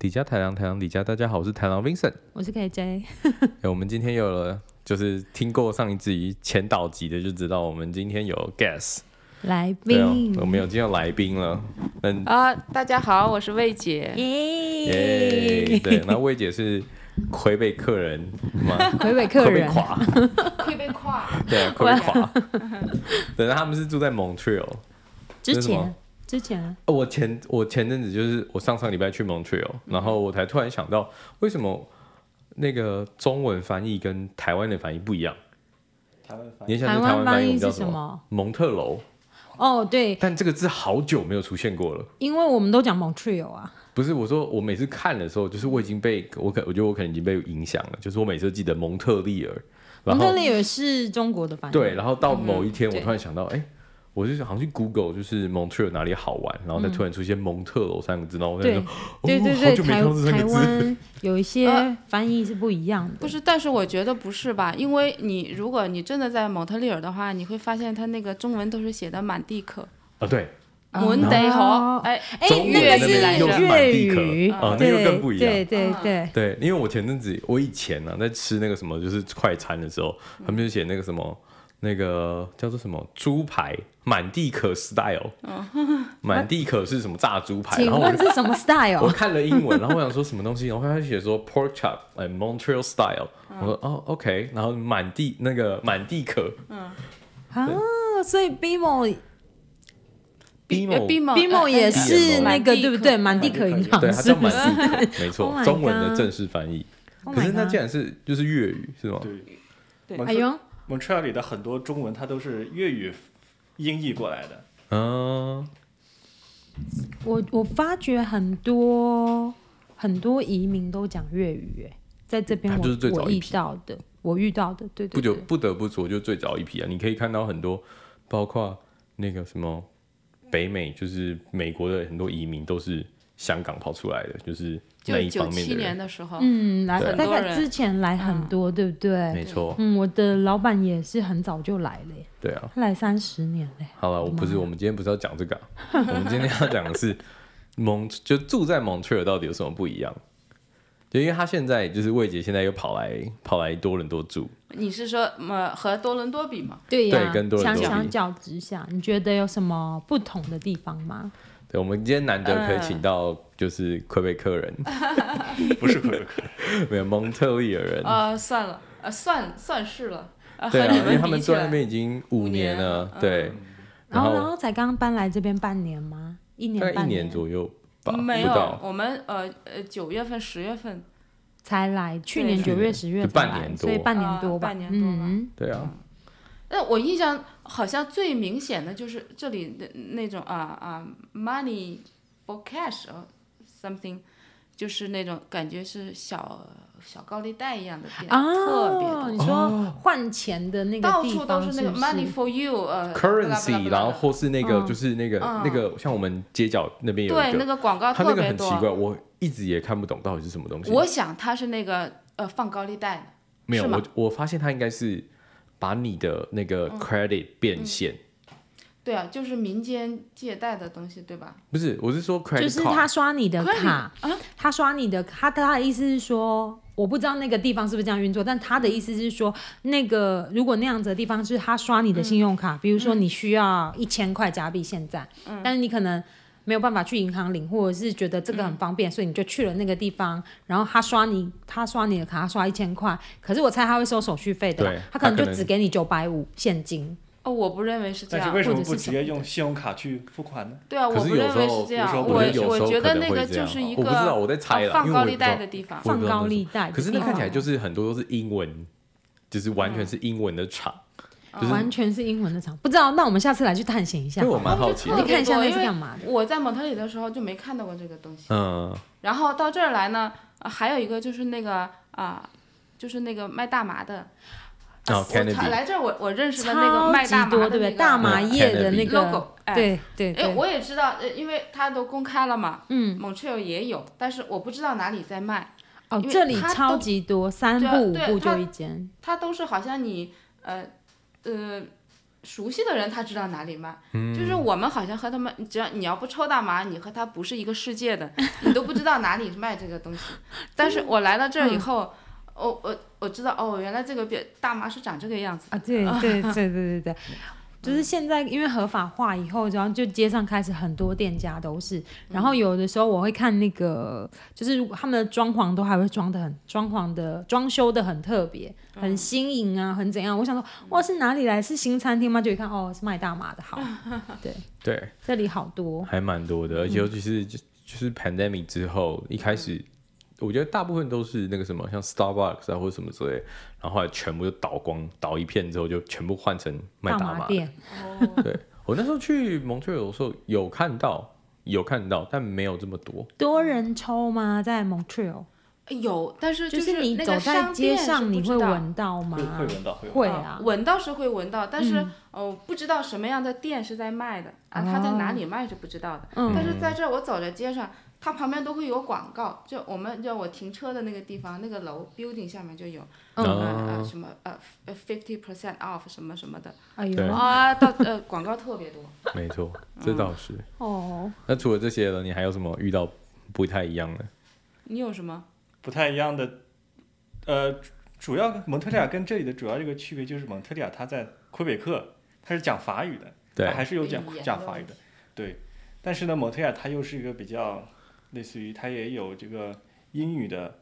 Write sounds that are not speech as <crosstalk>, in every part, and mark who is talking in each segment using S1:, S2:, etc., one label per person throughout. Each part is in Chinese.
S1: 李家台郎，台郎李家，大家好，我是台郎 Vincent。
S2: 我是 KJ，
S1: 哎，我们今天有了，就是听过上一集前导集的就知道，我们今天有 guest，
S2: 来
S1: 对哦
S2: 宾，
S1: 我们有今天有来宾了。嗯，
S3: 啊，大家好，我是魏姐。
S1: 耶，
S2: 耶，
S1: 对，那魏姐是魁北克人吗？
S2: 魁北克
S1: 会被
S2: 人，
S1: 垮，
S3: 会被跨，
S1: 对啊，会被垮。对，那他们是住在 Montreal。
S2: 之
S1: 这是什
S2: 前啊
S1: 么
S2: 之前
S1: 哦我前我前阵子就是我上上礼拜去 Montreal，然后我才突然想到，为什么那个中文翻译跟台湾的翻译不一样？
S4: 台湾翻
S1: 你
S4: 译
S1: 也想
S2: 台
S1: 说台
S2: 湾
S1: 湾翻
S2: 翻
S1: 译我
S2: 译
S1: 们叫
S2: 是
S1: 什
S2: 什？么？
S1: 蒙特楼，
S2: 哦，对，
S1: 但这个字好久没有出现过了。
S2: 因为我们都讲 Montreal 啊，
S1: 不是我说，我每次看的时候，就是我已经被我可，我觉得我可能已经被影响了。就是我每次记得蒙特利尔，然
S2: 蒙
S1: 后
S2: 特利尔是中国的翻译，
S1: 对，，然后到某一天，我
S2: 嗯对
S1: 突然想到，哎、我就好像去 Google，就是蒙特利尔哪里好玩，然后再突然出现蒙特楼三个字，然后我就
S2: 嗯对
S1: 说，
S2: 对
S1: 哦
S2: 对
S1: 好
S2: 对，
S1: 久没
S2: 台
S1: 看到这三
S2: 台
S1: 个字。
S2: 湾有一些翻译呃是不一样的，
S3: 不是，但是我觉得不是吧？因为你如果你真的在蒙特利尔的话，你会发现它那个中文都是写的满地可，
S1: 啊，对，
S2: 哦
S3: 蒙得好，哎，
S2: 哎，
S1: 中文
S2: 那个
S3: 那边又
S2: 是
S3: 是
S1: 满
S2: 粤
S1: 地可
S2: 语啊
S1: 啊，那
S2: 对
S1: 又更不一样
S2: 对对对，
S1: 对，因为我前阵子我以前呢、啊、在吃那个什么就是快餐的时候，他们就写那个什么那个叫做什么猪排满地可 style，满地可是什么炸猪排，
S2: 哦请
S1: 然后我
S2: 问
S1: 就。
S2: 是什么 style？
S1: 我看了英文，然后我想说什么东西，然后他就写说 pork chop and Montreal style，我
S2: 嗯
S1: 说哦 OK，然后满地那个满地可
S2: 啊，所以 BMO
S3: 呃
S1: BMO，
S3: BMO
S2: BMO
S3: 呃
S2: 也是
S1: 哎
S2: 那个
S3: 满地
S2: 对不
S3: 可
S2: 对？哦满地可
S4: 可
S2: 银
S4: 银
S2: 行
S1: 对，它
S2: 是
S1: 叫
S2: 不
S1: 满地
S2: 是？
S1: 可，没
S2: Oh
S1: 错，
S2: my
S1: 中文的
S2: god
S1: 正式翻译。
S2: Oh
S1: 可是
S2: my
S1: 那
S2: god
S1: 竟然是就是粤语是吗？
S4: 对，
S3: 对
S4: 蒙
S2: 哎
S4: 特
S2: 呦，
S4: 蒙特利尔里的很多中文它都是粤语音译过来的，
S1: 嗯，
S2: 我我发觉很多很多移民都讲粤语，哎，在这边
S1: 他
S2: 我
S1: 就是最早
S2: 我
S1: 一
S2: 遇
S1: 批
S2: 到的，我遇到的，对
S1: 不
S2: 对
S1: 久
S2: 对，
S1: 不得不说，就最早一批啊，你可以看到很多，包括那个什么北美，就是美国的很多移民都是香港跑出来的，就是那
S3: 就
S1: 一
S3: 九
S1: 方面
S3: 七
S1: 的
S3: 年
S1: 人，
S3: 的时候，
S2: 嗯，来
S3: 对
S2: 大
S3: 很多
S2: 概
S3: 人
S2: 之前来很多，对不对？
S1: 没错，
S2: 嗯，我的老板也是很早就来了耶，
S1: 对啊。
S2: 他来三十年嘞，
S1: 好了，我不是，我们今天不是要讲这个啊、我们今天要讲的是蒙，就住在蒙特尔到底有什么不一样？就因为他现在就是魏姐现在又跑来跑来多伦多住，
S3: 你是说呃和多伦多比吗？
S2: 对
S1: 对
S2: 呀，
S1: 跟多伦
S2: 相
S1: 多
S2: 相
S1: 比
S2: 较之下，你觉得有什么不同的地方吗？
S1: 对，我们今天难得可以
S3: 嗯
S1: 请到就是魁北克
S3: <laughs>
S1: 人，
S4: 不是魁北克。
S1: 没有蒙特利尔人，
S3: 呃，算了，呃，算算是了，呃
S1: 对
S3: 和
S1: 啊，
S3: 你
S1: 因为
S3: 们
S1: 他们
S3: 比
S1: 住
S3: 起
S1: 在那
S3: 来，
S1: 边已经五
S3: 五
S1: 年
S3: 年
S1: 了，
S3: 了嗯
S1: 对，
S2: 然
S1: 然
S2: 后然
S1: 后
S2: 后才刚搬来这边半年吗？一
S1: 大
S2: 年
S1: 概
S2: 半
S1: 一年左右吧，
S3: 没
S1: 不
S3: 有，
S1: 到，
S3: 我们呃呃九月份十月份
S2: 才来，去
S3: 对
S2: 年九
S1: 去
S2: 月
S1: 年
S2: 十月
S1: 就
S2: 才
S1: 半
S2: 来
S1: 年
S2: 所以
S1: 多
S2: 半年
S3: 啊
S2: 多吧，
S3: 半年多吧
S2: 嗯，
S1: 对啊，
S3: 那我印象好像最明显的就是这里的那种啊啊，money for cash or something，就是那种感觉是小小高利贷一样的店，
S2: 啊，
S3: 特别多，
S2: 你
S1: 哦
S2: 说换钱的那个
S3: 到
S2: 地
S3: 处都
S2: 方
S3: 那
S2: 不
S3: 个 money for you，呃
S1: currency，然后或是那个
S2: 嗯
S1: 就是那个
S3: 嗯
S1: 那个，像我们街角那边有
S3: 对
S1: 一
S3: 那
S1: 个，
S3: 个广告
S1: 它
S3: 特
S1: 那个
S3: 别
S1: 很奇
S3: 多，
S1: 怪，我一直也看不懂到底是什么东西。
S3: 我想它是那个呃放高利贷的，
S1: 没有，
S3: 是吗嗯
S1: 我我发现它应该是把你的那个 credit 变现，
S3: 对啊，就是民间借贷的东西，对吧？
S1: 不是，我是说
S2: 就
S1: credit
S2: 是他
S1: card，
S2: 刷你的
S3: Credit-
S2: 卡，他刷你的，他他的意思是说，我不知道那个地方是不是这样运作，但他的意思是说，那个如果那样子的地方是他刷你的信用
S3: 嗯
S2: 卡，比如说你需要一千块加币现在，但是你可能。没有办法去银行领，或者是觉得这个很方
S3: 嗯
S2: 便，所以你就去了那个地方，然后他刷你，他刷你的卡，他刷一千块，可是我猜他会收手续费的啦
S1: 对，
S2: 他可
S1: 他
S2: 能
S1: 可
S2: 就
S1: 能
S2: 只给你九百五现金，
S3: 哦，我不认为是这
S4: 但
S3: 样，
S4: 是
S3: 或
S4: 为什
S3: 者
S4: 么
S3: 是
S4: 不直接
S3: 什么
S4: 用信用卡去付款呢？
S3: 对啊，
S1: 可
S3: 我
S1: 是
S3: 不
S1: 有
S3: 认
S1: 时
S3: 为
S1: 候
S3: 是
S1: 有
S3: 这样
S4: 时，候
S1: 我觉得有时
S3: 我
S1: 候
S3: 觉
S1: 可
S3: 得
S1: 能
S3: 那
S1: 会
S3: 个
S1: 这样
S3: 就是一
S1: 我
S3: 个
S1: 不知道我在猜啦
S3: 啊放
S1: 因为我
S3: 高
S1: 也
S3: 利
S1: 不知道
S3: 贷的地方
S1: 我。也不
S2: 放
S1: 知道那
S2: 高
S1: 是
S2: 利贷啊的地方。
S1: 可是那看起来就是很多都是英文，就是完
S3: 嗯
S1: 全是英文的场，就是
S2: 完全是英文的场，不知道。那我们下次来去探险一下
S1: 因为。我蛮好奇
S3: 我
S1: 的
S3: 觉
S2: 你
S3: 得，
S2: 看一下
S3: 特
S2: 那
S3: 别
S2: 是
S3: 多
S2: 干嘛的？
S3: 我在蒙特利尔的时候就没看到过这个东西，
S1: 嗯。
S3: 然后到这儿来呢，呃还有一个就是那个啊，就是那个卖大麻的。
S1: 哦
S3: 我
S1: Kennedy
S3: 才来这儿我我认识的那个
S2: 超
S3: 卖
S2: 级
S3: 大麻
S2: 多，
S3: 的
S2: 对不
S3: 那
S2: 对？
S3: 个
S2: 大麻
S1: 嗯
S2: 叶的
S1: Kennedy
S2: 那个，
S3: logo，哎，
S2: 对对
S3: 哎，
S2: 对，
S3: 我也知道，呃，因为它都公开了嘛，
S2: 嗯，
S3: 蒙特利尔也有，但是我不知道哪里在卖，
S2: 哦，
S3: 因为
S2: 这里
S3: 它都
S2: 超级多，三
S3: 对啊
S2: 步五
S3: 对
S2: 步就
S3: 它
S2: 一间，
S3: 它都是好像你呃呃熟悉的人他知道哪里卖，就是我们好像和他们，只要你要不抽大麻，你和他不是一个世界的，你都不知道哪里卖这个东西。但是我来到这儿以后，哦，我我知道哦，原来这个变大麻是长这个样子。
S2: 啊，对对 <laughs> 对对对对，就是现在因为合法化以后，然后就街上开始很多店家都是，然后有的时候我会看那个，就是如果他们的装潢都还会装的很装潢的装修的很特别，很新颖啊，很怎样？我想说，哇，是哪里来？是新餐厅吗？就一看，哦，是卖大麻的，好，
S1: 对，
S2: 这里好多，
S1: 还蛮多的，而
S2: 嗯
S1: 且尤其是就就是 pandemic 之后，一开始我觉得大部分都是那个什么，像 Starbucks 啊或者什么之类，然后后来全部就倒光，倒一片之后就全部换成卖
S2: 大
S1: 大麻
S2: 麻。店，
S3: 哦，
S1: 对我那时候去蒙特利尔的时候有看到，有看到，但没有这么多。
S2: 多人抽吗？在 Montreal，
S3: 有，但是
S2: 是你
S3: 那
S2: 走
S3: 个
S2: 在
S3: 商
S2: 街
S3: 店是
S2: 上
S3: 不
S2: 你
S3: 知
S2: 会
S3: 道
S2: 闻到吗
S4: 会？会闻到会闻到。
S2: 会
S3: 啊
S2: 啊，嗯
S3: 闻到是会闻到，但是哦、呃不知道什么样的店是在卖的啊，它在哪里卖是不知道的。
S2: 哦嗯
S3: 但是在这儿我走在街上，它旁边都会有广告，就我们就我停车的那个地方，那个楼 building 下面就有，
S1: 嗯
S3: 呃呃
S1: 哦
S3: 什么呃 fifty percent off 什么什么的
S2: 哎呦
S1: 对，
S3: 啊，到呃广告特别多。
S1: <laughs> 没错，
S2: 嗯
S1: 这倒是。
S2: 哦，
S1: 那除了这些了，你还有什么遇到不太一样的？
S3: 你有什么？
S4: 不太一样的，呃，主要蒙特利尔跟这里的主要一个区别就是蒙特利尔它在魁北克，它是讲法语的，
S1: 对
S4: 它还是有讲
S3: 语言啊
S4: 讲
S3: 的
S4: 法
S3: 问
S4: 语的，对。但是呢，蒙特利尔它又是一个比较类似于它也有这个英语的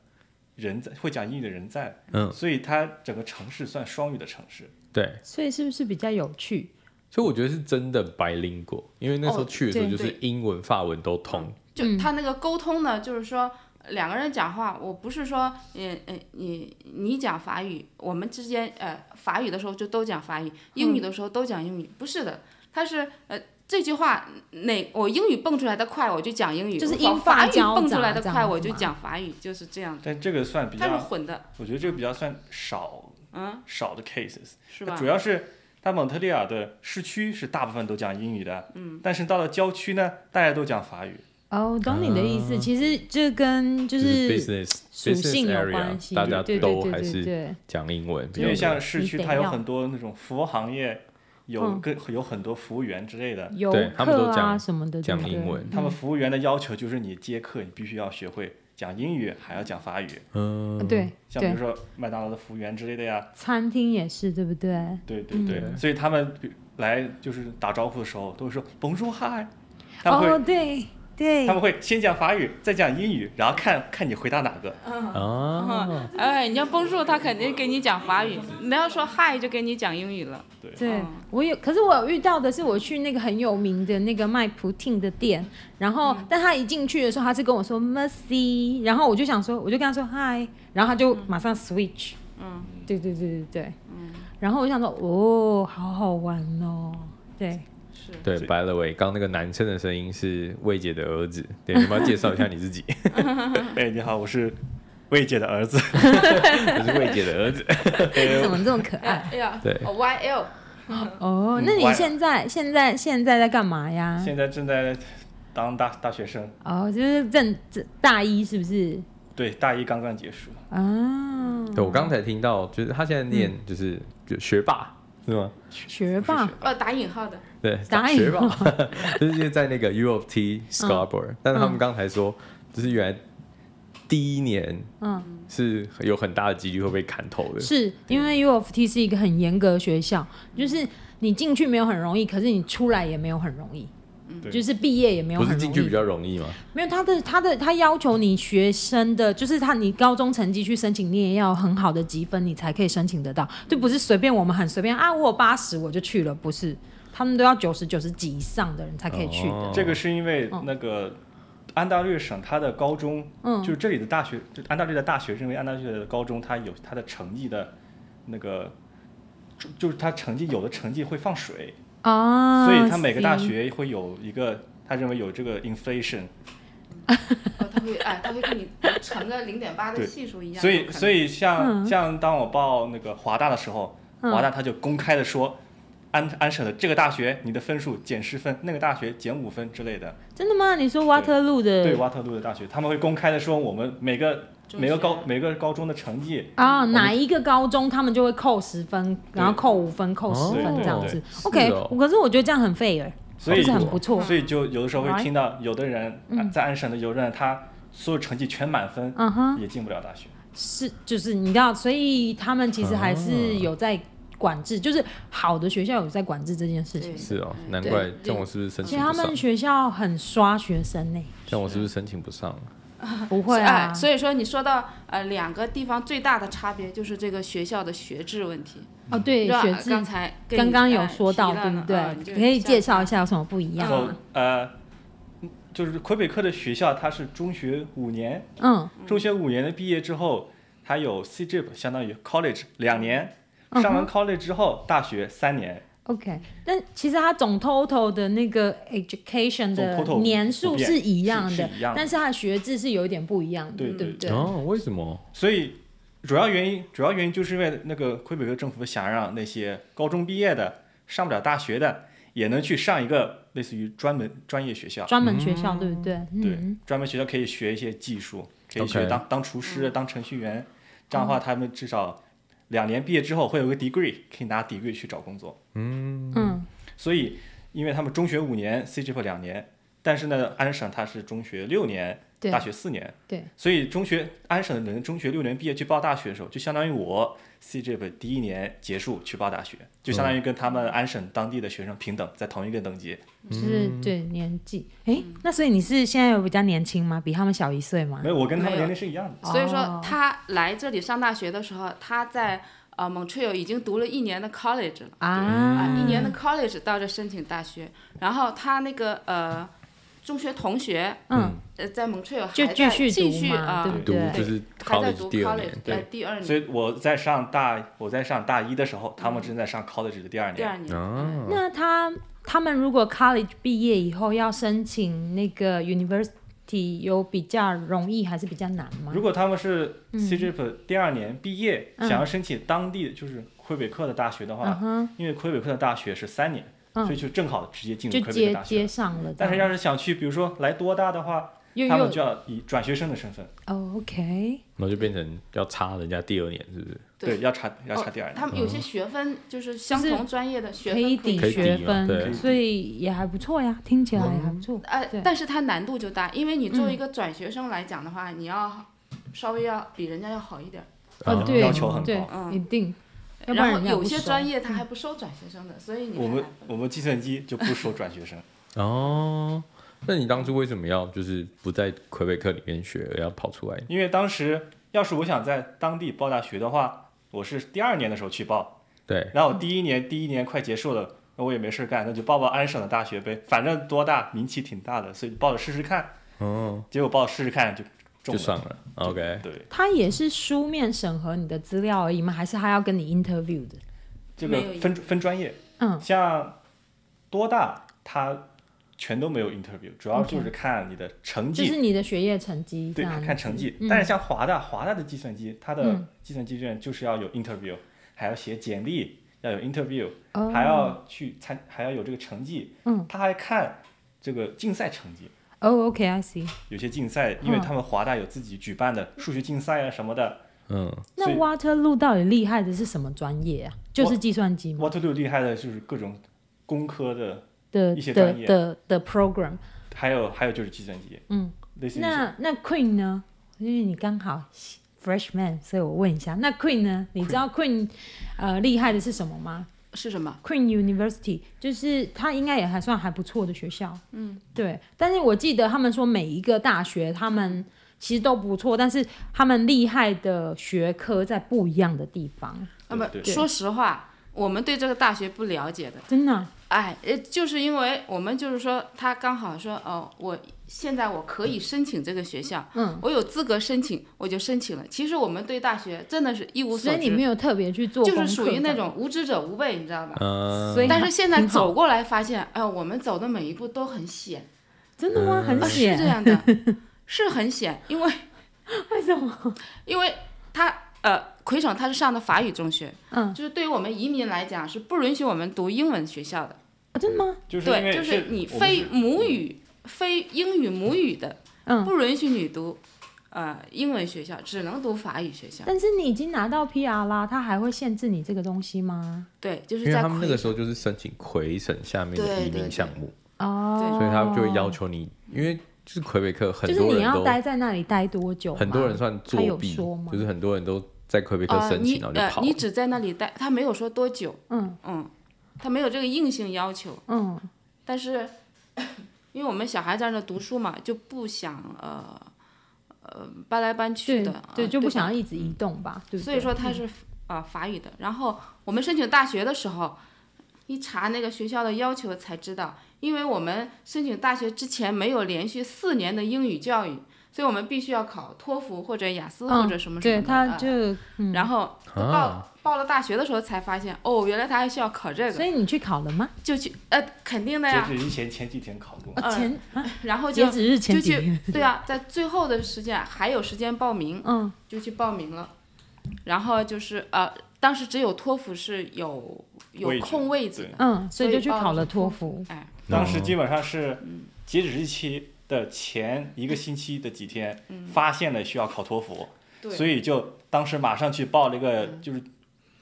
S4: 人在，会讲英语的人在，
S1: 嗯，
S4: 所以它整个城市算双语的城市。
S1: 对，
S2: 所以是不是比较有趣？
S1: 所以我觉得是真的白 i l 过，因为那时候
S3: 哦
S1: 去的时候
S2: 对哦
S1: 就是英文、法文都通。
S2: 嗯
S3: 就他那个沟通呢，就是说两个人讲话，我不是说，嗯嗯，你你讲法语，我们之间呃法语的时候就都讲法语，英语
S2: 嗯
S3: 的时候都讲英语，不是的，他是呃这句话哪我英语蹦出来的快，我就讲英语，
S2: 就是
S3: 我
S2: 英法
S3: 法语
S2: 交
S3: 蹦出
S2: 杂
S3: 来的
S2: 这
S3: 快，
S2: 样
S3: 我
S2: 子
S3: 就
S2: 嘛
S3: 讲法语，就是这样的，
S4: 但这个算比
S3: 它是
S4: 较，
S3: 混的，
S4: 我觉得这个比较算少
S3: 嗯，
S4: 少的 cases。
S3: 是
S4: 它
S3: 吧
S4: 主？要是它蒙特利尔的市区是大部分都讲英语的，嗯，但是到了郊区呢，大家都讲法语。
S2: 哦，懂你的意思。其实这跟
S1: 嗯就
S2: 就
S1: 是 business
S2: 属性
S1: business
S2: 有关系，
S1: area，大家
S2: 对对
S1: 都
S2: 对
S1: 还
S2: 对
S1: 是
S2: 对。
S1: 讲英文比
S4: 因
S1: 较多。
S4: 为像市区
S2: 你得
S4: 它有
S2: 要
S4: 很多那种服务行业，有
S2: 嗯
S4: 跟有很多服务员之类的，
S2: 游
S1: 对他们
S2: 客
S1: 都
S2: 啊
S1: 讲
S2: 什么的，对
S1: 讲
S2: 不对
S1: 英文
S4: 他们服务员的要求就是你接客你必须要学会讲英语，还要讲法语。
S1: 嗯，
S2: 啊对
S4: 像比如
S2: 对，
S4: 说麦当劳的服务员之类的呀，
S2: 餐厅也是，对不对？
S4: 对对对，
S1: 嗯
S4: 所以他们比来就是打招呼的时候都会说 Bonjour hi，他们会、
S2: 哦，对对
S4: 他，们会先讲法语，再讲英语，然后看看你回答哪个。
S1: 嗯啊，
S3: 哎，你要蹦住，他肯定给你讲法语，你要说嗨就给你讲英语了。
S2: 对
S3: 嗯，
S2: 我有，可是我有遇到的是，我去那个很有名的那个卖普汀的店，然后，
S3: 嗯
S2: 但他一进去的时候，他是跟我说 mercy，然后我就想说，我就跟他说 hi，然后他就马上 switch，
S3: 嗯，
S2: 对对对对对，然后我就想说，哦，好好玩哦，对，
S3: 是。
S1: 对，by the way，刚刚那个男生的声音是魏姐的儿子，对，你要不要介绍一下你自己？ <laughs>
S4: 哎，你好，我是魏姐的儿子。
S1: 我是魏姐的儿
S2: <laughs>
S1: 子。
S4: 哎
S2: 怎么这么可爱？
S4: <laughs>
S3: 哎呀，
S1: 对
S3: y L，
S2: 哦，那
S4: 嗯
S2: 你
S4: 歪了
S2: 现在现在现在在干嘛呀？
S4: 现在正在当大大学生，
S2: 哦，就是正正大一是不是？
S4: 对，大一刚刚结束。
S2: 啊，
S1: 对，我刚才听到，就是他现在念
S2: 嗯
S1: 就是就学霸是吗？
S2: 学
S4: 不
S2: 霸
S4: 是学
S3: 呃，打引号的，
S2: <laughs>
S1: 对，
S2: 答应
S1: 学霸，
S2: 哦
S1: <laughs> 就是在那个 U of T
S2: 嗯
S1: Scarborough，但是他们刚才说，就是原来第一年
S2: 嗯，
S1: 是有很大的几率会被砍头的。
S2: 是因
S1: 嗯
S2: 为 U of T 是一个很严格的学校，就是你进去没有很容易，可是你出来也没有很容易，
S4: 对
S2: 就是毕业也没
S1: 嗯
S2: 有
S1: 不
S2: 很容
S1: 是
S2: 易。
S1: 进去比较容易吗？
S2: 没有他的他的他要求你学生的就是他你高中成绩去申请，你也要很好的积分，你才可以申请得到，就不是随便我们很随便啊，我有八十我就去了，不是，他们都要九十九十几以上的人才可以去的。
S1: 哦
S4: 这个是因为那个安大略省它的高中，
S2: 嗯
S4: 就是这里的大学，就安大略的大学认为安大略的高中它有它的成绩的那个。就就是它成绩有的成绩会放水，
S2: 啊，
S4: 所以它每个大
S2: 行
S4: 学会有一个，他认为有这个 inflation，
S3: 哦，他会哎，他会给你乘个零点八的
S4: 对
S3: 系数一样。
S4: 所以所
S3: 以
S4: 以像
S2: 嗯
S4: 像当我报那个华大的时候，华大他就公开的说，安安省的这个大学你的分数减十分，那个大学减五分之类的。
S2: 真的吗？你说 Waterloo
S4: 对
S2: 的
S4: 挖特路的大学，他们会公开的说我们每个
S3: 中
S4: 每个
S3: 学
S4: 高每个高中的成绩，
S2: 啊，
S4: 们
S2: 哪一个高中他们就会扣十分，然后扣五分、扣十分
S1: 哦
S2: 这样子。
S1: 对
S2: OK，
S1: 是哦
S2: 可是我觉得这样很 fair，
S4: 所
S2: 就
S4: 以
S2: 是哦很不错。
S4: 所以就有的时候会
S2: Right
S4: 听到有的人、啊在安省的有的人他所有成绩全满分、
S2: 嗯哼，
S4: 也进不了大学。
S2: 是就是你知道，所以他们其实还是有在管制，就是好的学校有在管制这件事情。
S1: 是哦，
S3: 嗯
S1: 难
S3: 对
S1: 怪
S3: 对
S1: 像我是不是申
S2: 其
S1: 请
S2: 实他
S1: 不
S2: 们
S1: 上？
S2: 学校很刷学生呢、
S1: 像我是不是申请不上？
S2: 不会
S3: 哎、
S2: 啊，
S3: 所以说你说到呃两个地方最大的差别就是这个学校的学制问题，
S2: 哦对，
S3: 让
S2: 学制
S3: 啊刚才跟你
S2: 刚刚有
S3: 哎
S2: 说到
S3: 提了
S2: 对不
S3: 呢
S2: 对？
S3: 啊你就
S2: 可以
S3: 像
S2: 介绍一下有什么不一样
S3: 嗯
S4: 然后
S2: 吗？
S4: 呃，就是魁北克的学校，它是中学五年，
S2: 嗯，
S4: 中学五年的毕业之后，它有 CJP，相当于 college 两年，
S2: 嗯哼
S4: 上完 college 之后，大学三年，
S2: OK，但其实它总 total 的那个 education
S4: 总
S2: 的
S4: total
S2: 年数
S4: 不变
S2: 是一样
S4: 是
S2: 的，
S4: 是一样的
S2: 但是它的学制是有一点不一样的，
S4: 对
S2: 对
S4: 对
S2: 不对？
S1: 哦，为什么？
S4: 所以。主要原因，主要原因就是因为那个魁北克政府想让那些高中毕业的上不了大学的，也能去上一个类似于专门专业学校。
S2: 专门学校、对不对？
S4: 对
S2: 嗯，，
S4: 专门学校可以学一些技术，可以学
S1: OK
S4: 当当厨师、
S2: 嗯
S4: 当程序员。这样的话，他们至少两年毕业之后会有个 degree，可以拿 degree 去找工作。
S2: 嗯，
S4: 所以，因为他们中学五年，CGP 两年，但是呢，安省它是中学六年，
S2: 对
S4: 大学四年。
S2: 对，
S4: 所以中学安省的人中学六年毕业去报大学的时候，就相当于我 CGP 第一年结束去报大学，就相当于跟他们安省当地的学生平等，在同一个等级。
S2: 就是对年纪。哎，那所以你是现在有比较年轻吗？比他们小一岁吗
S4: 没？有，我跟他
S3: 没
S4: 们
S3: 有
S4: 年龄是一样的。
S3: 所以
S2: 哦
S3: 说他来这里上大学的时候，他在呃蒙特利尔已经读了一年的 college 了啊、
S2: 啊，
S3: 一年的 college 到这申请大学，然后他那个呃中学同学
S2: 嗯，
S3: 呃在蒙特利尔还
S2: 就
S3: 在
S2: 继续
S3: 继
S2: 读
S3: 续
S2: 嘛，
S3: 啊、
S2: 对不
S1: 读
S2: 对？
S1: 就是
S3: 还在读
S1: college 第二
S3: college
S1: 年，
S3: 呃
S1: 对，
S3: 第二
S2: 嗯
S4: 所
S3: 年
S4: 以我在上大，我在上大一的时候，他们正在上 college 的第二
S3: 第
S4: 年。
S3: 二年。
S1: 啊，
S2: 那他他们如果 college 毕业以后要申请那个 university，有比较容易还是比较难吗
S4: 如？果他们是 CGP 第二年毕业，
S2: 嗯
S4: 想要申请当地就是魁北克的大学的
S2: 嗯
S4: 话，
S2: 哼，
S4: 因为魁北克的大学是三年，
S2: 嗯
S4: 所以就正好直接进
S2: 就
S4: 入魁北克
S2: 接
S4: 大学
S2: 接
S4: 了。
S2: 上了这样。
S4: 但是要是想去，比如说来多大的话，
S2: 又
S4: 他们
S2: 又
S4: 就要以转学生的身份，
S2: 哦 OK，
S1: 然后就变成要插人家第二年，是不是？
S4: 对，要查要查
S3: 哦
S4: 第二年。
S3: 他们有些学分就是相
S2: 就是
S3: 同专业的学
S2: 可
S3: 分
S2: 以
S3: 可以
S2: 抵
S1: 可以
S2: 学
S1: 抵嘛对
S2: 分，所以也还不错呀，听起来也还不错。
S3: 呃
S2: 对，
S3: 但是它难度就大，因为你作为
S2: 嗯
S3: 一个转学生来讲的话，你要稍微要比人家要好一点儿。
S2: 哦
S1: 啊，
S2: 对，
S4: 嗯要求很高
S2: 对，
S3: 嗯
S2: 一定。要不
S3: 然后
S2: 人家
S3: 有
S2: 不
S3: 些
S2: 收嗯
S3: 专业他还不收转学生的，所以你
S4: 我
S3: 还
S4: 们
S3: 来不
S4: 我们计算机就不收转学生，
S1: 哦，那你当初为什么要就是不在魁北克里面学，而要跑出来？
S4: 因为当时要是我想在当地报大学的话，我是第二年的时候去报，
S1: 对，
S4: 然后我第一年第一年快结束了，那我也没事干，那就报报安省的大学呗，反正多大名气挺大的，所以报了试试看。
S1: 哦，
S4: 结果报了试试看就中
S1: 就
S4: 了，
S1: 上了，OK，
S4: 对，
S2: 他也是书面审核你的资料而已吗？还是他要跟你 interview 的？
S4: 这
S3: 没有
S4: 个
S3: 影
S4: 分分专业，
S2: 嗯，
S4: 像多大它全都没有
S3: 嗯
S4: interview，主要
S2: OK
S4: 就是看你的成
S2: 就
S4: 绩。
S2: 是你的学业成绩这
S4: 对，
S2: 样子。
S4: 看成绩。
S2: 嗯
S4: 但是像华大，华大的计算机，它的
S2: 嗯
S4: 计算机卷就是要有 interview，还要写简历，要有 interview，
S2: 哦
S4: 还要去参，还要有这个成绩。
S2: 嗯，
S4: 他还看这个竞赛成绩。
S2: 哦，OK，I see。
S4: 有些竞赛，因为
S2: 嗯
S4: 他们华大有自己举办的数学竞赛啊什么的。
S1: 嗯，
S2: 那
S4: 所以
S2: Waterloo 到底厉害的是什么专业啊？就是计算机吗？
S4: Waterloo 厉害的就是各种工科的，
S2: 的
S4: 一些
S2: 的
S4: 专业
S2: 的的 program。
S4: 还有还有就是计算机，
S2: 嗯，
S4: 类似于是
S2: 那那 Queen 呢？因为你刚好 freshman，所以我问一下，那 Queen 呢？你知道 Queen 呃厉害的是什么吗
S3: 是什么？
S2: ？Queen University 就是它应该也还算还不错的学校，嗯，对。但是我记得他们说每一个大学他们其实都不错，但是他们厉害的学科在不一样的地方，
S3: 那么
S4: 对
S3: 啊说实话，我们对这个大学不了解的，
S2: 真的啊、
S3: 哎，呃，就是因为我们就是说，他刚好说，哦，我现在我可以申请这个学校，
S2: 嗯，
S3: 我有资格申请，我就申请了。其实我们对大学真的是一无
S2: 所
S3: 所
S2: 以
S3: 知，
S2: 你没有特别去做功
S3: 就
S2: 课，
S3: 是属于那种无知者无畏，你知道吧？
S1: 呃，
S2: 所以
S3: 但是现在
S2: 挺好
S3: 走过来发现，哎、我们走的每一步都很险，
S2: 真的吗？很
S3: 啊
S2: 险， <laughs>
S3: 是这样的 <laughs> ，是很险，因为
S2: 为什么？
S3: 因为他呃，魁省他是上的法语中学，
S2: 嗯，
S3: 就是对于我们移民来讲是不允许我们读英文学校的，
S2: 啊真的吗？
S4: 就是嗯因
S3: 对，
S4: 为
S3: 就是你
S4: 我们
S3: 非母语、非英语母语的，
S2: 嗯
S3: 不允许你读呃英文学校，只能读法语学校。
S2: 但是你已经拿到 PR 啦，他还会限制你这个东西吗？
S3: 对，就是
S1: 因为
S3: 在
S1: 他们那个
S3: 魁
S1: 时候就是申请魁省下面的
S3: 对
S1: 移
S3: 对
S1: 民
S3: 对
S1: 项目，
S2: 哦，
S1: 所以他就会要求你，因为就是魁北克很
S2: 就是
S1: 多
S2: 你
S1: 人
S2: 要
S1: 都
S2: 待在那里待多久吗？
S1: 很多人算作
S2: 他有
S1: 弊
S2: 说吗，
S1: 就是很多人都在魁北克
S3: 呃，
S1: 申
S3: 你
S1: 请然后就
S3: 呃
S1: 跑了
S3: 你。只在那里待，他没有说多久，
S2: 嗯
S3: 嗯，他没有这个硬性要求，
S2: 嗯
S3: 但是因为我们小孩在那读书嘛，就不想呃呃搬来搬去
S2: 对
S3: 的，
S2: 对，
S3: 啊
S2: 就不
S3: 吧
S2: 想嗯要一直移动吧，对不
S3: 所
S2: 对？
S3: 以说它是啊、呃法语的。然后我们申请大学的时候，一查那个学校的要求才知道，因为我们申请大学之前没有连续四年的英语教育，所以我们必须要考托福或者雅思
S2: 嗯
S3: 或者什么什么
S2: 对，
S3: 的。
S2: 他
S3: 啊
S2: 就嗯
S3: 然后报、
S1: 啊
S3: 报了大学的时候才发现，哦，原来他还需要考这
S2: 所
S3: 个，
S2: 以你去考了吗？
S3: 就去呃肯定的
S4: 截
S3: 呀，
S4: 止之前前几天考过，
S2: 啊
S3: 嗯
S2: 前啊
S3: 然后就
S2: 截止日前
S3: 就
S2: 几天
S3: 去，
S4: <laughs>
S3: 对啊，在最后的时间还有时间报
S2: <laughs>
S3: 名，
S2: 嗯
S3: 就去报名了。然后就是呃，当时只有托福是有有
S4: 位置
S3: 空位子
S4: 对
S3: 的，
S2: 嗯，所以就去
S3: 报了
S2: 考了
S3: 托
S2: 托福。
S3: 哎，
S4: 当
S2: 哦
S4: 时基本上是
S3: 嗯
S4: 截止日期的前一个星期的几天，发现了需要考托福，
S3: 嗯对嗯
S4: 所以就当时马上去报了一个就是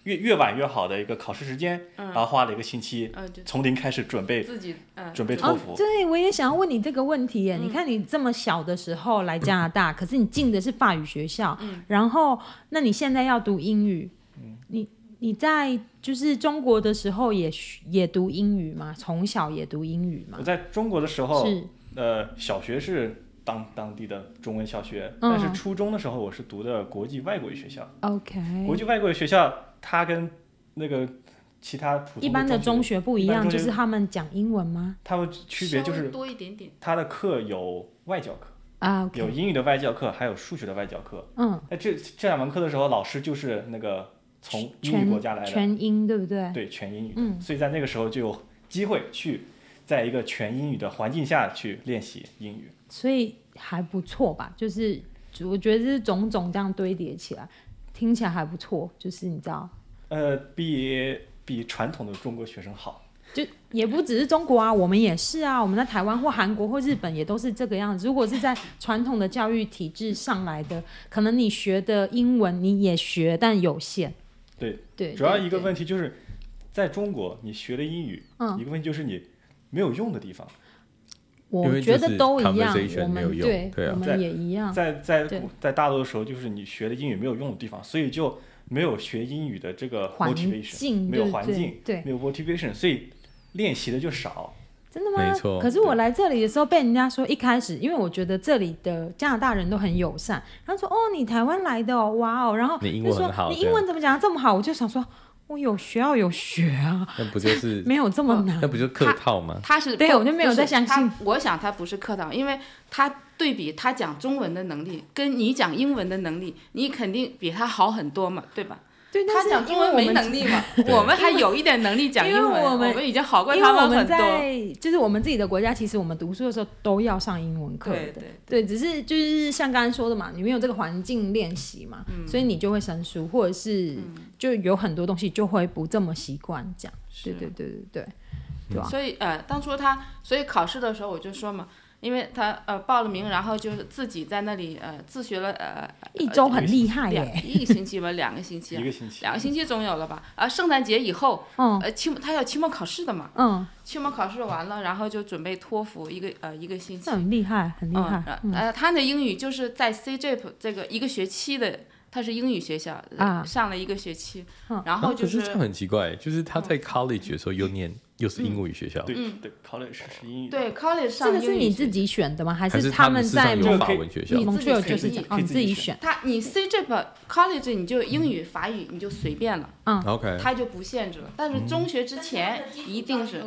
S4: 越越晚越好的一个考试时间，然后花了一个星期
S3: 嗯，就
S4: 从零开始准备
S3: 自己嗯
S4: 准备
S3: 就
S4: 托
S2: 哦
S4: 福，
S2: 对，我也想要问你这个问题耶。你
S3: 嗯
S2: 看你这么小的时候来加拿大，可是你进的是法语学校，
S3: 嗯
S2: 然后那你现在要读英语，
S4: 嗯
S2: 你你在就是中国的时候也学也读英语吗？从小也读英语吗
S4: 我？在中国的时候，
S2: 是
S4: 呃，小学是当当地的中文小学，但是
S2: 嗯
S4: 初中的时候我是读的国际外国语学校。国
S2: OK，
S4: 际外国语学校它跟那个其他普通
S2: 一般的中
S4: 中学，
S2: 学不一
S4: 一般
S2: 样，
S4: 中
S2: 就
S4: 学
S2: 是他们讲英文吗？
S4: 它们区别就
S3: 稍微
S4: 是
S3: 多一点点，
S4: 它的课有外教课，
S2: 啊
S4: 有
S2: ，OK，
S4: 英语的外教课，还有数学的外教课。
S2: 嗯，
S4: 那这这两门课的时候，老师就是那个从英语国家来
S2: 全
S4: 的，
S2: 全英对不对？
S4: 对，全英语的。
S2: 嗯
S4: 所以在那个时候就有机会去在一个全英语的环境下去练习英语。
S2: 所以还不错吧，就是我觉得这种种这样堆叠起来，听起来还不错，就是你知道，
S4: 呃，比比传统的中国学生好。
S2: 就也不只是中国啊，我们也是啊，我们在台湾或韩国或日本也都是这个样子。如果是在传统的教育体制上来的，可能你学的英文你也学，但有限。
S4: 对
S2: 对，
S4: 主要
S2: 对
S4: 一个
S2: 对
S4: 问题就是，在中国你学了英语，
S2: 嗯
S4: 一个问题就是你没有用的地方，
S1: 因
S2: 我
S1: 为
S2: 觉
S1: 就
S2: 得
S1: 是
S2: 都一样，
S1: conversation
S2: 我
S1: 没有
S2: 们
S1: 用
S2: 对，
S1: 对啊
S2: 我
S4: 在
S2: 们也一样。
S4: 在在
S2: 嗯对
S4: 在大陆的时候，就是你学了英语没有用的地方，所以就没有学英语的这个
S2: 环
S4: motivation，
S2: 境
S4: 没有
S2: 对
S4: 环
S2: 对
S4: 境，
S2: 对
S4: 没有 motivation，所以练习的就少。
S2: 真的吗？
S1: 没错
S2: 可是我来这里的时候，被人家说一开始，因为我觉得这里的加拿大人都很友善，他说：“哦，你台湾来的哦，哇哦。”然后
S1: 你英
S2: 就
S1: 文
S2: 说
S1: 很：“好
S2: 你英文怎么讲得这么好？”我就想说，我有学要有学啊，
S1: <laughs> 那不就是
S2: <laughs> 没有这么
S1: <laughs>
S2: 难
S1: 那。不就客套吗？
S3: 他是
S2: 对
S3: 不
S2: 我就没有
S3: 是
S2: 再相
S3: 他
S2: 信
S3: 我想他不是客套，因为他对比他讲中文的能力跟你讲英文的能力，你肯定比他好很多嘛，对吧？
S2: 对，但
S3: 他
S2: 是
S3: 讲中
S2: 因为
S3: 文
S2: 我
S3: 没
S2: 们
S3: 能力
S2: <laughs>
S3: 嘛，我们还有一点能力讲
S2: 因
S3: 英
S2: 为
S3: 文，
S2: 我
S3: 我
S2: 们
S3: 已经好过
S2: 因为
S3: 他
S2: 我
S3: 很
S2: 们
S3: 多。
S2: 在就是我们自己的国家，其实我们读书的时候都要上英文课的，
S3: 对对
S2: 只是就是像刚才说的嘛，你没有这个环境练习嘛，
S3: 嗯
S2: 所以你就会生疏，或者是就有很多东西就会不这么习惯讲。
S3: 啊
S2: 对对对对对，对吧？
S3: 所以呃，当初他所以考试的时候我就说嘛，因为他呃报了名，然后就是自己在那里呃自学了呃
S2: 一周很厉害
S3: 两
S2: 耶，
S3: 呃一个星期吧，两个星期啊、
S4: 一个星期
S3: 两个星期总有了吧？啊，圣诞节以后，
S2: 嗯
S3: 呃，期末他要期末考试的嘛，
S2: 嗯，
S3: 期末考试完了，然后就准备托福一个呃一个星期
S2: 这，很厉害，很厉
S3: 嗯，
S2: 害
S3: 呃，呃，他的英语就是在 CJP 这个一个学期的，他是英语学校、呃
S2: 啊
S3: 上了一个学期，
S2: 嗯
S3: 然后
S1: 啊
S3: 就
S1: 可是这样很奇怪，就是他在 college 的时候又念又是英语学校，
S4: 对、对，college 是英语的。
S3: 对 college 上
S2: 这个
S3: 英
S2: 是
S3: 语
S2: 你
S3: 学
S2: 自己选的吗？还
S1: 还
S2: 是
S1: 他
S2: 们
S1: 们
S2: 在
S1: 有
S2: 蒙
S1: 法文学校
S2: 你？蒙特尔就是
S3: 自
S2: 这
S3: 己选
S2: 样，哦你
S4: 可以
S2: 自
S4: 自己
S2: 己
S4: 选
S2: 选
S3: 他你 CJP college 你就英语、法语你就随便了，
S1: OK，
S3: 他就不限制了。但是中学之前一定是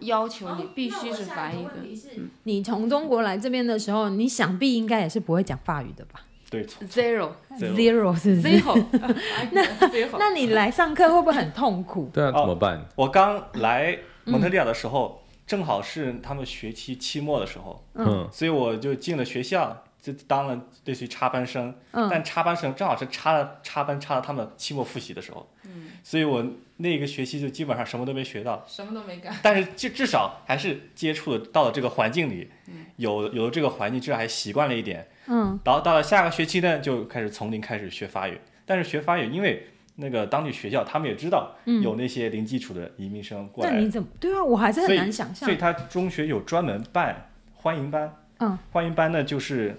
S3: 要求你必须是法语的。
S2: 你从中国来这边的时候，你想必应该也是不会讲法语的吧
S4: 对
S3: <laughs> Zero
S2: <laughs>
S4: ，zero
S2: ？Zero 是不是？
S3: zero，那 <laughs> zero，
S2: 那你来上课会不会很痛苦？
S1: 对啊，怎么办？
S4: 我刚来蒙特利尔的时候，正好是他们学期期末的时候，
S1: 嗯，
S4: 所以我就进了学校，就当了类似于插班生，
S2: 嗯
S4: 但插班生正好是插了插班插到他们期末复习的时候，所以我那个学期就基本上什么都没学到，
S3: 什么都没干。
S4: 但是至至少还是接触了到了这个环境里，有有了这个环境，至少还习惯了一点。
S2: 嗯
S4: 然后到了下个学期呢，就开始从零开始学法语。但是学法语，因为那个当地学校他们也知道有那些零基础的移民生过
S2: 那
S4: 来，
S2: 嗯你怎么？对啊，我还是
S4: 所
S2: 很
S4: 以
S2: 难想象
S4: 所以。他中学有专门办欢迎班，
S2: 嗯，
S4: 欢迎班呢就是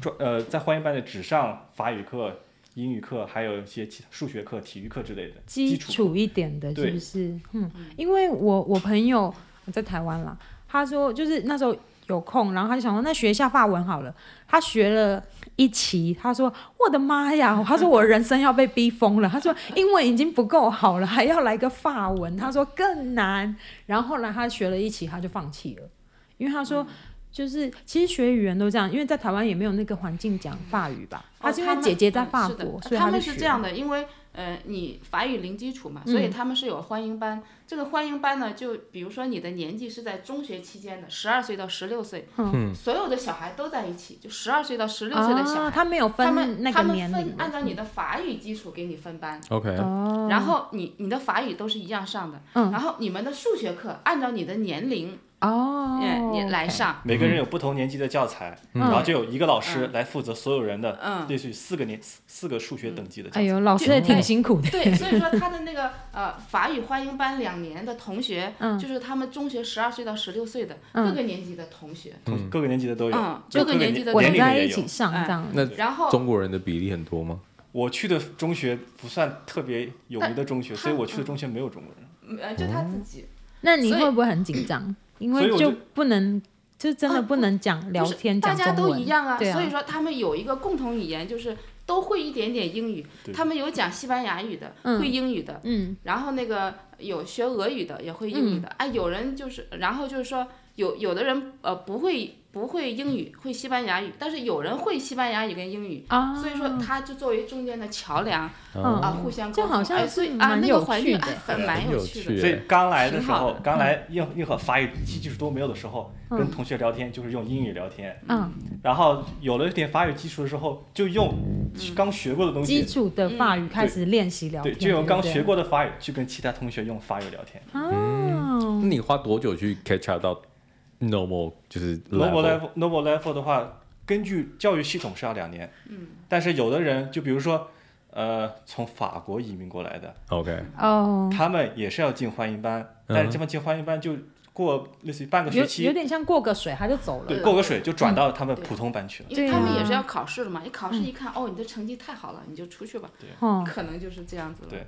S4: 专呃在欢迎班的只上法语课、英语课，还有一些其数学课、体育课之类的
S2: 基
S4: 础。
S2: 础一点的，是
S4: 对
S2: 不是？嗯，因为我我朋友呃在台湾啦，他说就是那时候有空，然后他就想说那学一下法文好了。他学了一期，他说我的妈呀，
S3: <laughs>
S2: 他说我人生要被逼疯了。他说英文已经不够好了，还要来个法文，他说更难。然后后来他学了一期，他就放弃了，因为他
S3: 嗯
S2: 说。就是，其实学语言都这样，因为在台湾也没有那个环境讲法语吧。
S3: 哦
S2: 是因
S3: 他
S2: 为
S3: 们
S2: 姐姐在
S3: 嗯
S2: 法
S3: 是的
S2: 国，所以
S3: 他
S2: 就
S3: 们
S2: 学
S3: 是这嗯样的，因为呃，你法语零基础嘛，所以他们是有欢迎班。这个欢迎班呢，就比如说你的年纪是在中学期间的，十二岁到十六岁，嗯，所有的小孩都在一起，就十二岁到十六岁的小
S2: 啊，
S3: 孩，
S2: 他没有
S3: 他
S2: 分
S3: 们
S2: 那
S3: 他
S2: 个
S3: 们
S2: 年
S3: 分
S2: 龄的，嗯哦
S3: 按照你的法语基础给你分班，
S1: OK，
S3: 然后你你的法语都是一样上的，
S2: 嗯
S3: 然后你们的数学课按照你的年龄，
S2: 哦
S3: 呃，你来上，
S4: 每个人有不同年级的教材，
S2: 嗯
S4: 然后就有一个老师来负责所有人的，
S3: 嗯
S4: 类似于四个年四四个数学等级的教
S2: 哎
S4: 材。
S2: 呦，老师也挺辛苦的。 <laughs>
S3: 对，所以说他的那个呃法语欢迎班两年的同学，
S2: 嗯
S3: 就是他们中学十二岁到十六岁的、各个年级的同学，
S4: 同各个年级的都有，
S3: 嗯
S4: 就
S3: 各个
S4: 各个
S3: 年级的
S4: 年
S3: 都有
S2: 混
S4: 龄的
S2: 在
S4: 也
S2: 一
S4: 有
S2: 起。上
S3: 哎
S2: 这样，
S1: 那
S3: 然后
S1: 中国人的比例很多吗？
S4: 我去的中学不算特别有名的中学，所以我去
S3: 嗯
S4: 的中学没有中国人。
S3: 呃就他自己。
S2: 那你
S3: 所以
S2: 会不会很紧张？因
S4: 所
S2: 为
S4: 以我
S2: 就
S4: 就
S2: 不能，就真的不能讲聊
S3: 哦就是
S2: 哦天，
S3: 大
S2: 讲
S3: 家
S2: 中
S3: 都
S2: 文
S3: 一样啊，
S2: 对
S3: 所以说他们有一个共同语言，就是都会一点点英语。
S4: 对
S3: 他们有讲西班牙语的，
S2: 嗯
S3: 会英语的，
S2: 嗯
S3: 然后那个有学俄语的，也会英语的。啊，有人就是，然后就是说有有的人呃不会不会英语，会西班牙语，但是有人会西班牙语跟英语，
S2: 啊，
S3: 所以说他就作为中间的桥梁
S2: 嗯
S3: 啊，互相沟
S2: 这
S3: 通
S2: 好像
S3: 哎所
S2: 是
S3: 以啊
S2: 蛮
S3: 那
S2: 有
S3: 个环
S2: 趣
S3: 境
S2: 的
S3: 哎很蛮
S1: 啊很有
S3: 趣
S1: 趣
S3: 的。
S4: 所以刚来的时
S3: 挺好
S4: 候
S3: 的，嗯
S4: 刚来硬硬核法语基基础都没有的时候，跟同学聊天就是用英语聊天，
S2: 嗯，
S4: 然后有了一点法语基础的时候，就用
S3: 嗯
S4: 刚学过的东
S2: 基
S4: 西，
S2: 础的法语开始练习聊
S4: 嗯对，
S2: 天，
S4: 就用
S2: 不
S4: 刚学过的法语去跟其他同学用法语聊天。
S2: 哦
S4: 嗯
S1: 那你花多久去 catch up 到 normal 就是
S4: Noble
S1: level？
S4: level Noble level 的话，根据教育系统是要两年，嗯，但是有的人就比如说，呃，从法国移民过来的，
S1: OK，
S2: 哦，
S4: 他们也是要进欢迎班，但是这帮进欢迎班就过类似于半个
S2: 有
S4: 学
S2: 有
S4: 期，
S2: 点像过个水他就走了
S4: 对，过个水就转到他们普通班去了。
S3: 因为
S2: 对
S3: 他们也
S2: 啊嗯
S3: 是要考试的嘛，一考试一看，哦，你的成绩太好了，你就出去吧，
S2: 哦，
S3: 可能就是这样子了。
S4: 对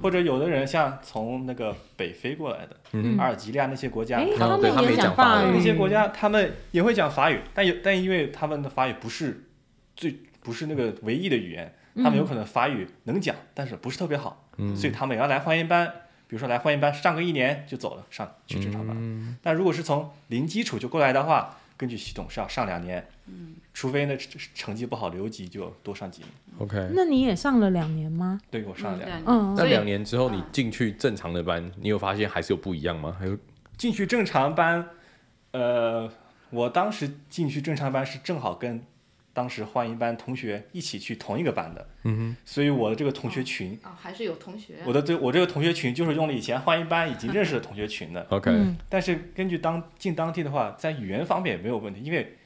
S4: 或者有的人像从那个北非过来的，阿尔及利亚那些国家
S2: 嗯哎，，
S1: 然后对他们
S2: 们也
S1: 也
S2: 讲
S1: 讲法
S2: 语，
S1: 文
S4: 那些国家他们也会讲法语，但有但因为他们的法语不是最不是那个唯一的语言，他们有可能法语能讲，但是不是特别好，所以他们也要来欢迎班。比如说来欢迎班上个一年就走了，上去正常班。但如果是从零基础就过来的话，根据系统是要上两年，除非呢成成绩不好留级就多上几年。
S1: OK，
S2: 那你也上了两年吗？
S4: 对我上了
S3: 嗯，两
S4: 两年，
S3: 年
S2: 嗯
S1: 那
S3: 所以
S1: 两年之后你进去正常的班，你有发现还是有不一样吗？还有
S4: 进去正常班，呃，我当时进去正常班是正好跟当时欢迎班同学一起去同一个班的，嗯哼，所以我的这个同学群，
S3: 啊，还是有同学
S4: 我的这我这个同学群就是用了以前欢迎班已经认识的同学群的，
S1: OK，
S2: 嗯
S4: 但是根据当进当地的话，在语言方面也没有问题，因为，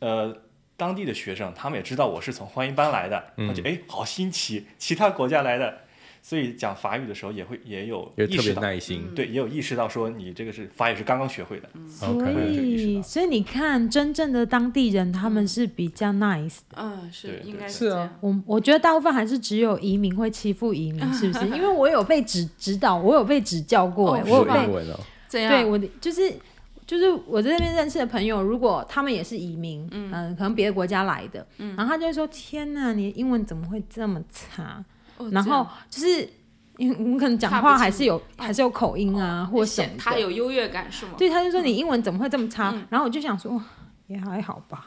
S4: 呃。当地的学生，他们也知道我是从欢迎班来的，
S1: 嗯
S4: 他就哎，好新奇，其他国家来的，所以讲法语的时候也会也有
S1: 也
S4: 意
S1: 特
S4: 识
S1: 别
S4: 到，
S1: 耐心。
S2: 嗯
S4: 对，也有意识到说你这个是法语是刚刚学会的，
S2: 所
S1: OK
S4: 会有这个意识
S2: 以，
S4: 到
S2: 所以你看，真正的当地人他们是比较 nice
S3: 嗯，是
S4: 对
S3: 应
S4: 对
S3: 该
S1: 是
S3: 这
S1: 啊
S3: 样。
S2: 我我觉得大部分还是只有移民会欺负移
S3: <laughs>
S2: 民，是不是？因为我有被指指导，我有被指教过、欸，
S3: 哦
S2: 我
S1: 说
S2: 有
S3: 是
S2: 被
S1: 英文哦，
S3: 这
S2: 对
S3: 样，
S2: 我的就是就是我在那边认识的朋友，如果他们也是移民，嗯、可能别的国家来的，
S3: 嗯
S2: 然后他就会说：“天哪，你的英文怎么会这么差？”
S3: 哦
S2: 然
S3: 这
S2: 后
S3: 样
S2: 就是 <laughs> 因为我们可能讲
S3: 看不
S2: 话还
S3: 清
S2: 是有还是有口音
S3: 嗯
S2: 啊，或什么
S3: 哦
S2: 的
S3: 显他有优越感是吗？
S2: 对，他就说你英文怎么会这么
S3: 嗯
S2: 差？然后我就想说，哇也还好吧。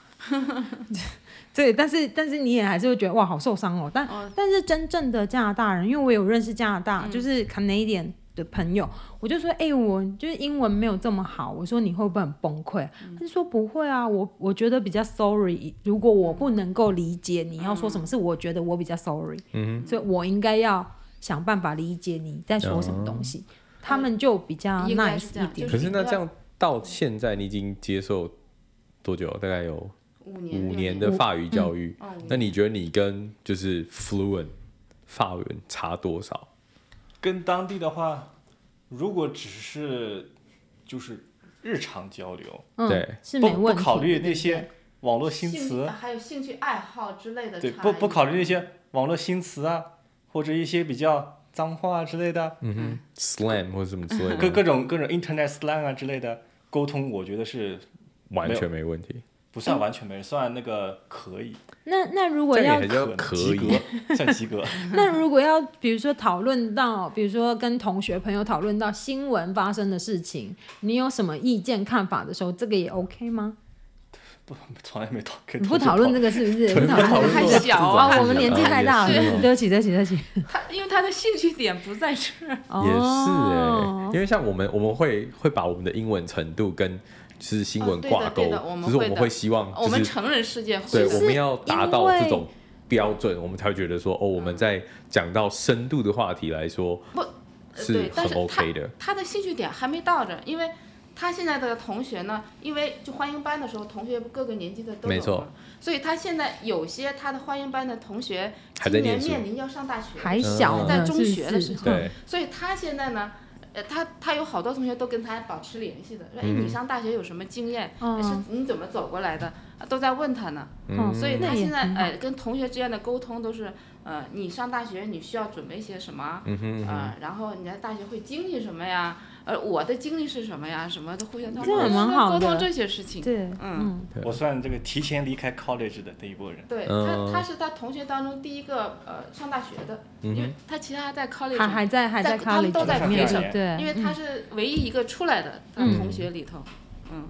S2: <laughs> 对，但是但是你也还是会觉得哇，好受伤哦。但、
S3: 哦嗯
S2: 但是真正的加拿大人，因为我有认识加拿大，就是 Canadian，的朋友，我就说，哎、我就是英文没有这么好，我说你会不会很崩溃？
S3: 嗯
S2: 他就说不会啊，我我觉得比较 sorry，如果我不能够理解你要说
S3: 嗯
S2: 什么，是我觉得我比较 sorry，、
S1: 嗯
S2: 所以我应该要想办法理解你在说什么东西。他们就比较
S3: 应该是
S2: nice
S3: 这
S2: 一
S3: 样
S2: 点，
S1: 可是那这样到现在，你已经接受多久？大概有
S3: 五年
S1: 五
S3: 六
S1: 年的法语教育。
S3: 哦五
S1: 那你觉得你跟就是 fluent 法文差多少？
S4: 跟当地的话，如果只是就是日常交流，
S2: 嗯
S1: 对，
S2: 是
S4: 不
S2: 没
S4: 不
S2: 问题。
S4: 考虑那些网络新
S3: 兴
S4: 词，
S3: 还有兴趣爱好之类的
S4: 对，
S3: 差
S4: 不不
S3: 异
S4: 考虑那些网络新词啊，或者一些比较脏话啊之类的，
S1: 嗯哼，slam 或者什么之类
S2: 嗯
S4: 各
S1: 的，
S4: 各种各种 internet slang 啊之类的沟通，我觉得是
S1: 完全没问题。
S4: 不
S2: 嗯
S4: 算完全没，算那个可以，
S2: 那那如果
S1: 这
S2: 要
S1: 样也叫可
S4: 及
S1: 以。
S4: 格，算及格。 <laughs>
S2: 那如果要比如说讨论到，比如说跟同学朋友讨论到新闻发生的事情，你有什么意见看法的时候，这个也 OK 吗？
S4: 不，从来没讨跟
S2: 你
S4: 同
S2: 不
S4: 学
S2: 讨论这个是不
S1: <laughs>
S2: 是？不讨论
S3: 讨
S2: 这个
S3: 论
S2: 太
S3: 这个小啊
S2: 啊，我们年纪太大了，
S1: 也是
S2: 对不起，对不起，对不起。
S3: 他因为他的兴趣点不在这
S2: <laughs>
S3: 儿，
S2: 哦
S1: 也是哎、因为像我们我们会会把我们的英文程度跟就是新
S3: 哦
S1: 闻
S3: 对的
S1: 挂钩，
S3: 对的我们
S1: 就是我
S3: 会
S1: 们
S3: 的
S1: 会希望
S3: 我们
S1: 就是
S3: 成人世界
S1: 对
S3: 会
S2: 其
S1: 我
S2: 实
S1: 们要达到
S2: 因为
S1: 这种标准，我们才会觉得说哦，我们在讲到深度的话题来说
S3: 不呃
S1: 是
S3: 对但
S1: 很
S3: 是他
S1: OK
S3: <laughs>
S1: 的，
S3: 他的兴趣点还没到这儿，因为他现在的同学呢，因为就欢迎班的时候，同学各个年级的都有，
S1: 没错，
S3: 所以他现在有些他的欢迎班的同学
S1: 还在
S3: 今年
S1: 念书
S3: 面临要上大学，
S2: 还小
S3: 还
S2: 呢，
S3: 嗯在中学的
S2: 是
S3: 时
S2: 不
S3: 候
S2: 是
S1: 对，
S3: 所以他现在呢，呃，他他有好多同学都跟他保持联系的，说哎，
S1: 嗯
S3: 你上大学有什么经验？
S2: 嗯哦
S3: 是你怎么走过来的？啊都在问他呢。
S1: 嗯，
S3: 所以
S2: 那
S3: 他
S2: 也
S3: 现在
S2: 挺好
S3: 呃跟同学之间的沟通都是，呃，你上大学你需要准备些什么？
S1: 嗯哼嗯哼
S3: 呃，然后你在大学会经历什么呀？呃，我的经历是什么呀？什么的，互相
S2: 这样蛮好
S3: 沟
S2: 的
S3: 通这些事情。
S2: 对，嗯
S3: 嗯，
S4: 我算这个提前离开 college 的那一波人，
S3: 对
S1: 嗯
S3: 他，他是他同学当中第一个呃上大学的，
S1: 嗯
S3: 因为
S1: 哼，
S3: 他其他在 college
S2: 嗯还还在还在
S3: 在他
S2: college
S3: 们都在
S2: 里面
S4: 毕业
S2: 对，
S3: 因为他
S2: 嗯
S3: 是唯一一个出来的，他
S2: 嗯
S3: 同学里头，嗯，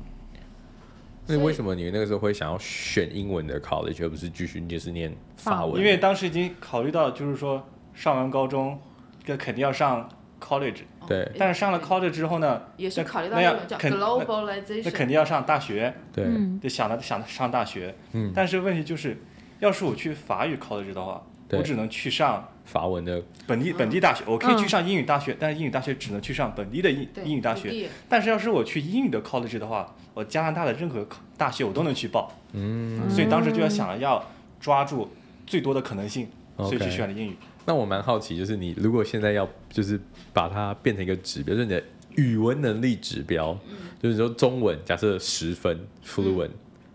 S1: 那
S3: 所以
S1: 为什么你那个时候会想要选英文的 college，而不是继续就是念法文？
S4: 因为当时已经考虑到，就是说上完高中，这肯定要上 college，
S1: 对
S4: 但是上了 college 之后呢，
S3: 哦也是考虑到那
S4: 那样
S3: 种叫
S4: 肯那
S3: globalization，
S4: 肯定要上大学，
S1: 对，
S2: 嗯
S4: 就想了想上大学。
S1: 嗯
S4: 但是问题就是，要是我去法语 college 的话，
S1: 对
S4: 我只能去上
S1: 法文的
S4: 本地本地大学，我可以
S2: 嗯
S4: 去上英语大学，但是英语大学只能去上本地的英
S3: 对
S4: 英语大学。但是要是我去英语的 college 的话，我加拿大的任何大学我都能去报，
S1: 嗯，
S4: 所以当时就要想要抓住最多的可能性，所以去
S1: OK
S4: 选了英语。
S1: 那我蛮好奇，就是你如果现在要就是把它变成一个指标，就是你的语文能力指标，
S2: 嗯
S1: 就是说中文假设十分 fluent、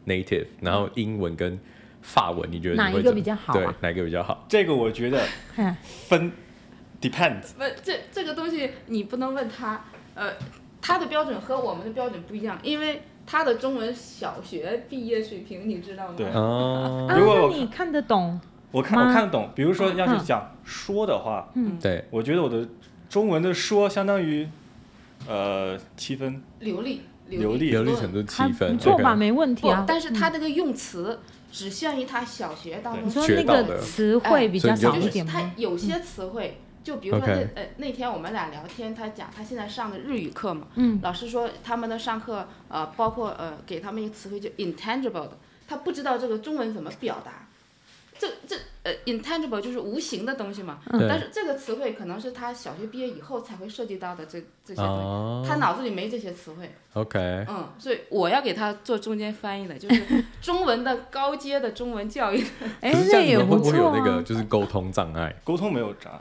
S1: native，然后英文跟法文，你觉得你会
S2: 哪一个
S1: 怎么
S2: 比较好啊
S1: 对，哪一个比较好？
S4: 这个我觉得
S2: <laughs> 嗯
S4: 分 depends，
S3: 不，这这个东西你不能问他，呃，他的标准和我们的标准不一样，因为他的中文小学毕业水平，你知道吗？
S4: 对
S1: 哦，
S2: 啊，
S4: 如果
S2: 那
S4: 我
S2: 你看得懂，
S4: 我看
S2: 妈嗯
S4: 我看得懂。比如说要是讲说的话，
S1: 对，
S4: 我觉得我的中文的说相当于呃七分，
S3: 流利，
S4: 流利
S3: 利，
S1: 流利程度
S2: 还
S1: 七
S2: 不
S1: 分，
S2: 错吧，
S1: OK
S2: 嗯没问题
S3: 不
S2: 啊。，
S3: 但是他那个用词只限于他小学当
S2: 你
S3: 中
S2: 说
S1: 学
S2: 那
S1: 到
S2: 个
S1: 的
S2: 词汇比
S1: 所以
S2: 较
S1: 你就
S2: 少
S3: 哎就
S2: 一
S3: 是
S2: 点
S3: 他
S2: 吗？嗯
S3: 有些词汇，就比如说那
S1: OK
S3: 呃那天我们俩聊天，他讲他现在上的日语课嘛，
S2: 嗯
S3: 老师说他们的上课呃包括呃给他们一个词汇叫 intangible 的，他不知道这个中文怎么表达，这这呃 intangible 就是无形的东西嘛，
S2: 嗯
S1: 对
S3: 但是这个词汇可能是他小学毕业以后才会涉及到的这这些东西。
S1: 哦
S3: 他脑子里没这些词汇，
S1: ，OK，
S3: 嗯，所以我要给他做中间翻译的，就是中文的高阶的中文教
S1: <laughs>
S3: 育的
S2: 哎，
S1: 可是这
S2: 那
S1: 样你
S2: 也
S1: 们会
S2: 不
S1: 不会
S2: 错
S1: 有那个
S2: 啊。
S1: 就是沟通障碍？
S4: 沟通没有障碍。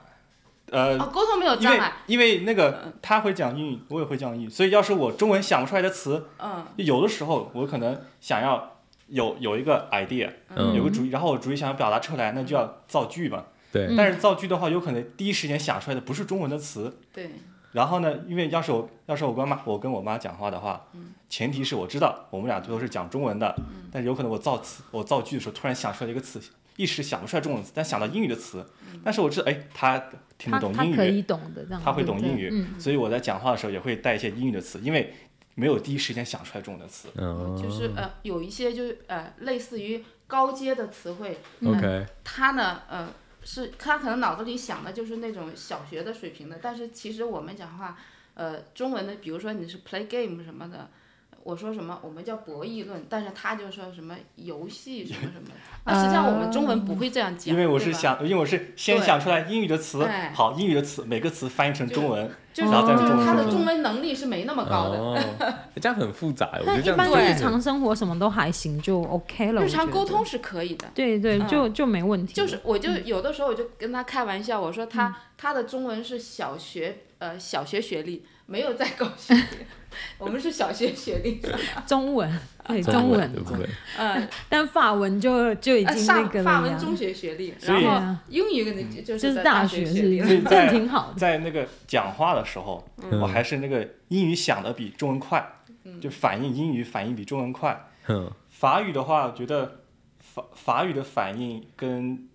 S4: 呃，
S3: 哦，沟通没有
S4: 因
S3: 障
S4: 为
S3: 碍，
S4: 因为那
S2: 嗯
S4: 个他会讲英语，我也会讲英语，所以要是我中文想不出来的词，
S3: 嗯，
S4: 有的时候我可能想要有有一个 idea，
S1: 嗯
S4: 有个主意，然后我主意想要表达出来，那就要造句嘛。
S1: 对
S2: 嗯
S4: 但是造句的话，有可能第一时间想出来的不是中文的词。
S3: 对，
S4: 然后呢，因为要是我要是我跟妈我跟我妈讲话的话，前提是我知道我们俩都是讲中文的，但是有可能我造词我造句的时候突然想出来一个词，一时想不出来中文词，但想到英语的词，但是我知道哎他听
S2: 他
S4: 得懂
S2: 他
S4: 英语，
S2: 可以懂的，这样
S4: 他会懂
S2: 对不
S4: 英
S2: 对
S4: 语，
S2: 嗯，
S4: 所以我在讲话的时候也会带一些英语的词，因为没有第一时间想出来中文的词。
S1: 嗯
S3: 就是
S4: 哦
S3: 呃
S1: 嗯
S2: 嗯
S3: 有一些就是呃类似于高阶的词汇，
S1: ，OK，
S3: 它呢呃是他可能脑子里想的就是那种小学的水平的，但是其实我们讲话，呃，中文的，比如说你是 play game 什么的，我说什么我们叫博弈论，但是他就说什么游戏什么什么
S4: <laughs>
S3: 的，那实际上我们中文不会这样讲，
S4: 哦因为我
S3: 对
S4: 是
S3: 吧
S4: 想，因为我是先
S3: 对
S4: 想出来英语的词
S3: 哎，
S4: 好，英语的词每个词翻译成中文，
S3: 就是
S4: 然后再用
S3: 就
S4: 中
S3: 是
S4: 文
S3: 他
S4: 说
S3: 的
S4: 出
S3: 中文能力是没那么高的。
S1: 哦，这样很复杂，欸我觉
S2: 但
S1: 得这
S2: 一
S1: 样
S2: 般
S1: 子
S2: 日常生活什么都还行，就 OK 了。
S3: 日
S2: 我
S3: 常
S2: 觉
S3: 沟
S2: 得，
S3: 通是可以的，
S2: 对对，
S3: 嗯
S2: 就就没问题。
S3: 就是我就
S2: 嗯
S3: 有的时候我就跟他开玩笑，我说他、他的中文是小学呃小学学历，没有在高
S2: <laughs>
S3: 学历，我们是小学学历，
S2: 中文，对
S1: 啊中
S2: 中
S1: 对
S2: 文，啊
S1: 不对？
S3: 嗯，
S2: 但法文就就已
S3: 呃
S2: 经那
S3: 上
S2: 个
S3: 法
S2: 了
S3: 文
S2: 呀，
S3: 中学学历，
S4: 所以
S3: 然后
S2: 对啊
S3: 英语跟你就
S2: 就是是
S3: 在
S2: 大学
S3: 学学
S2: 是
S3: 历
S2: 不
S4: 所以
S2: 是，
S4: 在
S2: 这挺好的。
S4: 在那个讲话的时候，我还是那个英语想的比中文快，就反应英语反应比中文快。
S1: 嗯，
S4: 法语的话，我觉得法法语的反应跟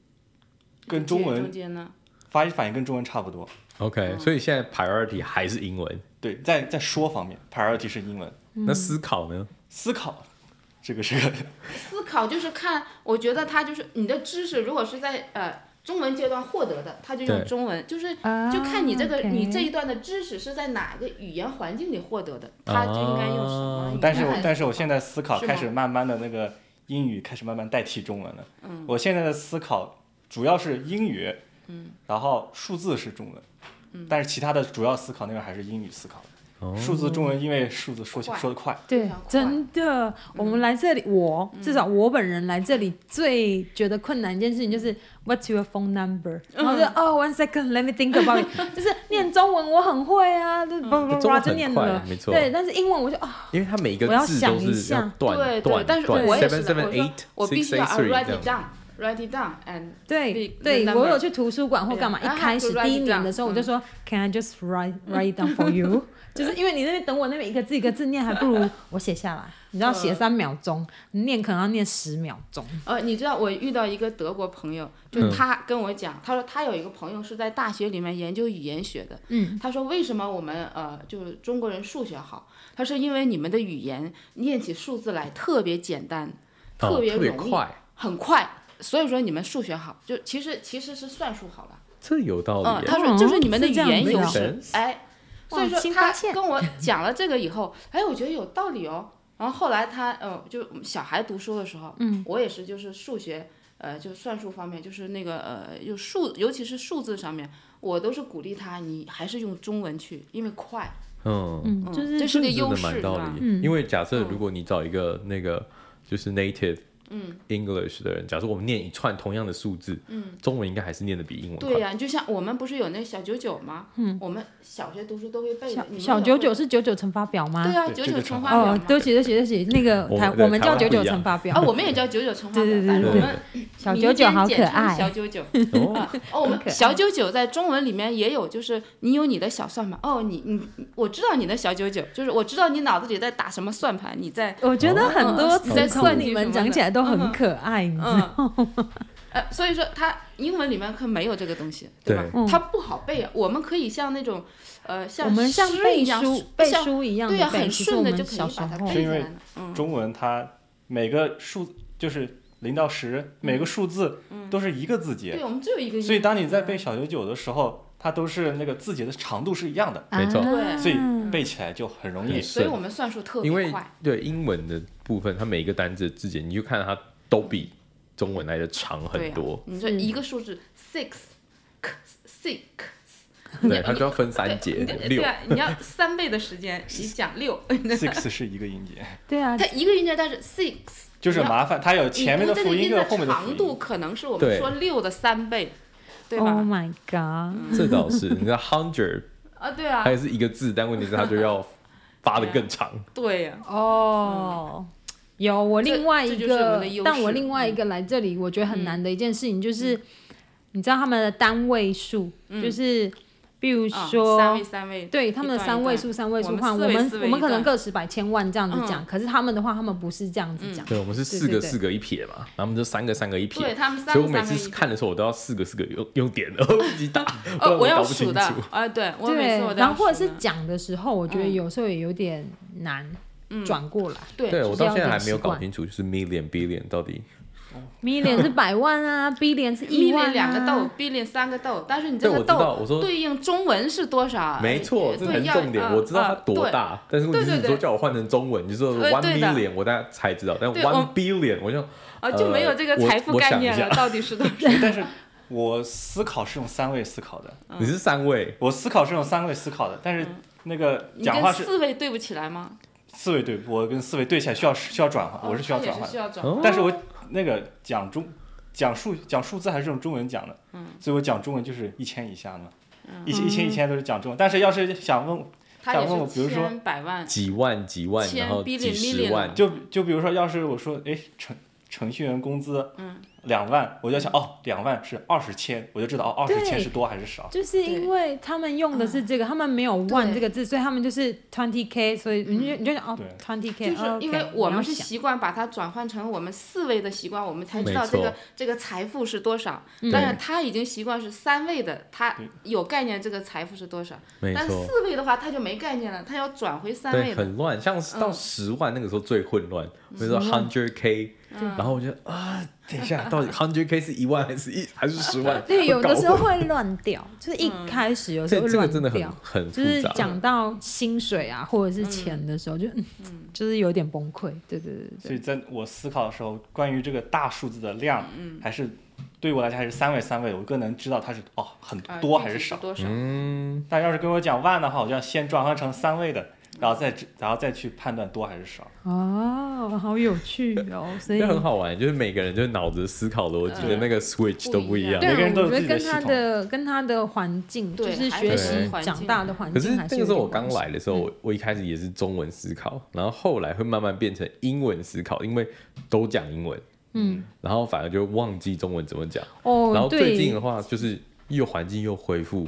S4: 跟中
S3: 中
S4: 文
S3: 间呢，
S4: 法语反应跟中文差不多。
S1: OK，所
S2: 嗯
S1: 以现在 priority 还是英文，
S4: 对，在在说方面，priority 是英文，
S2: 嗯
S1: 那思考呢？
S4: 思考这个是个
S3: 思考就是看，我觉得他就是你的知识，如果是在呃中文阶段获得的，他就
S1: 对
S3: 用中文，就是
S2: 啊
S3: 就看你这个
S2: OK
S3: 你这一段的知识是在哪个语言环境里获得的，他就应该用什么语言来。
S4: 啊但是我但是我现在思考
S3: 是
S4: 开
S3: 吗
S4: 始慢慢的那个英语开始慢慢代替中文了。嗯，我现在的思考主要是英语，嗯，然后数字是中文，嗯，但是其他的主要思考那边还是英语思考。数字中文因为数字说起
S3: 快
S4: 说的快，
S2: 对
S3: 非常，快嗯
S2: 真的，我们来这里，我至少我本人来这里最觉得困难一件事情就是 What's your phone number？然
S3: 嗯
S2: 后就哦，one second，let me think about
S3: <laughs>
S2: it。就是念中文我很会啊，就
S3: 嗯
S2: 叭叭
S1: 中
S2: 叭
S1: 文
S2: 就念
S1: 很快啊
S2: 了，，
S1: 没错，
S2: 对，但是英文我就啊，
S1: 因为它每一个
S2: 我要
S1: 字
S2: 想
S1: 都
S2: 一
S1: 是
S2: 下
S1: 要断
S3: 对对
S1: 断，
S3: 但是
S1: 断
S3: 我也
S1: seven
S3: 是的，
S1: seven
S3: 我说
S1: eight
S3: 我必
S1: six
S3: 须要
S1: eight
S3: I
S1: three
S3: write
S1: 这样哦
S3: it down，write it down and
S2: 对
S3: Big-
S2: 对，
S3: big
S2: 我
S3: number
S2: 有去图书馆或干嘛，
S3: 对啊
S2: 一开始
S3: I have to
S2: 第一
S3: write it
S2: 年的
S3: down，嗯
S2: 时候我就说 Can I just
S3: <laughs>
S2: write write it down for you？就是因为你那边等我那边一个字一个字念，还不如我写下来。你知
S3: 嗯
S2: 道写三秒钟，你念可能要念十秒钟。
S3: 呃，你知道我遇到一个德国朋友，
S1: 嗯
S3: 就他跟我讲，他说他有一个朋友是在大学里面研究语言学的，嗯，他说为什么我们呃就是中国人数学好，他说因为你们的语言念起数字来特别简单，
S1: 哦
S3: 别
S1: 特别
S3: 容易，
S1: 快，
S3: 很快，所以说你们数学好，就其实其实是算术好了，
S1: 这有道
S3: 嗯，
S1: 理耶。
S3: 他说就是你们的
S2: 是
S3: 语
S2: 这样
S3: 言
S2: 子
S3: 优
S2: 的
S3: 势
S1: Makes，sense
S3: 哎，所以
S2: 哇新
S3: 说
S2: 发
S3: 他
S2: 现
S3: 跟我讲了这个以后，哎，我觉得有道理哦。然后后来他，呃，就小孩读书的时候，嗯，我也是，就是数学，呃，就算术方面，就是那个呃，就数，尤其是数字上面，我都是鼓励他，你还是用中文去，因为快，
S1: 嗯，
S2: 嗯，就是
S3: 这是个
S1: 这真
S3: 优
S1: 的
S3: 势，
S1: 蛮
S3: 是
S1: 道
S3: 吧？
S1: 理。因为假设如果你找一个那个就是 native
S3: 嗯
S1: English 的人，假设我们念一串同样的数字，中文应该还是念的比英文
S3: 对
S1: 快。
S3: 呀、你就像我们不是有那小九九吗？嗯，我们小学读书都会背的
S2: 小，
S3: 你们
S2: 小
S3: 也
S2: 九
S3: 会
S2: 九，是九九乘法表吗？
S3: 对啊，
S4: 对
S3: 九
S4: 这
S3: 九
S4: 个
S3: 乘
S4: 乘
S3: 法
S4: 法
S3: 表
S2: 哦
S3: 嘛，，
S2: 对不起对不起对不起，那个
S1: 我们
S2: 台
S1: 对
S2: 我们
S1: 台
S2: 叫
S1: 湾
S2: 九
S1: 不
S2: 九
S1: 一样
S2: 乘法表
S3: 啊，，我们也叫九九乘法表，
S2: 对对对
S3: 但是我
S1: 对
S3: 们
S2: 小
S3: 民
S2: 九九
S3: 间
S2: 好
S3: 简
S2: 可
S3: 称小
S2: 爱。<laughs>
S3: 九九，
S1: 哦，
S3: 哦，我们
S2: 很可爱
S3: 小九九在中文里面也有，就是你有你的小算盘。哦，你你，我知道你的小九九，就是我知道你脑子里在打什么算盘，你在
S2: 我觉得很多
S3: 嗯
S2: 词
S3: 在
S2: 从
S3: 算
S2: 你
S3: 计
S2: 们
S3: 什么
S2: 讲
S3: 的
S2: 起来都很
S3: 嗯
S2: 可爱，你知道吗
S3: 嗯，呃，所以说它英文里面可没有这个东西，吧
S1: 对
S2: 嗯？
S3: 它不好背啊。我们可以像那种，呃，像
S2: 我们像
S3: 诗
S2: 背
S3: 一样
S2: 书背
S3: 像
S2: 书一样
S3: 对
S2: 的
S3: 呀，
S2: 背，
S3: 很
S2: 其实
S3: 顺
S2: 我
S3: 的就
S2: 们
S3: 可
S2: 小
S3: 以
S2: 时
S3: 把它
S2: 候
S3: 背下来了。嗯，
S4: 中文它每个数就是零到十，每个数字都是一个字节，
S3: 嗯对，我们只有一个音。
S4: 所以当你在背小九九的时候，它都是那个字节的长度是一样的，
S1: 没错
S3: 对
S4: 所以
S2: 啊
S4: 背起来就很容易
S1: 对。
S3: 所以我们算术特
S1: 因为
S3: 别快。
S1: 对英文的部分，它每一个单字的字节，你就看它都比中文来的长
S3: 对
S1: 很
S3: 呀 <laughs>
S1: 多，
S3: 你
S2: 嗯
S3: 说一个数字 six six，你
S1: 对，它就要分三节
S3: 你得
S1: 六
S3: 对。啊，你要三倍的时
S1: <laughs>
S3: 间，你讲六，
S4: six <laughs> 是一个音节，
S2: 对啊，
S3: 它一个音节，但是 <laughs> six
S4: 就是麻烦，它有
S3: 你
S4: 前面的
S3: 读这
S4: 辅
S3: 个
S4: 音
S3: 音
S4: 跟
S3: 的
S4: 后面的辅
S3: 长度
S4: 音。
S3: 可能是我
S1: 对
S3: 们说六的三倍，对
S2: Oh
S3: 吧？嗯
S2: my god！
S1: 这倒是，你知道 hundred
S3: 啊，对啊
S1: 它，也是一个字，但问题是它就要发的更长。
S3: 对啊呀，
S2: 哦，有我
S3: 这
S2: 另外
S3: 这
S2: 一
S3: 就是我们
S2: 个
S3: 的优，
S2: 但我
S3: 势嗯
S2: 另外一个来这里，我觉得很难的一件事情就是，你知道他们的单位数，就是比如
S3: 嗯啊
S2: 说
S3: 三位三位，
S2: 对他们的
S3: 一段一
S2: 三位
S3: 段
S2: 数、三位
S3: 我
S2: 数
S3: 们
S2: 换，
S3: 四
S2: 我
S3: 位
S2: 们
S3: 四
S2: 我
S3: 位
S2: 们
S3: 一
S2: 可能
S3: 段嗯
S2: 个十百千万这样子讲，可是他们的话，他们不是这样子讲。
S1: <laughs> 对，我们是四
S2: 对
S1: 个
S2: 对
S1: 四个一撇嘛，然后我们就三个三个一撇。
S3: 对他们三
S1: 所以
S3: 个
S1: 我每
S3: 三个
S1: 次
S3: 一。
S1: 看的时候，我都要四个四个用用点， <laughs> 然后自己
S3: <laughs>
S1: 打，不然
S3: 呃，我
S1: 搞
S3: 要
S1: 不
S3: 数
S1: 清
S3: 的
S1: 楚。
S3: 啊，对我每
S2: 对
S3: 次我，都
S2: 然
S3: 要嗯
S2: 后或者
S3: 数
S2: 是
S3: 的
S2: 讲的时候，我觉得有时候也有点难转过来。
S3: 对
S1: 对我
S2: 就是
S1: 到
S2: 要
S1: 现在
S2: 有
S1: 还没有
S2: 习惯
S1: 搞清楚，就是 million billion 到底
S2: million 是百万啊
S3: <laughs>
S2: ，billion 是亿
S3: million
S2: 万、啊，
S3: 两个豆，billion 三个豆，但是你这
S1: 对，我
S3: 个
S1: 知道，
S3: 豆
S1: 我说
S3: 对应中文是多少？
S1: 没错，这
S3: 哎对
S1: 才是
S3: 要
S1: 重点。
S3: 啊
S1: 我知道它
S3: 啊
S1: 多大，但是问题是
S3: 对对
S1: 你
S3: 对
S1: 说叫我换成中文，你就说
S3: 呃
S1: one
S3: 对的
S1: million，我大家才知道，但
S3: 对
S1: one
S3: 我
S1: billion 我就
S3: 对啊，就没有这个
S1: 呃我
S3: 财富
S1: 我
S3: 概
S1: 想一
S3: 念
S1: 下
S3: 了，到底
S1: <laughs>
S3: 是多少？
S4: 但是我思考是用三位思考的，
S3: 嗯
S1: 你是三位，
S4: 我思考是用三位思考的，但是那个
S3: 你
S4: 讲话
S3: 跟
S4: 是
S3: 四位对不起来吗？
S4: 四位对，我跟四位对起来需要需要转换，我是需要
S3: 哦
S4: 转
S3: 也
S4: 换
S3: 是需，要转
S1: 哦
S3: 换。
S4: 但是我那个讲中讲数讲数字还是用中文讲的，
S3: 嗯
S4: 所以我讲中文就是一千以下嘛，一千一千一千都是讲中文，但是要是想问
S3: 他也
S4: 想问我比
S3: 是
S4: 如说
S3: 千百万，
S1: 几万、几万，
S3: 千
S1: 然后
S3: billion
S1: 几十
S3: million
S1: 万，
S4: 就就比如说，要是我说，哎，程程序员工资，
S3: 嗯，
S4: 两万，我就想，哦，两万是二十千，我就知道，哦，二
S2: 对
S4: 十千是多还是少。
S2: 就是因为他们用的是这个，他们没有 one
S3: 嗯对嗯
S2: 这个字，所以他们就是 twenty k，所以你就你就想哦
S4: 对
S2: twenty k，
S3: 就是因为我们是
S2: 想
S3: 习惯把它转换成我们四位的习惯，我们才知
S1: 没
S3: 道这个
S1: 错嗯
S3: 这个财富是多少。
S1: 对
S3: 但是他已经习惯是三位的，他
S4: 对
S3: 有概念这个财富是多少。
S1: 没
S3: 但
S1: 错，
S3: 四位的话他就没概念了，他要转回三
S1: 对，
S3: 位的。
S1: 很乱。像是
S2: 嗯
S1: 到十万那个时候最混乱，比如说 hundred k，然
S2: 嗯
S1: 后我就啊，等一下，到底 hundred k 是一万还是一还是十万？
S2: <laughs> 对，有的时候
S1: 搞混
S2: 会乱掉，就是一
S3: 嗯
S2: 开始有时
S1: 这
S2: 候会
S1: 这个
S2: 乱
S1: 真的很
S2: 掉。
S1: 很
S2: 就
S1: 复
S2: 是
S1: 杂。
S2: 讲到薪水啊，或者是钱的时候，就嗯，就是有点崩溃。对对对
S4: 所以在我思考的时候，关于这个大数字的量，
S3: 嗯
S4: 还是对我来讲还是三位三位，我更能知道它是哦很
S3: 啊
S4: 多
S3: 具
S4: 还
S3: 体
S4: 是
S3: 是
S4: 少。
S3: 多少？
S1: 嗯，
S4: 但要是跟我讲万的话，我就要先转换成三位的，然后再知然后再去判断多还是少。
S2: 对，哦，好有趣
S1: <laughs>
S2: 哦，所以
S1: 这很好玩，就是每个人就是脑子思考逻辑的
S2: 嗯
S1: 那个 switch 都不一样
S3: 不一。
S2: 对啊，
S4: 每个人都有
S2: 我觉
S4: 自
S2: 得跟
S4: 己的系
S2: 他
S4: 统
S2: 的跟他的环境，就
S3: 对
S2: 是
S3: 还
S2: 学
S1: 是跟
S2: 习
S3: 环境
S2: 长大的环
S1: 可
S2: 境
S1: 是
S2: 还
S1: 那
S2: 有
S1: 个时候
S2: 点
S1: 我刚
S2: 关系
S1: 来的时候，我我一开始也是中文思考，然后后来会慢慢变成英文思考，因为都讲英文，
S2: 嗯，
S1: 然后反而就忘记中文怎么讲。然
S2: 哦，
S1: 后最近
S2: 对嗯
S1: 的，话，就是又环境又恢复，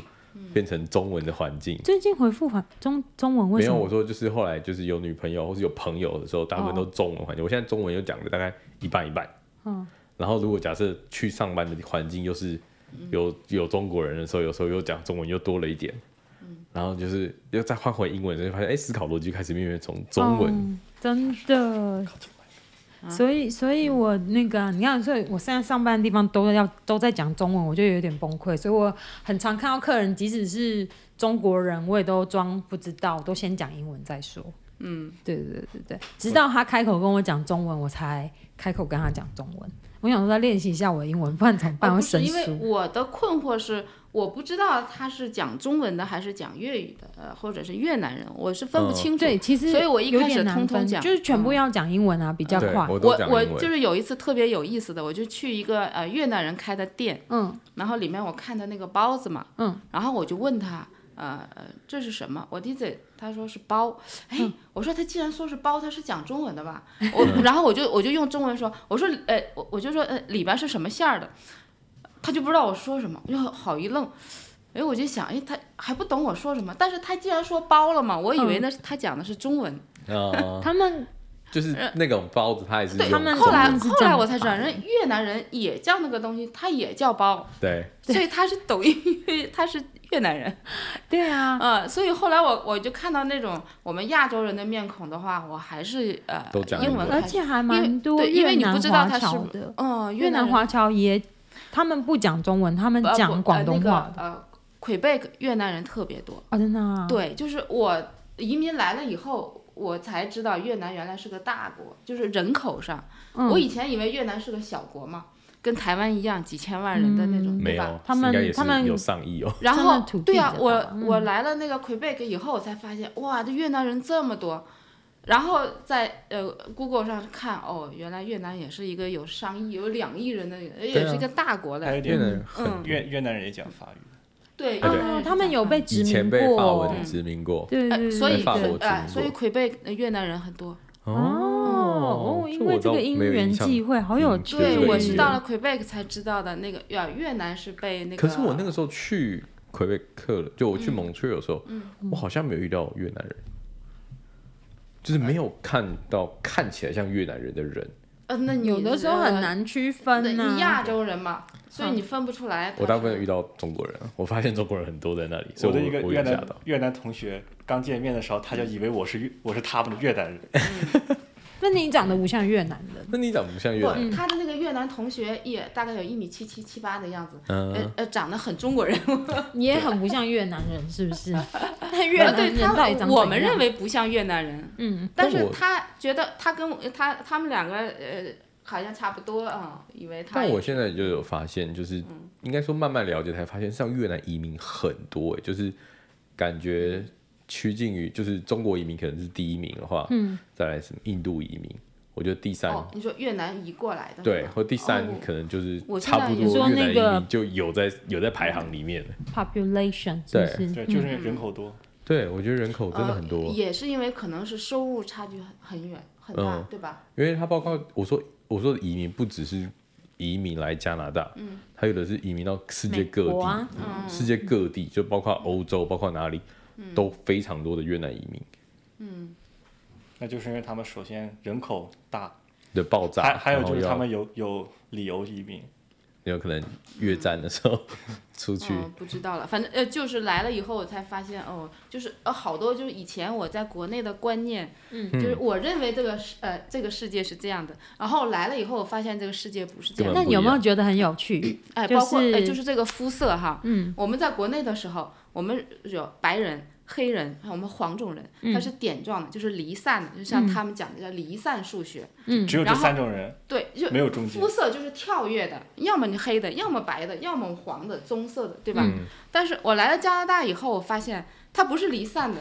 S1: 变成中文的环境。
S2: 最近回复环中中文为
S1: 没
S2: 什
S1: 有，我
S2: 么？哦
S1: 说就是后来就是有女朋友或是有朋友的时候，大部分都中文环境。我现在中文又讲的大概一半一半。
S2: 嗯，
S1: 然后如果假设去上班的环境又是
S2: 嗯
S1: 有有中国人的时候，有时候又讲中文又多了一点。
S2: 嗯
S1: 然后就是又再换回英文的时候，就发现哎，思考逻辑开始慢慢从中文。
S2: 嗯真的。
S3: 啊
S2: 所以，所以我那个
S3: 嗯
S2: 啊，你看，所以我现在上班的地方都要都在讲中文，我就有点崩溃。所以我很常看到客人，即使是中国人，我也都装不知道，我都先讲英文再说。
S3: 嗯，
S2: 对对对对对，直到他开口跟我讲中文，我才开口跟他讲中文。我想说再练习一下我的英文，不然怎么办？
S3: 哦
S2: 会
S3: 不是
S2: 生
S3: 因为
S2: 疏。
S3: 我的困惑是，我不知道他是讲中文的还是讲粤语的，呃，或者是越南人，我是分不
S1: 嗯
S3: 清楚。
S2: 对，其实
S3: 所以我一
S2: 有
S3: 开
S2: 点
S3: 始
S2: 难
S3: 通通
S2: 分
S3: 讲
S2: 就是全部
S3: 嗯
S2: 要讲英文啊，比较
S1: 对
S2: 快。
S1: 我都
S3: 我
S1: 讲
S3: 我
S1: 英文。
S3: 就是有一次特别有意思的，我就去一个呃越南人开的店，
S2: 嗯
S3: 然后里面我看的那个包子嘛，
S2: 嗯，
S3: 然后我就问他，呃，呃这是什么？我弟弟他说是包，哎，
S2: 嗯
S3: 我说他既然说是包，他是讲中文
S1: <laughs>
S3: 的吧？我然后我就我就用中文说，我说呃，我我就说呃里边是什么馅儿的，他就不知道我说什么，我就好一愣。哎，我就想，哎，他还不懂我说什么，但是他既然说包了嘛，我以为
S2: 嗯
S3: 那是他讲的是中文，
S1: 啊，
S2: 他们 <laughs>
S1: 就是那种包子，它也是
S3: 对，
S1: 用
S2: 他们
S1: 中
S3: 后来
S1: 文
S2: 是
S3: 后
S2: 这
S3: 来
S2: 样
S3: 我才知道，
S2: 摆的
S3: 人越南人也叫那个东西，他也叫包，
S1: 对
S3: 所以他是抖音越，他是越南人，
S2: 对啊，
S3: 呃，所以后来我我就看到那种我们亚洲人的面孔的话，我还是呃
S1: 都讲
S3: 英
S1: 英
S3: 文
S1: 文
S3: 还
S2: 而
S3: 是，
S2: 且还蛮多
S3: 对因为
S2: 越
S3: 你
S2: 南
S3: 不知道
S2: 华
S3: 他是
S2: 侨的，
S3: 嗯，
S2: 越南
S3: 人
S2: 华侨也，他们不讲中文，他们
S3: 呃
S2: 讲
S3: 不
S2: 广东话的。
S3: 呃那个呃魁北克越南人特别多，
S2: 哦，真的啊？
S3: 呃对，就是我移民来了以后，我才知道越南原来是个大国，就是人口上，我
S2: 嗯，
S3: 以前以为越南是个小国嘛，跟台湾一样几千万人的那种，
S1: 没
S3: 对吧？
S1: 有，
S2: 他
S1: 应该
S2: 们
S1: 也是
S2: 他们
S1: 有上亿哦。
S3: 然
S2: 他
S3: 后
S2: 们土地嗯
S3: 对呀、
S2: 比较大
S3: 我
S2: 吧
S3: 我来了那个魁北克以后，我才发现哇，这越南人这么多。然后在呃 Google 上看，哦，原来越南也是一个有上亿、有两亿人的，也是一个大国
S4: 还
S3: 嘞。
S4: 有一
S1: 越
S4: 点
S1: 南人啊很
S3: 嗯，
S4: 越越南人也讲法语，
S3: 对，越
S1: 对
S3: 南
S2: 哦
S3: 人，
S2: 他们有被嗯殖
S1: 以前
S2: 民
S1: 被法
S2: 过
S1: 文，人殖民过。
S2: 对对
S3: 呃，
S2: 对，
S3: 所以
S1: 被法国
S3: 呃
S1: 殖民
S3: 所以
S1: 过
S3: 魁北呃越南人很多。
S2: 哦哦，哦，因
S1: 这
S2: 为
S1: 我
S2: 这
S1: 倒
S2: 个因
S1: 没有
S2: 缘
S1: 印象
S2: 际会，好有
S1: 嗯
S2: 趣。啊
S1: 确实
S3: 对，
S1: 有
S3: 我
S1: 一
S3: 是
S1: 些
S3: 到了魁北克才知道的那个，呀，越南是被那个。
S1: 可是我那个时候去魁北克了，就我去蒙特利尔的时候，
S2: 嗯
S1: 我好像没有遇到越南人，就是没有看到看起来像越南人的人。
S3: 呃，那你
S2: 有的时候很
S3: 呃
S2: 难区
S3: 对
S2: 分啊呐、
S3: 你亚洲人嘛，所以你分不出来。
S1: 我大部
S3: 他
S1: 分
S3: 是
S1: 遇到中国人，我发现中国人很多在那里，所
S4: 我
S1: 以我
S4: 的一个
S1: 我
S4: 越
S1: 有吓
S4: 南
S1: 到。
S4: 越南同学刚见面的时候，他就以为我是越我是他们的越南人，
S2: 那你长得不像越南
S3: <laughs>
S2: 人，
S1: 那你长不像越
S3: 不
S1: 南，，
S2: 嗯
S3: 他的那个越南同学也大概有一米七七七八的样子，呃
S1: 嗯，
S3: 呃，长得很中国人。
S2: 你也很不像越南人，是不 <laughs> 是？那 <laughs> 越南
S3: 对
S2: 人到底
S3: 他，
S2: 长
S3: 我们认
S2: 为，
S3: 为不像越南人，
S2: 嗯，
S3: 但
S1: 但
S3: 是
S1: 我
S3: 他觉得他跟我他他们两个呃好像差不多啊、以为他
S1: 但我现在就有发现，就是应该说慢慢了解才发现，像越南移民很多、欸，就是感觉趋近于就是中国移民可能是第一名的话，
S2: 嗯，
S1: 再来什么印度移民，我觉得第三、
S3: 哦，你说越南移过来的
S1: 对，
S3: 是吧
S1: 或第三
S3: 哦
S1: 可能就是
S3: 我现在
S1: 差不
S3: 也
S1: 多
S2: 说
S1: 越
S2: 那
S1: 南
S2: 个
S1: 移民就有在有在排行里面了。
S2: population 是不
S3: 嗯
S2: 是？
S4: 对，就是因为人口多，
S1: 对，我觉得人口真的很多，
S3: 呃也是因为可能是收入差距很很远很大，
S1: 嗯
S3: 对吧？
S1: 因为他包括我说我说的移民不只是移民来加拿大，嗯，还有的是移民到世界各
S2: 美国
S1: 地，
S2: 啊
S3: 嗯
S1: 世界各地就包括欧洲，包括哪里，都非常多的越南移民
S4: 那就是因为他们首先人口大，
S1: 的爆炸，
S4: 还还有
S1: 然后
S4: 就是
S1: 要
S4: 他们有有理由移民，
S1: 有可能越战的时候出去，
S3: 嗯，不知道了，反正呃，就是来了以后我才发现，哦，就是呃，好多就是以前我在国内的观念，嗯，就是我认为这个世呃这个世界是这样的，然后来了以后我发现这个世界不是这样
S1: 根
S2: 那
S3: 的，
S1: 本
S2: 你有没有觉得很有趣？
S3: 哎，
S2: 就
S3: 包括哎
S2: 是
S3: 就是这个肤色哈，嗯，我们在国内的时候，我们有白人。黑人，我们黄种人，他是点状的，就是离散的，就像他们讲的叫离散数学。
S4: 只
S3: 嗯
S4: 有这
S3: 然后
S4: 三种人，
S3: 对，就
S4: 没有中间
S3: 肤。色就是跳跃的，要么你黑的，要么白的，要么黄的、棕色的，对吧？
S1: 嗯
S3: 但是我来了加拿大以后，我发现它不是离散的，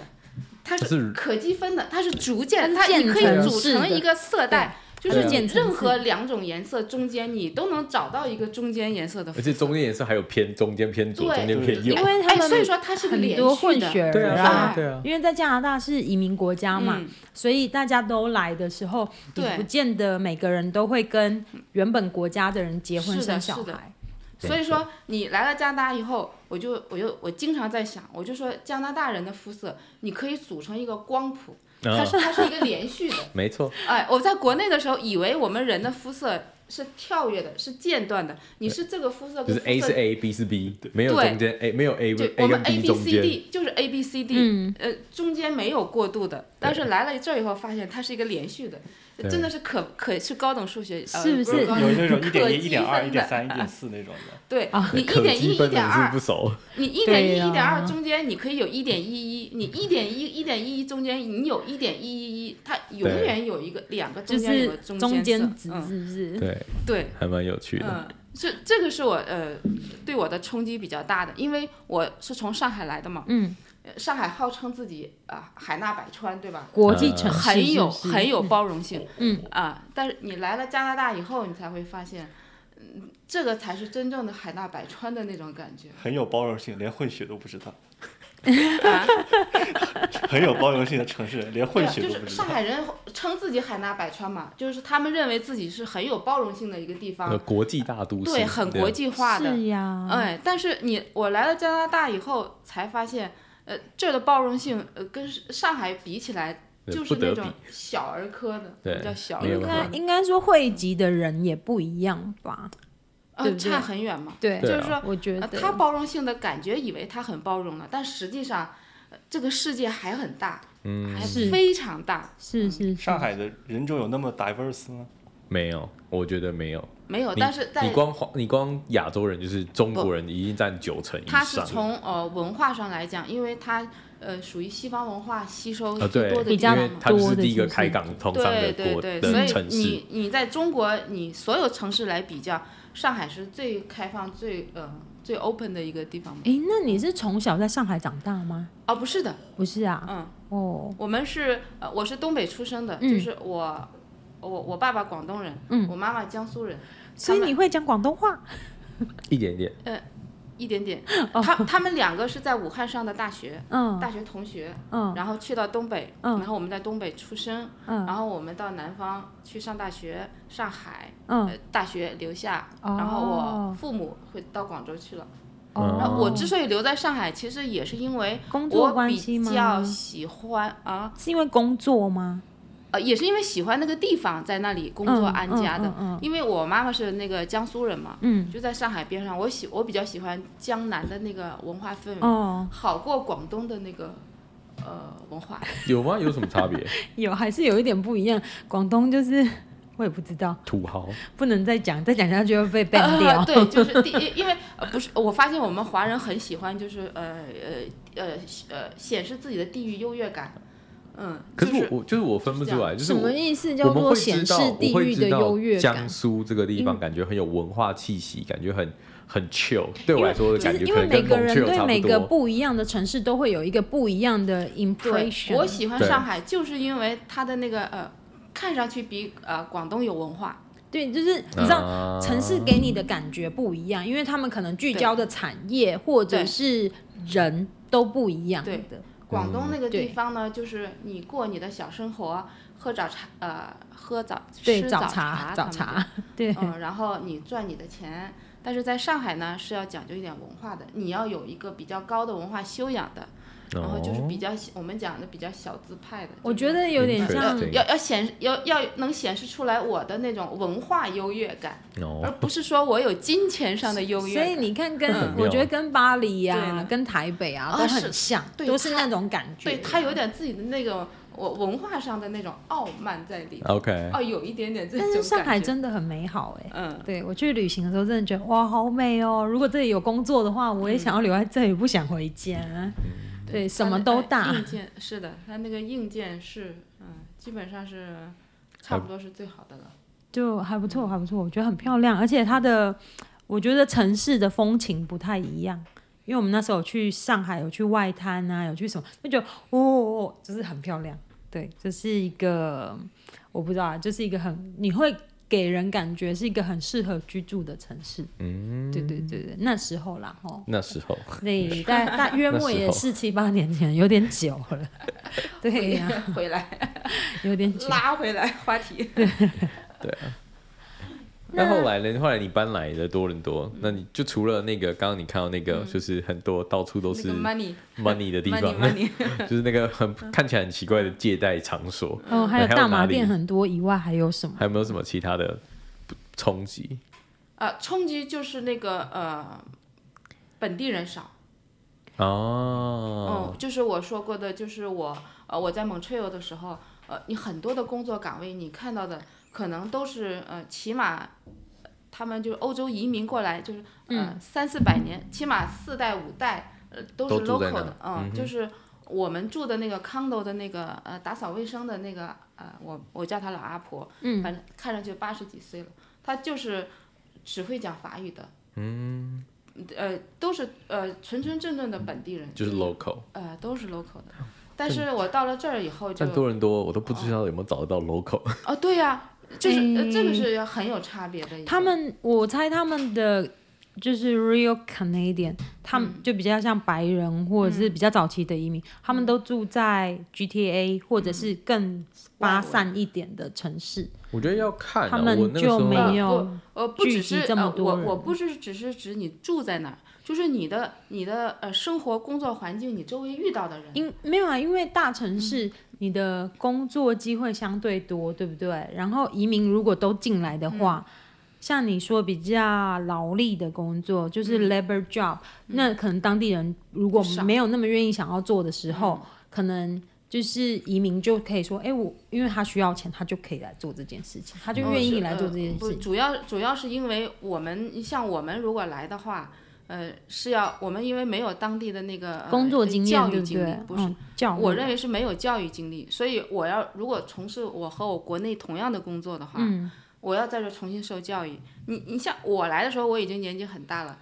S3: 它
S1: 它是
S3: 是可积分的，它是逐
S2: 它
S3: 渐，
S2: 是
S3: 它你
S2: 渐
S3: 可以
S2: 层
S3: 组
S2: 式
S3: 成
S2: 的
S3: 一个色带，就
S2: 它
S3: 是
S2: 是渐
S3: 你
S2: 层
S3: 任
S2: 式
S3: 何两种颜色中间你都能找到一个中间颜色的肤
S1: 而
S3: 色。
S1: 且中间颜色还有偏中间偏左，
S3: 对
S1: 中间偏右
S2: 因，为他
S3: 哎，
S2: 们
S3: 所以说它是个
S2: 很
S3: 连
S2: 多
S3: 续
S2: 混
S3: 的。
S2: 血
S1: 对
S2: 儿
S1: 啊，
S2: 啊。
S1: 对啊，
S2: 因为在加拿大是移民国家嘛，
S3: 嗯
S2: 所以大家都来的时候，你
S3: 对
S2: 不见得每个人都会跟原本国家的人结婚
S3: 是的
S2: 生
S3: 是
S2: 小
S3: 的
S2: 孩。
S3: 所以说你来了加拿大以后，我就我就我经常在想，我就说加拿大人的肤色，你可以组成一个光谱，它
S1: 啊
S3: 是它是一个连续的。 <laughs>
S1: 没错，
S3: 哎，我在国内的时候，以为我们人的肤色是跳跃的，是间断的。你是这个肤色
S1: 就
S3: 跟
S1: 是
S3: 肤
S1: A 是
S3: 色，
S1: A，B 是 B，没有
S3: 对
S1: 中间 A，没有 A
S3: 就
S1: A
S3: 我们
S1: 跟
S3: A
S1: B
S3: B
S1: 中
S3: C
S1: 间，
S3: D 就是 A B C D，
S2: 嗯，
S3: 呃，中间没有过渡的。但是来了这儿以后，发现它是一个连续的，
S1: 对
S3: 真的是可可是高等数学，呃
S2: 是不是
S3: 高等
S4: 有那种一点
S3: 可
S4: 一、一
S3: 积
S4: 点二、
S3: 分
S4: 一点
S3: 的
S4: 三、一点四那种的，
S3: 对
S2: 啊
S3: 你一
S1: 可
S3: 点一、
S1: 积
S3: 一
S1: 分
S3: 点
S1: 我是
S3: 二
S1: 不，熟，
S3: 你一点
S2: 对
S3: 一、一点
S2: 呀
S3: 二中间你可以有一点一一，你一点一、一点一中间你有一点一一一，它永
S1: 对
S3: 远有一个两个
S2: 就
S3: 中间嗯有
S2: 是
S3: 个
S2: 中间
S3: 值
S2: 值，是不是？
S1: 对，
S3: 对。
S1: 还蛮有趣的。
S3: 嗯，这这个是我呃对我的冲击比较大的，因为我是从上海来的嘛，
S2: 嗯，
S3: 呃上海号称自己啊、海纳百川，对吧？
S2: 国际城市
S3: 很有
S2: 是不是
S3: 很有包容性，
S2: 嗯
S3: 啊，但是你来了加拿大以后，你才会发现，嗯，这个才是真正的海纳百川的那种感觉。
S4: 很有包容性，连混血都不知道，
S3: 啊，
S4: <laughs> 很有包容性的城市，连
S3: 对
S4: 混
S3: 啊，
S4: 血
S3: 就
S4: 都不
S3: 是
S4: 知
S3: 上
S4: 道。
S3: 海人称自己海纳百川嘛，就是他们认为自己是很有包容性的一个地
S1: 呃，
S3: 方，
S1: 国际大都市，
S3: 对，很
S1: 这
S3: 国
S1: 样，
S3: 际化的，
S2: 是啊呀，
S3: 哎，但是你我来了加拿大以后才发现，呃，这儿的包容性，呃，跟上海比起来，
S1: 对
S3: 就是
S1: 呃不得
S3: 那
S1: 比
S3: 种小儿科的，
S1: 对
S3: 比较小
S1: <laughs> 没
S3: 儿
S1: 有
S2: 应
S3: 科
S2: 该
S1: 办
S3: 的，
S2: 应该说汇集的人也不一样吧？对
S3: 呃，
S2: 不对
S3: 差很远嘛。
S2: 对
S3: 就
S1: 对
S3: 是
S1: 啊
S3: 说，
S2: 我觉
S3: 呃
S2: 得
S3: 他包容性的感觉，以为他很包容了，但实际上，呃这个世界还很大，
S1: 嗯
S3: 还
S2: 是
S3: 非常大，
S2: 是是是
S4: 上海的人种有那么 diverse 吗？
S1: 没有，我觉得没有。
S3: 没有，
S1: 你
S3: 哦但是
S1: 你
S3: 在。
S1: 光华，你光亚洲人就是中国人，已经占九成以
S3: 它是
S1: 上。
S3: 从呃文化上来讲，因为它呃属于西方文化吸收
S1: 啊，
S3: 最
S1: 对，
S3: 多的
S2: 比较
S1: 因
S3: 地
S1: 为
S3: 方嘛
S1: 它就是
S2: 多的
S1: 第一
S2: 是
S1: 个
S2: 不是
S1: 开港通商
S3: 对
S1: 的
S3: 对
S1: 国
S3: 对，
S1: 的
S3: 所以
S1: 城市，
S3: 你你在中国，你所有城市来比较，上海是最开放、最呃最 open 的一个地方吗？
S2: 哎，那你是从小在上海长大吗？
S3: 哦，不是的，
S2: 不是啊，
S3: 嗯，
S2: 哦，
S3: 我们是呃我是东北出生的，
S2: 嗯
S3: 就是我我我爸爸广东人，
S2: 嗯
S3: 我妈妈江苏人，
S2: 所以
S3: 他们
S2: 你会讲广东话？
S1: 一点点。
S3: 一点点，
S2: 哦
S3: 他他们两个是在武汉上的大学，
S2: 嗯
S3: 大学同学，
S2: 嗯
S3: 然后去到东北，
S2: 嗯
S3: 然后我们在东北出生，
S2: 嗯
S3: 然后我们到南方去上大学，上海。
S2: 嗯
S3: 呃，大学留下，
S2: 哦
S3: 然后我父母会到广州去了。
S1: 然
S3: 然
S2: 哦
S3: 后，我之所以留在上海，其实也是因为
S2: 工作
S3: 我
S2: 关
S3: 比
S2: 系吗？
S3: 较喜欢啊，
S2: 是因为工作吗？
S3: 呃，也是因为喜欢那个地方，在那里工
S2: 工
S3: 作安家的。
S2: 嗯
S3: 因为我妈妈是那个江苏人嘛，
S2: 嗯
S3: 就在上海边上，我喜我比较喜欢江南的那个文化氛围，
S2: 嗯哦，
S3: 好过广东的那个呃文化。
S1: 有吗？有什么差别？
S2: 有还是有一点不一样。广东就是我也不知道，
S1: 土豪
S2: 不能再讲，再讲下去会被 ban
S1: <laughs>
S2: 掉。
S3: 呃。对，就是第一，因为呃不是，我发现我们华人很喜欢就是呃呃呃呃显示自己的地域优越感。嗯，
S1: 可
S3: 就是
S1: 我我就是我分不出来，就是
S5: 什
S1: 我
S5: 么意思？
S1: 我
S5: 叫
S1: 们
S5: 做
S1: 会
S5: 显示
S1: 知道，
S5: 地
S1: 我会
S5: 域
S1: 知
S5: 的
S1: 道
S5: 优越
S1: 江
S5: 感。
S1: 苏这个地方感觉很有文化气息，感觉很很 chill。对我来说的
S2: 就
S1: 感
S2: 是
S1: 觉
S2: 因
S1: 可
S2: 为
S1: 能
S2: 每
S1: 跟
S2: 个
S1: 蒙
S2: 人
S1: chill
S2: 对
S1: 差
S2: 每
S1: 不
S2: 个
S1: 多。嗯
S2: 不一样的城市都会有一个不一样的
S3: 对，我
S2: impression。
S3: 喜欢
S1: 对
S3: 上海就是因为它的那个呃，看上去比呃广东有文化。
S2: 对，就是你知道，
S1: 啊
S2: 城市给你的感觉不一样，因为他们可能聚焦的产业或者
S3: 对
S2: 是人都不一样
S3: 对
S2: 的。
S3: 广东那个
S2: 嗯
S3: 地
S2: 对
S3: 方呢，就是你过你的小生活，喝早茶，呃，喝早
S2: 对，
S3: 吃
S2: 早
S3: 茶，
S2: 早
S3: 他
S2: <laughs>
S3: 们
S2: 茶，对，
S3: 嗯，然后你赚你的钱。但是在上海呢，是要讲究一点文化的，你要有一个比较高的文化修养的，
S1: 哦
S3: 然后就是比较小我们讲的比较小资派的。
S2: 我
S3: 就
S2: 觉
S3: 是
S2: 得有点像
S1: Interesting
S3: 要要显要要能显示出来我的那种文化优越感，
S1: 哦
S3: 而
S1: 哦，
S3: 不是说我有金钱上的优越
S2: 所
S3: 感。
S2: 以你看跟，
S1: 很妙
S2: 我觉得跟巴黎呀、
S3: 对的
S2: 跟台北啊
S3: 啊
S2: 都
S3: 是
S2: 很像，
S3: 对
S2: 都是
S3: 它
S2: 那种感觉。
S3: 对他有点自己的那种我文化上的那种傲慢在里头，
S1: OK，
S3: 哦，有一点点这种
S2: 但
S3: 感
S2: 是
S3: 觉。
S2: 上海真的很美好哎、
S3: 嗯，
S2: 对我去旅行的时候，真的觉得哇，好美哦！如果这里有工作的话，我也想要留在这里，不想回家。
S1: 嗯
S2: 对，什么都
S3: 它
S2: 大
S3: 嗯的哎硬。件是的，它那个硬件是嗯，基本上是差不多是最好的了。
S2: 就还不错，还不错，我觉得很漂亮，而且它的，我觉得城市的风情不太一样，因为我们那时候有去上海，有去外滩啊，有去什么，就觉得哦哦，哦就是很漂亮，对，就是一个我不知道，啊，就是一个很你会给人感觉是一个很适合居住的城市，嗯，对对对对，那时候啦，
S1: <laughs>
S2: 吼，
S1: 那时候
S2: 对，大大约莫也
S1: 那时
S2: 是七八年前，有点久了， <laughs> 对呀、
S3: <laughs> 回来
S2: 有点久，
S3: 拉回来话题，
S1: 那后来呢？后来你搬来的多伦多，
S2: 嗯
S1: 那你就除了那个刚刚你看到那个，就是很多到处都
S3: 那
S1: 是
S3: 个 money
S1: <laughs> money 的地方
S3: money，money，
S1: <laughs> 就是那个很看起来很奇怪的借贷场所，
S2: 哦，还
S1: 还有
S2: 有大
S1: 哪
S2: 麻
S1: 里
S2: 店很多以外，还有什么？
S1: 还有没有什么其他的冲击？
S3: 呃，冲击就是那个呃本地人少。
S1: 哦
S2: 哦
S3: 嗯，，就是我说过的，就是我呃我在蒙 t r 的时候，呃，你很多的工作岗位你看到的可能都是呃起码。他们就是欧洲移民过来，就是呃、三四百年，起码四代五代，呃都
S1: 嗯都
S3: 是
S1: 住在
S3: local
S1: 那
S3: 的，嗯，就是我们住的那个 condo 的那个呃打扫卫生的那个呃我我叫她老阿婆，嗯，反正看上去八十几岁了，她就是只会讲法语的，嗯，呃都是呃纯纯正正的本地人，
S1: 就是 local，
S3: 呃，都是 local 的。但是我到了这儿以后就
S1: 但，多伦多我都不知道有没有找得到 local。 <laughs>
S3: 哦，对呀、就是、呃这个
S2: 诶
S3: 是要很有差别的一个。
S2: 嗯他们，我猜他们的就是 real Canadian，他们就比较像白人或者是比较早期的移民，他们都住在 GTA 或者是更发散一点的城市，
S1: 我觉得要看、啊，
S2: 他
S1: 我
S2: 们
S1: 那个时
S2: 就
S1: 候
S2: 没
S3: 我
S2: 有
S3: 呃不只
S2: 聚集
S3: 是
S2: 这么
S3: 呃
S2: 多
S3: 我
S2: 人
S3: 我不是只是指你住在哪儿，就是你的你的呃生活工作环境，你周围遇到的人。
S2: 因没有啊，因为大城
S3: 嗯
S2: 市你的工作机会相对多，对不对？然后移民如果都进来的话。
S3: 嗯
S2: 像你说比较劳力的工作，就是 labor job，、那可能当地人如果
S3: 嗯少
S2: 没有那么愿意想要做的时候，可能就是移民就可以说，哎、我因为他需要钱，他就可以来做这件事情，他就愿意来做这件
S3: 呃不
S2: 事情。
S3: 主要主要是因为我们像我们如果来的话，呃是要我们因为没有当地的那个、呃
S2: 工作经验
S3: 教
S2: 对
S3: 育
S2: 不
S3: 经历
S2: 对，？
S3: 不是
S2: 嗯、教育
S3: 我认为是没有教育经历，所以我要如果从事我和我国内同样的工作的话，
S2: 嗯
S3: 我要在这重新受教育。你你像我来的时候，我已经年纪很大了，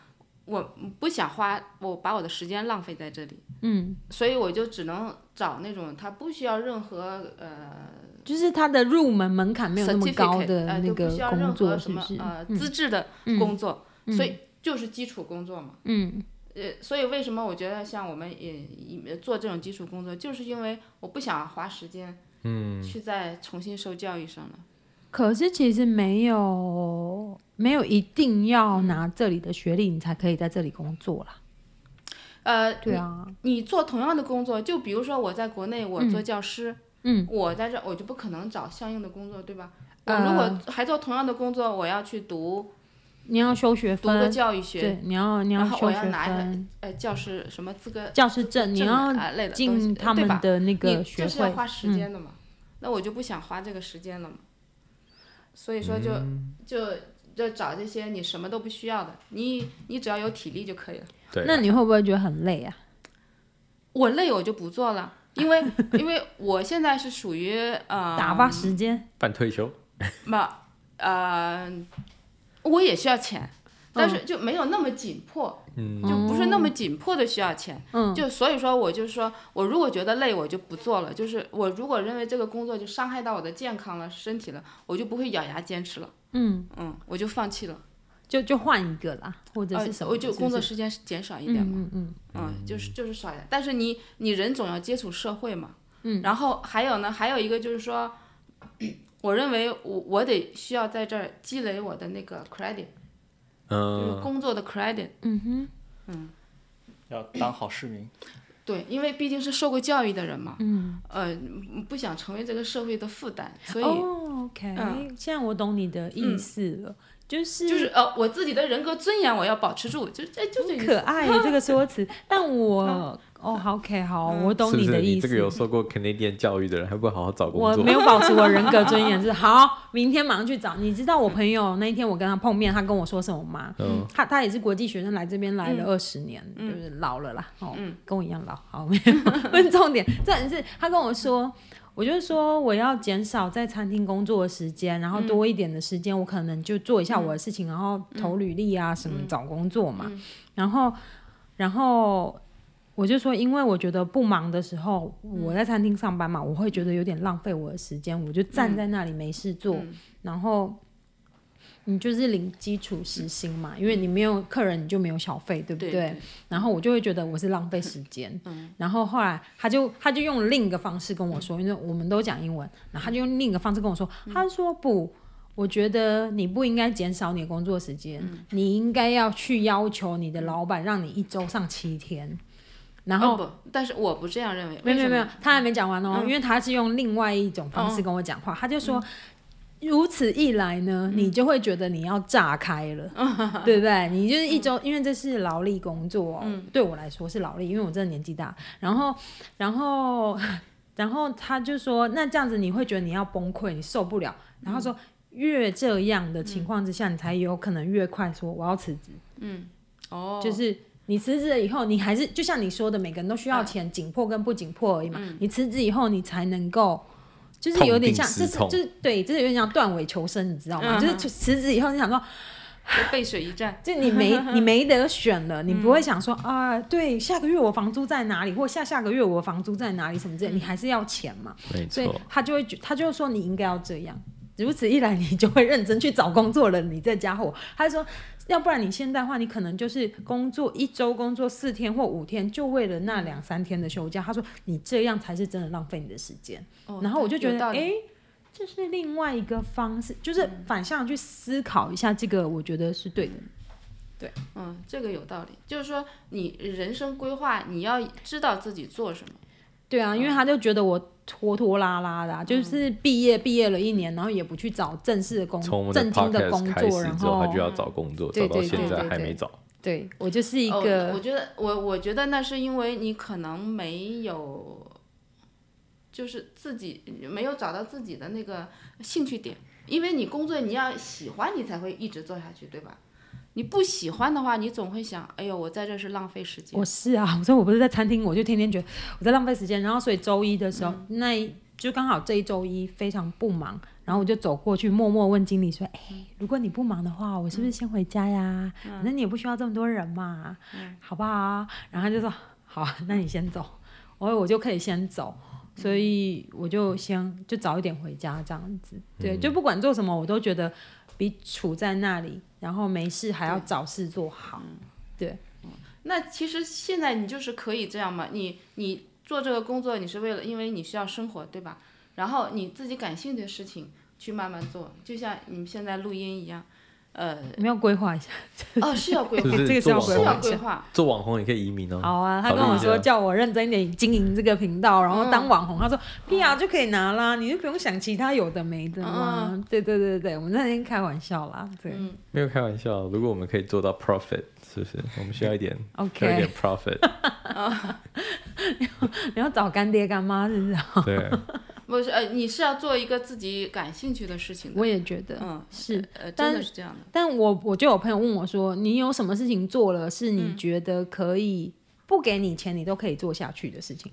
S3: 我不想花我把我的时间浪费在这里，嗯，所以我就只能找那种他不需要任何呃
S2: 就是他的入门门槛没有那么高
S3: certificate，
S2: 的
S3: 呃
S2: 那
S3: 就
S2: 个
S3: 不需要任
S2: 工作，
S3: 何
S2: 是
S3: 什
S2: 不
S3: 么
S2: 是？嗯
S3: 呃资质的工作，所以就是基础工作嘛。嗯。呃，所以为什么我觉得像我们也也做这种基础工作，就是因为我不想花时间，嗯，去再重新受教育上了。
S2: 可是其实没有没有一定要
S3: 嗯
S2: 拿这里的学历，你才可以在这里工作啦。
S3: 呃，
S2: 对啊，
S3: 你做同样的工作，就比如说我在国内我做教师，嗯，我在这我就不
S2: 呃
S3: 可能找相应的工作，对吧？我如果还做同样的工作，我要去读
S2: 你要修学
S3: 读个
S2: 分，
S3: 教育学，
S2: 对，你要你
S3: 然后
S2: 修
S3: 我要
S2: 学
S3: 拿一个
S2: 分，
S3: 呃教师什么资格
S2: 教师证，你
S3: 证
S2: 要
S3: 啊类的东西
S2: 进他
S3: 对
S2: 们
S3: 吧
S2: 的那
S3: 你
S2: 个学
S3: 就是要
S2: 会，嗯
S3: 花
S1: 嗯
S3: 时间的嘛。那我就不想花这个时间了嘛，所以说就、就就找这些你什么都不需要的，你你只要有体力就可以了。
S1: 对，啊
S2: 那你会不会觉得很累啊？
S3: 我累我就不做了，因为因为我现在是属于呃
S2: 打发时间，
S1: 半退休，
S3: 嘛呃，我也需要钱，
S2: 嗯
S3: 但是就没有那么紧迫，就不是那么紧迫的需要钱。
S2: 嗯，
S3: 就所以说，我就说我如果觉得累，我就不做了。就是我如果认为这个工作就伤害到我的健康了、身体了，我就不会咬牙坚持了。
S2: 嗯，
S3: 嗯，我就放弃了。
S2: 就就换一个啦，或者是什
S3: 呃，
S2: 么？
S3: 我就是
S2: 不
S3: 工作
S2: 哦是
S3: 时间减少一点嘛。
S2: 嗯嗯嗯，
S3: 嗯，就是就是少一点，但是你你人总要接触社会嘛，嗯，然后还有呢，还有一个就是说，我认为我我得需要在这儿积累我的那个 credit，、就
S1: 嗯，
S3: 是工作的 credit，
S2: 嗯
S4: 要当好市民。
S3: 对，因为毕竟是受过教育的人嘛，嗯，呃，不想成为这个社会的负担，所以、
S2: 哦，OK，
S3: 嗯
S2: 现在我懂你的意思了，就是
S3: 就是呃，我自己的人格尊严我要保持住，就这就这意思
S2: 可爱这个说辞， <laughs> 但
S3: 嗯
S2: 我哦好，OK，好，我懂
S1: 是不
S2: 的
S1: 是？
S2: 意
S1: 你
S2: 思
S1: 这。个有受过 Canadian 教育的人，还不好好找工
S2: 我
S1: 作？
S2: 没有保持我人格尊严，就是好，明天马上去找。你知道我朋友那一天我跟他碰面，他跟我说什么吗？
S1: 嗯
S2: 他他也是国际学生，来这边来了二十年，就是老了啦，哦，跟我一样老。好，没有，不是重点， <laughs> 重点是他跟我说。我就说我要减少在餐厅工作的时间，然后多一点的时间，我可能就做一下我的事情，然后投履历啊什么找工作嘛。然后，然后我就说，因为我觉得不忙的时候，我在餐厅上班嘛，我会觉得有点浪费我的时间，我就站在那里没事做，然后嗯你就是领基础时薪嘛，因为你没有客人，你就没有小费，对不
S3: 对
S2: 对？嗯然后我就会觉得我是浪费时间。然后后来他就他就用另一个方式跟我说，因为我们都讲英文，然后他就用另一个方式跟我说，他说不。我觉得你不应该减少你的工作时间，你应该要去要求你的老板让你一周上七天，然后、
S3: 哦不，但是我不这样认为，
S2: 没有没有没
S3: 为
S2: 有
S3: 什么，嗯
S2: 他还没讲完哦，因为他是用另外一种方式跟我讲
S3: 哦
S2: 话，他就说。如此一来呢，
S3: 嗯
S2: 你就会觉得你要炸开了，
S3: <laughs>
S2: 对不对？你就是一周，
S3: 嗯
S2: 因为这是劳力工作哦、对我来说是劳力，因为我真的年纪大。然后，然后， <laughs> 然后他就说，那这样子你会觉得你要崩溃，你受不了。然后说，
S3: 嗯
S2: 越这样的情况之下，你才有可能越快说我要辞职。
S3: 哦，
S2: 就是你辞职了以后，你还是就像你说的，每个人都需要
S3: 嗯
S2: 钱，紧迫跟不紧迫而已嘛。你辞职以后，你才能够。就是
S1: 痛
S2: 有点
S1: 定
S2: 像，
S1: 思
S2: 这是
S1: 痛
S2: 就是对，这是有点像断尾求生，你知道吗？
S3: 嗯
S2: 就是辞辞职以后，你想说，
S3: 就背水一战，
S2: 就你
S3: <laughs>
S2: 没你没得选了，你不会想说啊、对，下个月我房租在哪里，或下下个月我房租在哪里什么之
S3: 嗯
S2: 类，你还是要钱嘛。
S1: 没
S2: 所以
S1: 错，
S2: 他就会觉，他就说你应该要这样。如此一来，你就会认真去找工作了。你这家伙，他就说，要不然你现代化，你可能就是工作一周工作四天或五天，就为了那两三天的休假。他说你这样才是真的浪费你的时间。
S3: 哦
S2: 然后我就觉
S3: 有
S2: 得，
S3: 道理
S2: 哎、这是另外一个方式，就是反向去思考一下这个，我觉得是对的。
S3: 嗯，这个有道理，就是说你人生规划，你要知道自己做什么。
S2: 对啊，因
S3: 嗯
S2: 为他就觉得我拖拖拉拉的、啊，就是毕业毕业了一年，然后也不去找正式的工
S1: 从我们的
S2: 正经的工
S1: podcast 开
S2: 作，
S1: 始
S2: 然
S1: 之后，他
S2: 后
S1: 就要找工作，
S2: 对
S1: 找到
S2: 对
S1: 现
S2: 对
S1: 在
S2: 对
S1: 还没
S2: 对
S1: 找。
S2: 对我就是一
S3: 哦，我
S2: 个
S3: 觉得我我觉得那是因为你可能没有，就是自己没有找到自己的那个兴趣点，因为你工作你要喜欢，你才会一直做下去，对吧？你不喜欢的话，你总会想，哎呦，我在这是浪费时间
S2: 我。是啊， <laughs> 我说我不是在餐厅，我就天天觉得我在浪费时间，然后所以周一的时候，那一就刚好这一周一非常不忙，然后我就走过去默默问经理说：“哎、如果你不忙的话，我是不是先回家呀？反正你也不需要这么多人嘛，好不好？”然后他就说：“好，啊那你先走。”我我就可以先走。所以我就先就早一点回家，这样子。对，就不管做什么，我都觉得比处在那里，然后没事还要找事做好。
S3: 那其实现在你就是可以这样嘛，你你做这个工作，你是为了因为你需要生活，对吧？然后你自己感兴趣的事情去慢慢做，就像你们现在录音一样，呃，
S2: 你们要规划一下。
S3: 哦，是要规
S1: 是
S3: 划，
S1: 不
S2: 哎这
S1: 是
S2: 个是
S1: 做
S2: 要
S1: 网红
S2: 规划一下
S3: 是要规划。
S1: 做网红也可以移民哦。
S2: 好啊，他
S1: 考虑
S2: 跟我
S1: 一下
S2: 说叫我认真一点经营这个频道，然后当网红。他说 PR 就可以拿啦，你就不用想其他有的没的啦。对对对对，我们那天开玩笑啦，对、
S3: 嗯
S1: 没有开玩笑，如果我们可以做到 profit，是不是？我们需要一点
S2: OK
S1: 需要一点
S2: <laughs>
S1: profit，
S2: 你要找干爹干妈是不是？
S1: 对，
S3: 不是，呃，你是要做一个自己感兴趣的事情的。
S2: 我也觉得
S3: 嗯，
S2: 是
S3: 呃，真
S2: 但
S3: 的是这样的。
S2: 但我我就有朋友问我说，你有什么事情做了是你觉得可以不给你钱你都可以做下去的事情？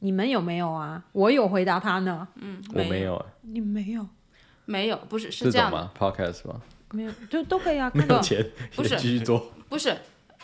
S2: 你们有没有啊？我有回答他呢，
S3: 嗯，
S1: 我没
S3: 没
S1: 有，
S2: 你没有，
S3: 没有，不是是
S1: 这
S3: 这
S1: 种
S3: 样的，
S1: 吗？podcast 吗？
S2: 没有就都可以啊。
S1: 没
S2: 看
S1: 有
S2: 到
S1: 钱
S3: 不是
S1: 也继续
S2: <laughs>
S1: 做，
S3: 不是，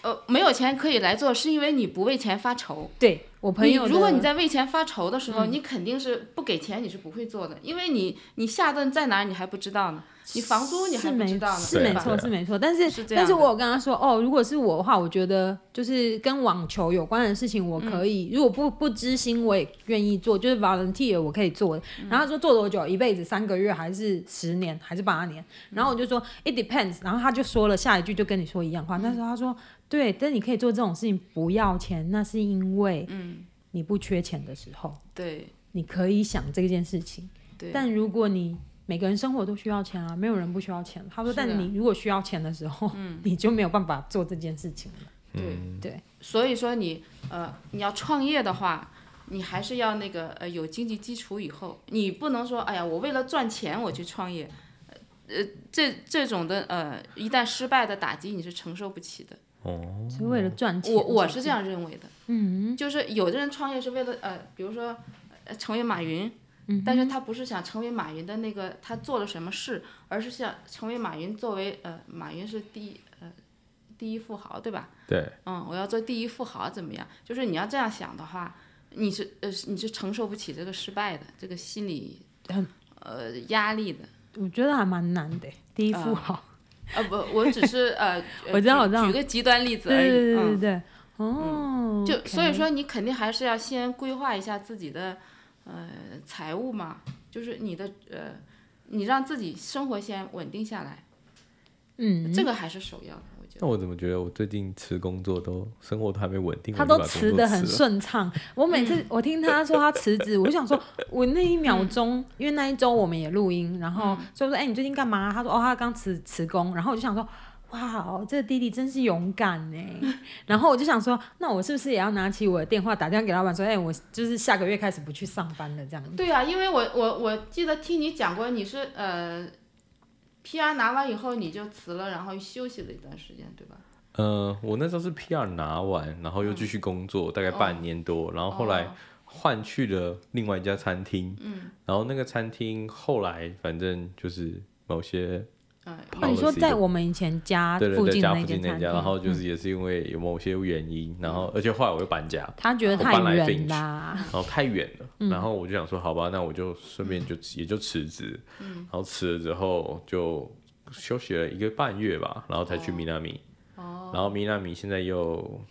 S3: 呃，没有钱可以来做，是因为你不为钱发愁。
S2: 对我朋
S3: 你
S2: 友的，嗯
S3: 如果你在为钱发愁的时候，你肯定是不给钱，你是不会做的，因为你你下顿在哪儿你还不知道呢，你房租你
S2: 是
S3: 还不
S2: 没
S3: 知道呢，
S2: 是
S1: 对
S2: 没
S1: 啊
S3: 吧
S1: 对
S2: 错
S1: 啊
S2: 是没错，但是
S3: 是这样
S2: 但是
S3: 的
S2: 我有跟他说哦，如果是我的话，我觉得就是跟网球有关的事情，我
S3: 嗯
S2: 可以、如果不不知心，我也愿意做，就是 volunteer 我可以做的。然后他说做多久？一辈子三个月还是十年还是八年？然后我就说 it depends，然后他就说了下一句就跟你说一样话，但是他说对，但你可以做这种事情不要钱，那是因为
S3: 嗯，
S2: 你不缺钱的时候，
S3: 对
S2: 你可以想这件事情。
S3: 对。
S2: 但如果你每个人生活都需要钱啊，没有人不需要钱。他说，
S3: 是啊的
S2: 但你如果需要钱的时候， <laughs> 你就没有办法做这件事情了。
S3: 对
S2: 对，
S3: 所以说你呃，你要创业的话，你还是要那个呃有经济基础以后，你不能说哎呀，我为了赚钱我去创业，呃这这种的呃一旦失败的打击你是承受不起的。
S1: 哦，
S2: 是为了赚钱。
S3: 我我是这，样认为的，嗯，就是有的人创业是为了呃，比如说呃成为马云。
S2: 嗯
S3: 但是他不是想成为马云的那个他做了什么事，而是想成为马云作为呃马云是第一呃第一富豪对吧？
S1: 对，
S3: 嗯，我要做第一富豪怎么样？就是你要这样想的话，你是呃是你是承受不起这个失败的这个心理
S2: 嗯
S3: 呃压力的。
S2: 我觉得还蛮难的。第一富豪，，
S3: 呃不，我只是呃
S2: <laughs> 我知道
S3: 举
S2: 我知道
S3: 举个极端例子而
S2: 对
S3: 已。
S2: 对对对
S3: 嗯，
S2: 对，哦，
S3: 就
S2: OK
S3: 所以，说你肯定还是要先规划一下自己的呃财务嘛，就是你的呃，你让自己生活先稳定下来，
S2: 嗯，
S3: 这个还是首要的，我觉得。
S1: 那我怎么觉得我最近辞工作都生活都还没稳定，
S2: 他
S1: 我就
S2: 都
S1: 把工
S2: 辞
S1: 作
S2: 得很
S1: 了，
S2: 顺畅。我每次我听他说他辞职，我就想说，我那一秒钟，因为那一周我们也录音，然后所以我说，哎、你最近干嘛？他说，哦，他刚辞辞工，然后我就想说。哇哦，这弟弟真是勇敢呢！然后我就想说，那我是不是也要拿起我的电话打电话给老板说，哎、我就是下个月开始不去上班了这样子。
S3: 对呀、因为我我我记得听你讲过，你是呃，PR 拿完以后你就辞了，然后休息了一段时间，对吧？
S1: 呃，我那时候是 PR 拿完，然后又继续工
S2: 哦
S1: 作，大概半年多，然后后来
S3: 哦
S1: 换去了另外一家餐厅，嗯，然后那个餐厅后来反正就是某些
S3: 嗯、
S1: 跑
S2: 哦，
S1: 了
S2: 你说
S1: 是一
S2: 在
S1: 个
S2: 我们以前家
S1: 对
S2: 附
S1: 对对
S2: 近的
S1: 家
S2: 那
S1: 附
S2: 间
S1: 近那
S2: 餐厅，嗯
S1: 家，然后就是也是因为有某些原因，然后而且后来我又搬家，
S2: 他觉得
S1: 我
S2: 太
S1: 搬来
S2: 远
S1: Finch
S2: 啦。
S1: 然后太远了，
S2: 嗯
S1: 然后我就想说，好吧，那我就顺便就也就辞职，
S2: 嗯
S1: 然后辞了之后就休息了一个半月吧，然后才
S2: 哦
S1: 去米纳米，然后米纳米现在又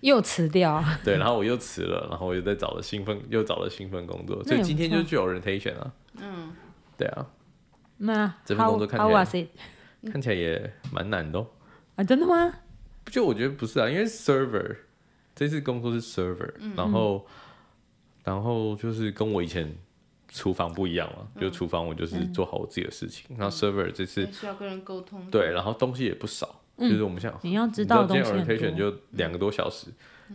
S2: 又辞掉，
S1: 对，然后我又辞了，然后我又在找了新份，又找了新份工作，
S2: 那
S1: 所以
S2: 也
S1: 今
S2: 不
S1: 天
S2: 错
S1: 就是去 orientation 啊，
S3: 嗯，
S1: 对啊，
S2: 那
S1: 这份
S2: how
S1: 工作看
S2: how
S1: 起来
S2: was it
S1: 看起来也蛮难的、哦，
S2: 啊？真的吗？
S1: 就我觉得不是啊，因为 server 这次工作是 server，、然后然后就是跟我以前厨房不一样嘛，就厨房我
S2: 嗯
S1: 就是做好我自己的事情，然后 server 这次
S3: 还需要跟人沟通。
S1: 对，然后东西也不少，就是我们想
S2: 嗯你要知
S1: 你
S2: 道
S1: 今
S2: 的
S1: 天
S2: 东西很
S1: orientation
S2: 多
S1: 就两个多小时，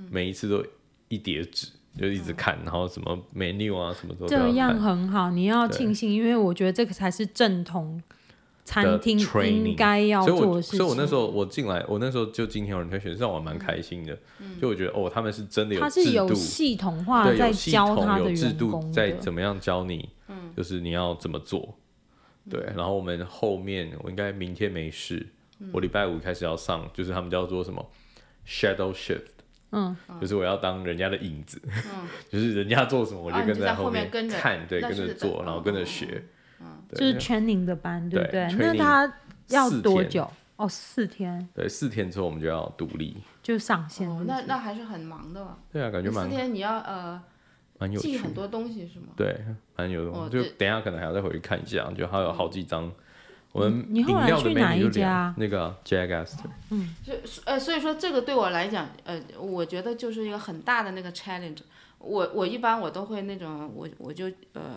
S1: 每一次都一叠纸，就一直看，然后什么 menu 啊什么都都要
S2: 这样
S1: 看。
S2: 很好，你要
S1: 对
S2: 庆幸，因为我觉得这个才是正统餐
S1: 的
S2: 厅
S1: training
S2: 应该要
S1: 所以
S2: 做
S1: 我，
S2: 的事
S1: 所
S2: 情。
S1: 以我那时候我进来，我那时候就今天 orientation 让我蛮开心的，
S3: 嗯
S1: 就我觉得哦，他们是真的有
S2: 它
S1: 制
S2: 是有
S1: 度，
S2: 系统化
S1: 对，
S2: 在
S1: 有系
S2: 教他
S1: 统
S2: 的
S1: 有制
S2: 员
S1: 度
S2: 工
S1: 在
S2: 的，
S1: 怎么样教你，
S3: 嗯
S1: 就是你要怎么做。对，然后我们后面我应该明天没事，
S3: 嗯
S1: 我礼拜五开始要上，就是他们叫做什么 shadow shift，
S2: 嗯，
S1: 就是我要当人家的影子， <laughs> 就是人家做什么我
S3: 啊
S1: 跟
S3: 嗯你就在后面
S1: 面
S3: 跟着
S1: 看，对，
S3: 那
S1: 跟
S3: 是哦
S1: 着
S3: 的
S1: 做，然后跟着学，
S2: 就是 training 的班，对不对？那他要
S1: 四
S2: 多
S1: 天
S2: 久？哦，四天
S1: 对，四天之后我们就要独立。
S2: 就上线
S3: 哦
S2: 了，。
S3: 那那还是很忙的吧？
S1: 对啊，感觉
S3: 四
S1: 蛮
S3: 天你要呃
S1: 蛮有
S3: 记
S1: 趣
S3: 很，多东西是吗？
S1: 对，蛮有用。
S3: 哦
S1: 就
S3: 对
S1: 等一下可能还要再回去看一下，就还有好几张我们
S2: 嗯你
S1: 饮
S2: 后来
S1: 料的
S2: 去
S1: 美
S2: 哪
S1: 女
S2: 一
S1: 就聊
S2: 家
S1: 那个 Jag Aster，
S3: 就呃，所以说这个对我来讲，呃，我觉得就是一个很大的那个 challenge。我我一般我都会那种，我我就呃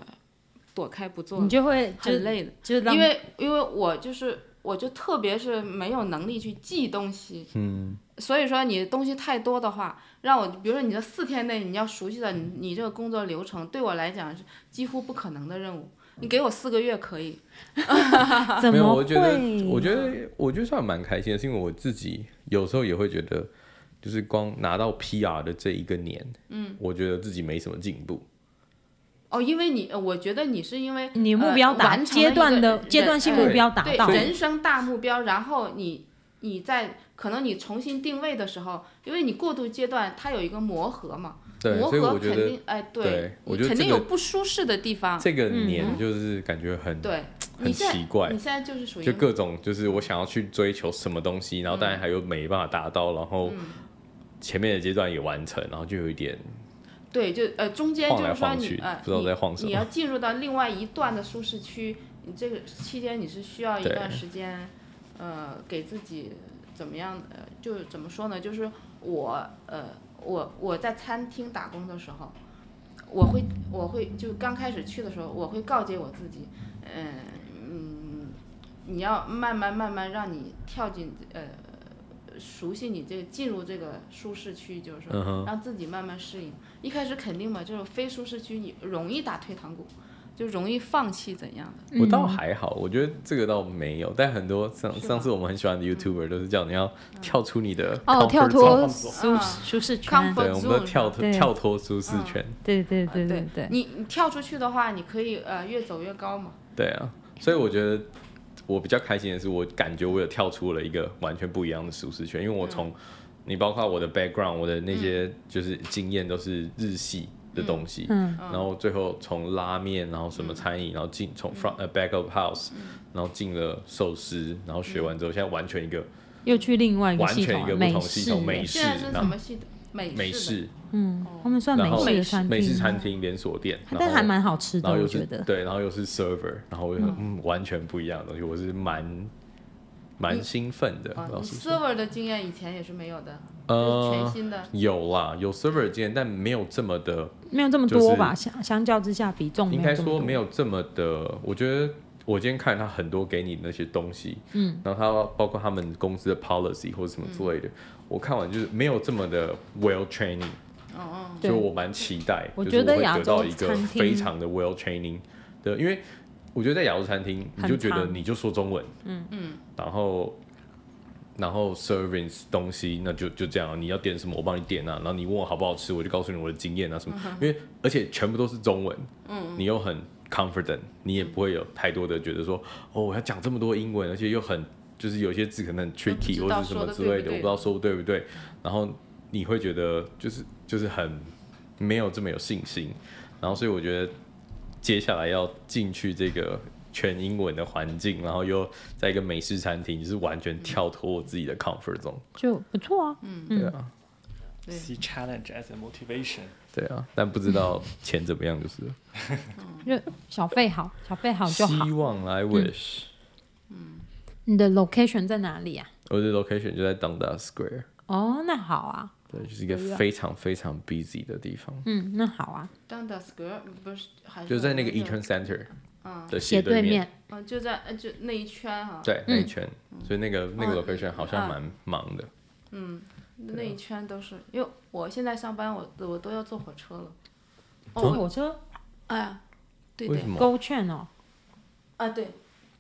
S3: 躲开不做
S2: 你，就会就
S3: 很累的，
S2: 就让
S3: 因为因为我就是我就特别是没有能力去记东西，
S1: 嗯，
S3: 所以说你东西太多的话，让我比如说你这四天内你要熟悉的你你这个工作流程，对我来讲是几乎不可能的任务。你给我四个月可以，
S2: 怎
S1: 没有，
S2: 么
S1: 我
S2: 会？
S1: 觉得我觉得我觉得算蛮开心的，是因为我自己有时候也会觉得，就是光拿到 PR 的这一个年，嗯，我觉得自己没什么进步，
S3: 哦，因为你，呃我觉得你是因为
S2: 你目标
S3: 呃
S2: 达
S3: 完成了
S2: 阶
S3: 一
S2: 段
S3: 个
S2: 的
S3: 人
S2: 阶段性
S3: 呃
S2: 目标达
S3: 对
S2: 到，
S3: 人生大目标，然后你你在可能你重新定位的时候，因为你过渡阶段它有一个磨合嘛，
S1: 对，
S3: 磨
S1: 所以
S3: 合
S1: 我觉
S3: 肯
S1: 得
S3: 定哎
S1: 对我
S3: 你
S1: 觉得
S3: 肯
S1: 这
S3: 定
S1: 个
S3: 有不舒适的地
S2: 啊
S3: 方，
S1: 这个
S2: 嗯
S1: 年就是感觉很
S3: 对，
S1: 很
S3: 你现在
S1: 奇怪
S3: 你现在就是属于
S1: 就各种就是我想要去追求什么东西，
S2: 嗯
S1: 然后当然还有没办法达到，然后前面的阶段也完成，然后就有一点
S3: 对，就呃中间
S1: 晃
S3: 就
S1: 来
S3: 是说
S1: 晃
S3: 你
S1: 去
S3: 呃
S1: 不知道在晃什
S3: 你，你
S1: 么
S3: 要进入到另外一段的舒适区，你这个期间你是需要一
S1: 对
S3: 段时间，呃，给自己怎么样呃，就怎么说呢？就是我呃我我在餐厅打工的时候，我会我会就刚开始去的时候，我会告诫我自己，嗯、嗯，你要慢慢慢慢让你跳进呃。熟悉你这个进入这个舒适区，就是说，
S1: 嗯哼，
S3: 让自己慢慢适应。一开始肯定嘛，就是非舒适区你容易打退堂鼓，就容易放弃怎样的。
S1: 我
S2: 嗯
S1: 倒还好，我觉得这个倒没有，但很多上上次我们很喜欢的 YouTuber 都是叫你要跳出你的
S2: 哦，
S1: comfort
S2: 跳
S1: zone
S2: 脱
S4: 嗯
S2: 舒舒适圈
S3: Comfort，啊
S1: 对，我们都
S3: zone
S1: 跳脱
S2: 对嗯
S1: 跳脱舒适圈，
S2: 对对对对对。
S3: 你你跳出去的话，你可以呃越走越高嘛。
S1: 对啊，所以我觉得我比较开心的是，我感觉我有跳出了一个完全不一样的舒适圈，因为
S2: 嗯
S1: 我从、你包括我的 background，我的那些就是经验都是日系的东西，
S2: 嗯，
S1: 然后最后从拉面，然后什么餐饮，然后进
S2: 嗯
S1: 从 front 呃 back of house，、然后进了寿司，然后学
S2: 嗯
S1: 完之后，现在完全一个
S2: 又去另外一个
S1: 完
S2: 系
S1: 全一
S2: 统
S1: 个
S2: 了，
S1: 不
S2: 美
S1: 同系
S2: 式
S1: 统，，美式
S3: 现在是，
S1: 然
S3: 什
S1: 后
S3: 么系的？美式的。
S1: 美式，
S2: 嗯，他们算
S1: 然
S2: 美
S1: 后
S2: 式的餐厅，
S1: 美式餐厅连锁店，然
S2: 但
S1: 后
S2: 还蛮好吃的，
S1: 然后
S2: 我
S1: 又
S2: 觉
S1: 是
S2: 得。
S1: 对，然后又是 server，然后我就想嗯完全不一样的东西，我是蛮蛮兴奋的，
S2: 哦
S3: 啊，
S1: 老
S3: 你
S1: 实说，
S3: server 的经验以前也是没有的，就是全
S1: 呃，
S3: 新的。
S1: 有啦，有 server 的经验，但没有这么的，
S2: 没有这么多吧，相相较之下比重哦没
S1: 应
S2: 有
S1: 该
S2: 这么多
S1: 说没有这么的，我觉得。我今天看他很多给你那些东西，嗯，然后他包括他们公司的 policy 或者什么
S2: 嗯
S1: 之类的，我看完就是没有这么的 well training，
S3: 嗯
S1: 所以
S2: 对
S1: 我蛮期待，
S2: 我
S1: 就是
S2: 觉得
S1: 会
S2: 亚
S1: 得到
S2: 洲
S1: 一个
S2: 餐厅
S1: 非常的 well training 的，因为我觉得在亚洲餐厅，你
S2: 很
S1: 就觉得
S2: 长
S1: 你就说中文，
S3: 嗯嗯，
S1: 然后然后 service 东西，那就就这样，啊你要点什么我帮你点啊，然后你问我好不好吃，我就告诉你我的经验啊
S2: 嗯
S1: 什么，因为而且全部都是中文，嗯，你又很 confident，你也不会有太多的觉得说哦我要讲这么多英文，而且又很就是有些字可能很
S3: 都不知
S1: tricky 或
S3: 道
S1: 者什么
S3: 说得
S1: 之
S3: 对
S1: 类
S3: 不
S1: 的，我
S3: 对
S1: 不知道说对不对，然后你会觉得就是就是很没有这么有信心，然后所以我觉得接下来要进去这个全英文的环境，然后又在一个美式餐厅，就是完全跳脱我自己
S3: 嗯
S1: 的 comfort zone。
S2: 就不错啊，
S1: 对啊，
S3: 对
S4: See challenge as a motivation。
S1: 对啊，但不知道钱怎么样，就是了
S2: 就小费好，小费好就好
S1: 希。望啦 I wish。
S2: 你的 location 在哪里啊？
S1: 我的 location 就在 Dundas Square，
S2: 哦，那好啊，
S1: 对，就是一个非常非常 busy 的地方，
S2: 嗯，那好啊，
S3: 当 d a s Square 不是还是
S1: 就在那个 E
S3: 一圈，
S1: Eaton Center
S3: 嗯
S1: 的
S2: 斜
S1: 对
S2: 对面，嗯
S3: 嗯，就在呃就那一圈哈，
S1: 对那一圈，所以那个那个
S3: 哦
S1: location 好像
S3: 啊
S1: 蛮忙的。
S3: 那一圈都是，因为我现在上班我我都要坐火车了。哦，
S2: 坐
S3: 我
S2: 火车
S3: 哎呀，对
S1: 为
S3: 对
S1: 什么？
S2: 勾券哦，
S3: 啊对，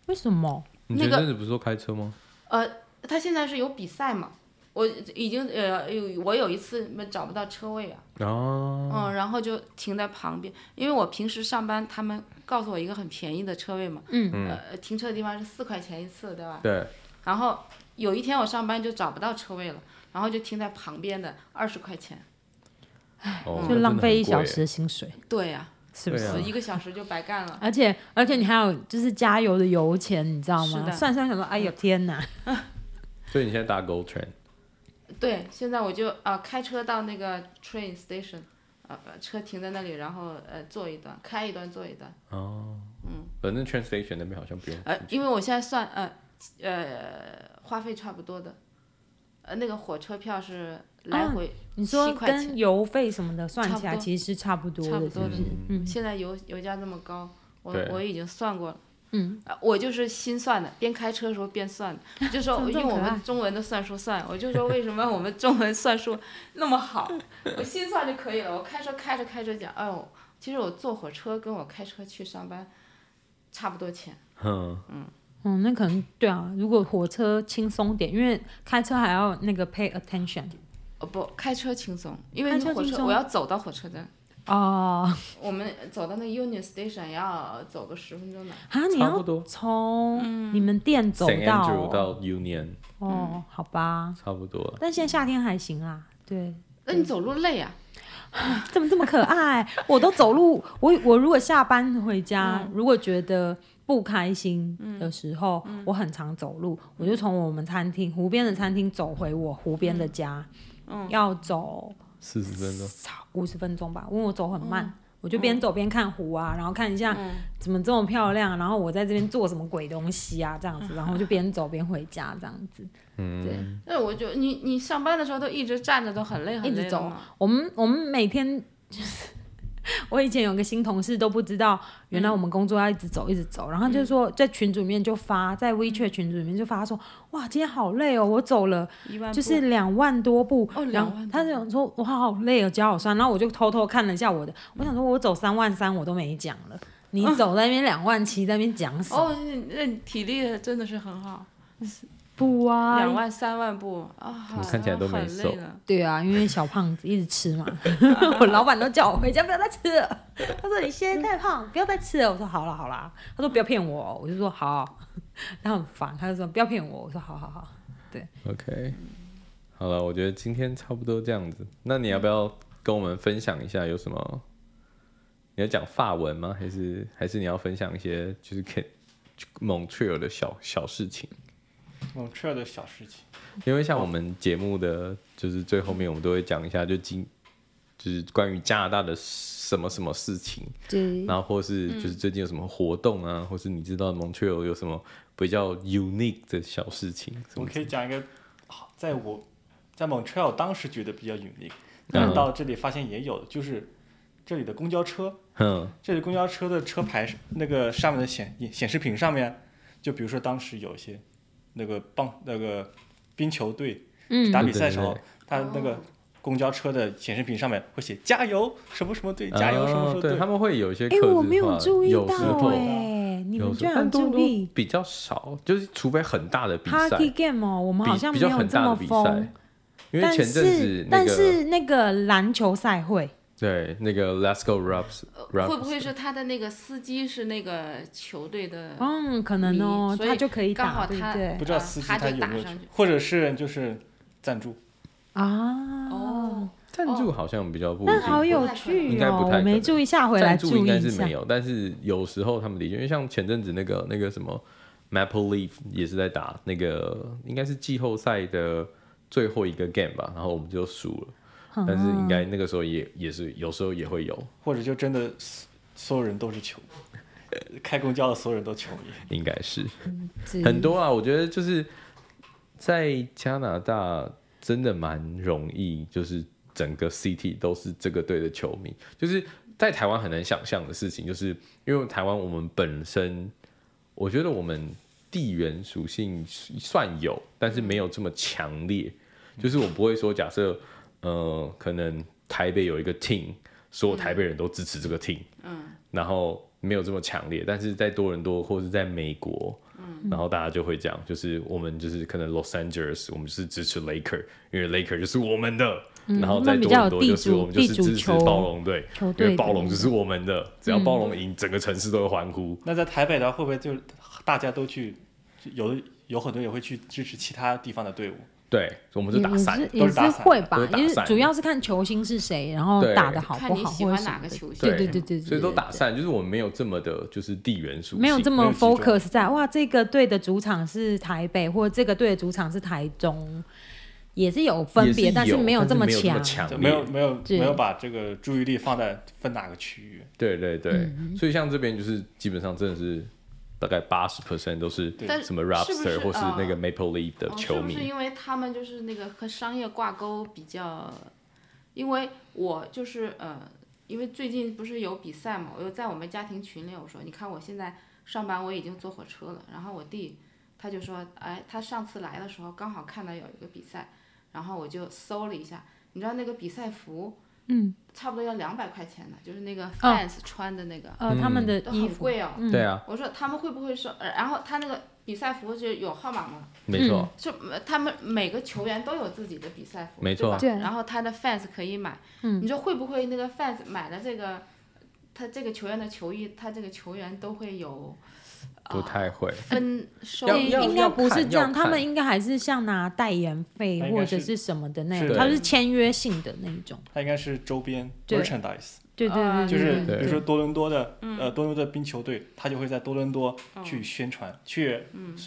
S2: 为什么？
S1: 你
S3: 那
S1: 前
S3: 个
S1: 阵子不是说开车吗？
S3: 呃，他现在是有比赛嘛？我已经呃，有我有一次没找不到车位啊，
S1: 哦，
S3: 嗯，然后就停在旁边，因为我平时上班，他们告诉我一个很便宜的车位嘛，
S2: 嗯
S3: 呃，停车的地方是四块钱一次，对吧？
S1: 对，
S3: 然后有一天我上班就找不到车位了，然后就停在旁边的二十块钱，
S1: 哦
S2: 就浪费一
S1: 那
S2: 小。
S1: 真的很贵
S2: 时的薪水，
S3: 对呀、
S2: 是不
S1: 对啊
S2: 是？
S3: 死一个小时就白干了。
S2: 而且而且你还有就是加油的油钱，你知道
S3: 是
S2: 吗？
S3: 的
S2: 算算想说，哎呦天哪，
S1: 所以你现在搭 Go Train，
S3: 对，现在我就啊、呃开车到那个 train station，呃，把车停在那里，然后呃坐一段，开一段坐一段。
S1: 哦，
S3: 嗯，
S1: 反正 translation 那边好像不用。
S3: 呃，因为我现在算呃呃花费差不多的，呃那个火车票是来
S2: 啊
S3: 回
S2: 你
S3: 7
S2: 说
S3: 块钱
S2: 跟油费什么的算起
S3: 差
S2: 来，
S3: 不多
S2: 其实是差不多
S3: 差不
S2: 的。
S3: 多的。
S2: 嗯
S3: 现在油油价这么高，我
S1: 对
S3: 我已经算过了。
S2: 嗯
S3: 啊，我就是心算的，边开车的时候边算的，就说
S2: 怎么
S3: 用
S2: 这么
S3: 我
S2: 可爱
S3: 们中文的算术算，我就说为什么我们中文算术那么好，我心算就可以了。我开车开着开着讲，哎呦，其实我坐火车跟我开车去上班差不多钱。
S1: 嗯，
S2: 嗯，那可能对啊。如果火车轻松点，因为开车还要那个 pay attention
S3: 哦不，开车轻松，因为
S2: 开车
S3: 火
S2: 轻
S3: 车
S2: 松
S3: 我要走到火车站，
S2: 哦。
S3: 我们走到那个 Union Station 要走个十分钟呢。
S2: 啊，你
S1: 差不
S2: 要
S1: 多
S3: 嗯
S2: 从你们店走
S1: St.
S2: 到
S1: Andrew 到 Union
S2: 哦，好吧。
S1: 差不多了。
S2: 但现在夏天还行啊，对。
S3: 那你走路累啊？
S2: 怎么这么可爱？我都走路， <laughs> 我我如果下班回家，如果觉得不开心的时候，我很常走路，我就从我们餐厅湖边的餐厅走回我湖边的家，要走
S1: 四十分钟，
S2: 五十分钟吧，因为我走很慢。我就边走边看湖啊，然后看一下怎么这么漂亮，然后我在这边做什么鬼东西啊，这样子，然后就边走边回家这样子。
S3: 那我就你你上班的时候都一直站着，都很累很
S2: 一直
S3: 累
S2: 走
S3: 了嘛。
S2: 我们我们每天 <laughs> 就是，我以前有个新同事都不知道，原来
S3: 嗯
S2: 我们工作要一直走一直走，然后就说在群组里面就发，
S3: 嗯
S2: 在 WeChat 群组里面就发说，哇，今天好累哦，我走了
S3: 一万步
S2: 就是两万多步，
S3: 哦
S2: 然后
S3: 2万多
S2: 他就想说哇好累哦，脚好酸，然后我就偷偷看了一下我的，我想说我走三万三我都没讲了，你走在那边两万七在那边讲什么？
S3: 嗯哦，那那你体力真的是很好，
S2: 不啊，
S3: 两万三万步啊，
S1: 怎么看起来都没
S3: 很累
S1: 瘦
S3: 了。
S2: 对啊，因为小胖子一直吃嘛， <laughs> 我老板都叫我回家不要再吃了。他说你现在太胖，不要再吃了。我说好啦好啦。他说不要骗我，我就说好。他很烦，他就说不要骗我。我说好好好。
S1: OK，好了，我觉得今天差不多这样子。那你要不要跟我们分享一下有什么？你要讲法文吗？还是还是你要分享一些就是 K 蒙特尔的小小事情？
S4: 蒙特尔的小事情。
S1: 因为像我们节目的就是最后面我们都会讲一下，就今就是关于加拿大的什么什么事情，
S2: 对，
S1: 然后或是就是最近有什么活动啊，或是你知道蒙特尔有什么比较 unique 的小事情什
S4: 我
S1: 么？
S4: 可以讲一个，好，在我在 Montreal 当时觉得比较 unique，但
S3: 嗯
S4: 是到这里发现也有，就是这里的公交车，
S1: 嗯
S4: 这里公交车的车牌是那个上面的显显示屏上面，就比如说当时有一些那个棒那个冰球队
S2: 嗯
S4: 打比赛的时候，
S1: 对
S4: 他那个公交车的显示屏上面会写加油什么什么队，加油什么什
S1: 哦
S4: 么队
S1: 对，，他们会有一些
S2: 哎、
S1: 客制
S2: 我没有
S1: 化
S2: 注意
S1: 有时
S2: 到
S1: 候
S2: 哎、你
S1: 有
S2: 们
S1: 时
S2: 居
S1: 候
S2: 然
S1: 但
S2: 有
S1: 都
S2: 注
S1: 都
S2: 意
S1: 比较少，就是除非很大的比赛，
S2: Party Game 哦，我们好
S1: 比
S2: 像
S1: 比
S2: 没
S1: 较
S2: 有
S1: 很
S2: 这
S1: 大的
S2: 么
S1: 比
S2: 疯
S1: 赛。。因为
S2: 但
S1: 前阵
S2: 是
S1: 子那
S2: 但
S1: 个
S2: 是那个篮球赛会，
S1: 对那个 Let's Go Raps
S3: 呃
S1: Raps，
S3: 会不会是他的那个司机是那个球队的？
S2: 嗯，可能哦，
S3: 所以
S2: 他就可以
S3: 刚
S2: 打，
S3: 好
S2: 对不
S3: 他
S2: 对？
S4: 不知道
S3: 啊
S4: 司机
S3: 他就
S4: 有没有
S3: 打上去，
S4: 或者是就是赞助。
S2: 啊，
S3: 哦，
S1: 赞助好像比较不一定
S2: 那好有
S1: 应
S2: 趣
S1: 该不太，
S2: 哦
S1: 可
S2: 我没注意，下回来
S1: 赞助应
S2: 注意
S1: 该
S2: 一
S1: 是
S2: 下
S1: 没。有，但是有时候他们的确，因为像前阵子那个那个什么 Maple Leaf 也是在打那个，应该是季后赛的最后一个 game 吧，然后我们就输了。但是
S2: 哦嗯
S1: 应该那个时候也也是有时候也会有，
S4: 或者就真的所所有人都是球 <laughs> 迷，呃开公交的所有人都球迷。
S1: 应该是
S2: 是
S1: 很多啊。我觉得就是在加拿大真的蛮容易，就是整个 CT 都是这个队的球迷，就是在台湾很难想象的事情，就是因为台湾我们本身，我觉得我们地缘属性算有，但是没有这么强烈。就是我不会说，假设呃，可能台北有一个 team，所有台北人都支持这个 team，
S3: 嗯，
S1: 然后没有这么强烈，但是在多伦多或是在美国，嗯，然后大家就会讲，就是我们就是可能 Los Angeles，我们就是支持 Laker，因为 Laker 就是我们的，然后在
S2: 嗯那比
S1: 多
S2: 较
S1: 伦
S2: 有
S1: 多
S2: 地
S1: 就是
S2: 主
S1: 我们就是
S2: 地主
S1: 支持
S2: 球
S1: 暴龙队，
S2: 球
S1: 因
S2: 队嗯
S1: 为暴龙就是我们的，只要暴龙赢，整个城市都会欢呼。
S4: 那在台北的话，会不会就是大家都去，有的有很多也会去支持其他地方的队伍？
S1: 对，我们就
S2: 也
S1: 打
S2: 也
S1: 散，
S2: 是
S4: 都
S2: 也
S4: 是打散
S2: 会吧
S1: 都是，打
S2: 因为
S1: 散
S2: 主要是看球星是谁，然后
S1: 对
S2: 打的好不
S3: 看你
S2: 好，
S3: 喜
S2: 或者
S3: 欢
S2: 什
S3: 哪
S2: 么
S3: 个
S2: 的。
S3: 球星。
S2: 对对对对，
S1: 所以都
S2: 对
S1: 打
S2: 对
S1: 散，就是我们没有这么的，就是地缘属性，
S2: 没有这么
S4: 没有集中
S2: focus 在哇，这个队的主场是台北，或者这个队的主场是台中，也是有分别，
S1: 也
S2: 但
S1: 是有
S2: 没有
S1: 但
S2: 这么
S1: 没有这么
S4: 就
S1: 强
S4: 没有
S1: 烈
S4: 没有
S2: 对
S4: 没有把这个注意力放在分哪个区域？
S2: 嗯
S1: 对对对，所以像这边就是基本上真的是大概八十 percent 都是
S4: 对
S3: 但是
S1: 什么
S3: 是不
S1: Rapster
S3: 是
S1: 或是
S2: 呃
S1: 那个
S3: 哦
S1: Maple Leaf 的
S3: 哦
S1: 球
S3: 是不是
S1: 迷，
S3: 因为他们就是那个和商业挂钩比较？因为我就是呃，因为最近不是有比赛嘛，我又在我们家庭群里我说，你看我现在上班我已经坐火车了，然后我弟他就说，哎，他上次来的时候刚好看到有一个比赛，然后我就搜了一下，你知道那个比赛服，嗯，差不多要两百块钱呢，就是那个 fans 穿的那个，
S2: 哦呃，他们的
S3: 都
S2: 衣
S3: 很
S2: 服，嗯
S3: 贵哦。
S1: 对啊，
S3: 我说他们会不会说，呃然后他那个比赛服就有号码吗？
S1: 没错，
S3: 就呃他们每个球员都有自己的比赛服，
S1: 没错
S3: 吧
S2: 对
S3: 然后他的 fans 可以买，你说会不会那个 fans 买了这个，他这个球员的球衣，他这个球员都会有
S1: 不太会。
S3: 分收
S1: 要
S2: 对，
S1: 要
S2: 嗯呃应该不是这
S1: 要看
S2: 样，他
S1: 要看
S2: 们应该还是像拿代言费
S4: 他应该
S2: 或者
S4: 是
S2: 是什么的那
S4: 是
S2: 种，
S1: 的
S2: 他们是签约性的那一种。
S4: 它应该是周边
S2: 对
S4: merchandise，
S2: 对对
S3: 啊
S2: 对，
S4: 就
S2: 对
S4: 是
S2: 对
S4: 比如说多伦多的
S3: 嗯
S4: 呃多伦多的冰球队，他就会在多伦多去宣传，去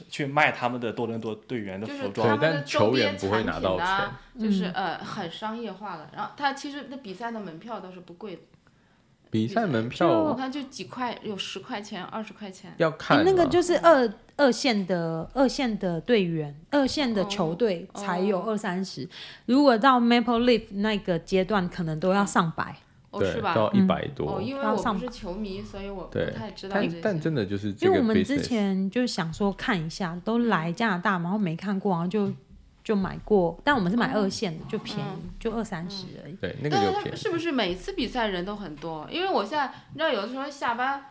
S4: 去卖他们的多伦多队员的
S3: 嗯就
S4: 服
S3: 是
S4: 装
S3: 他
S1: 对，
S3: 们的
S1: 但
S3: 周
S1: 球
S3: 边
S1: 员不会
S3: 产
S1: 拿
S3: 品
S1: 到钱
S3: 啊，就是呃很商业化了。然后他其实那比赛的门票倒是不贵的，
S1: 比赛门
S3: 我
S1: 票
S3: 看就几块，有十块钱、二十块钱。
S1: 要
S2: 诶
S1: 看
S2: 哎那个
S1: 嘛
S2: 就是二二线的二线的队员，二线的球队才有二三十，如果到 Maple Leaf 那个阶段，可能都要上百。
S3: 哦，
S1: 对
S3: 是吧？
S2: 嗯
S1: 到一百
S3: 哦，
S1: 多，
S3: 因为
S2: 要
S3: 我
S2: 上
S3: 不是球迷，所以我不
S1: 对
S3: 太知道这
S1: 但
S3: 些。
S1: 但真的就是这
S2: 因
S1: 个
S2: 为我们之
S1: business
S2: 前就想说看一下，都来加拿大嘛，然后没看过，然后就就买过，但我们是买二线的，就便宜，就二三十而已。
S1: 对那个
S3: 但是
S1: 就
S3: 他
S1: 便
S3: 们
S1: 宜，
S3: 是不是每次比赛人都很多？因为我现在你知道，有的时候下班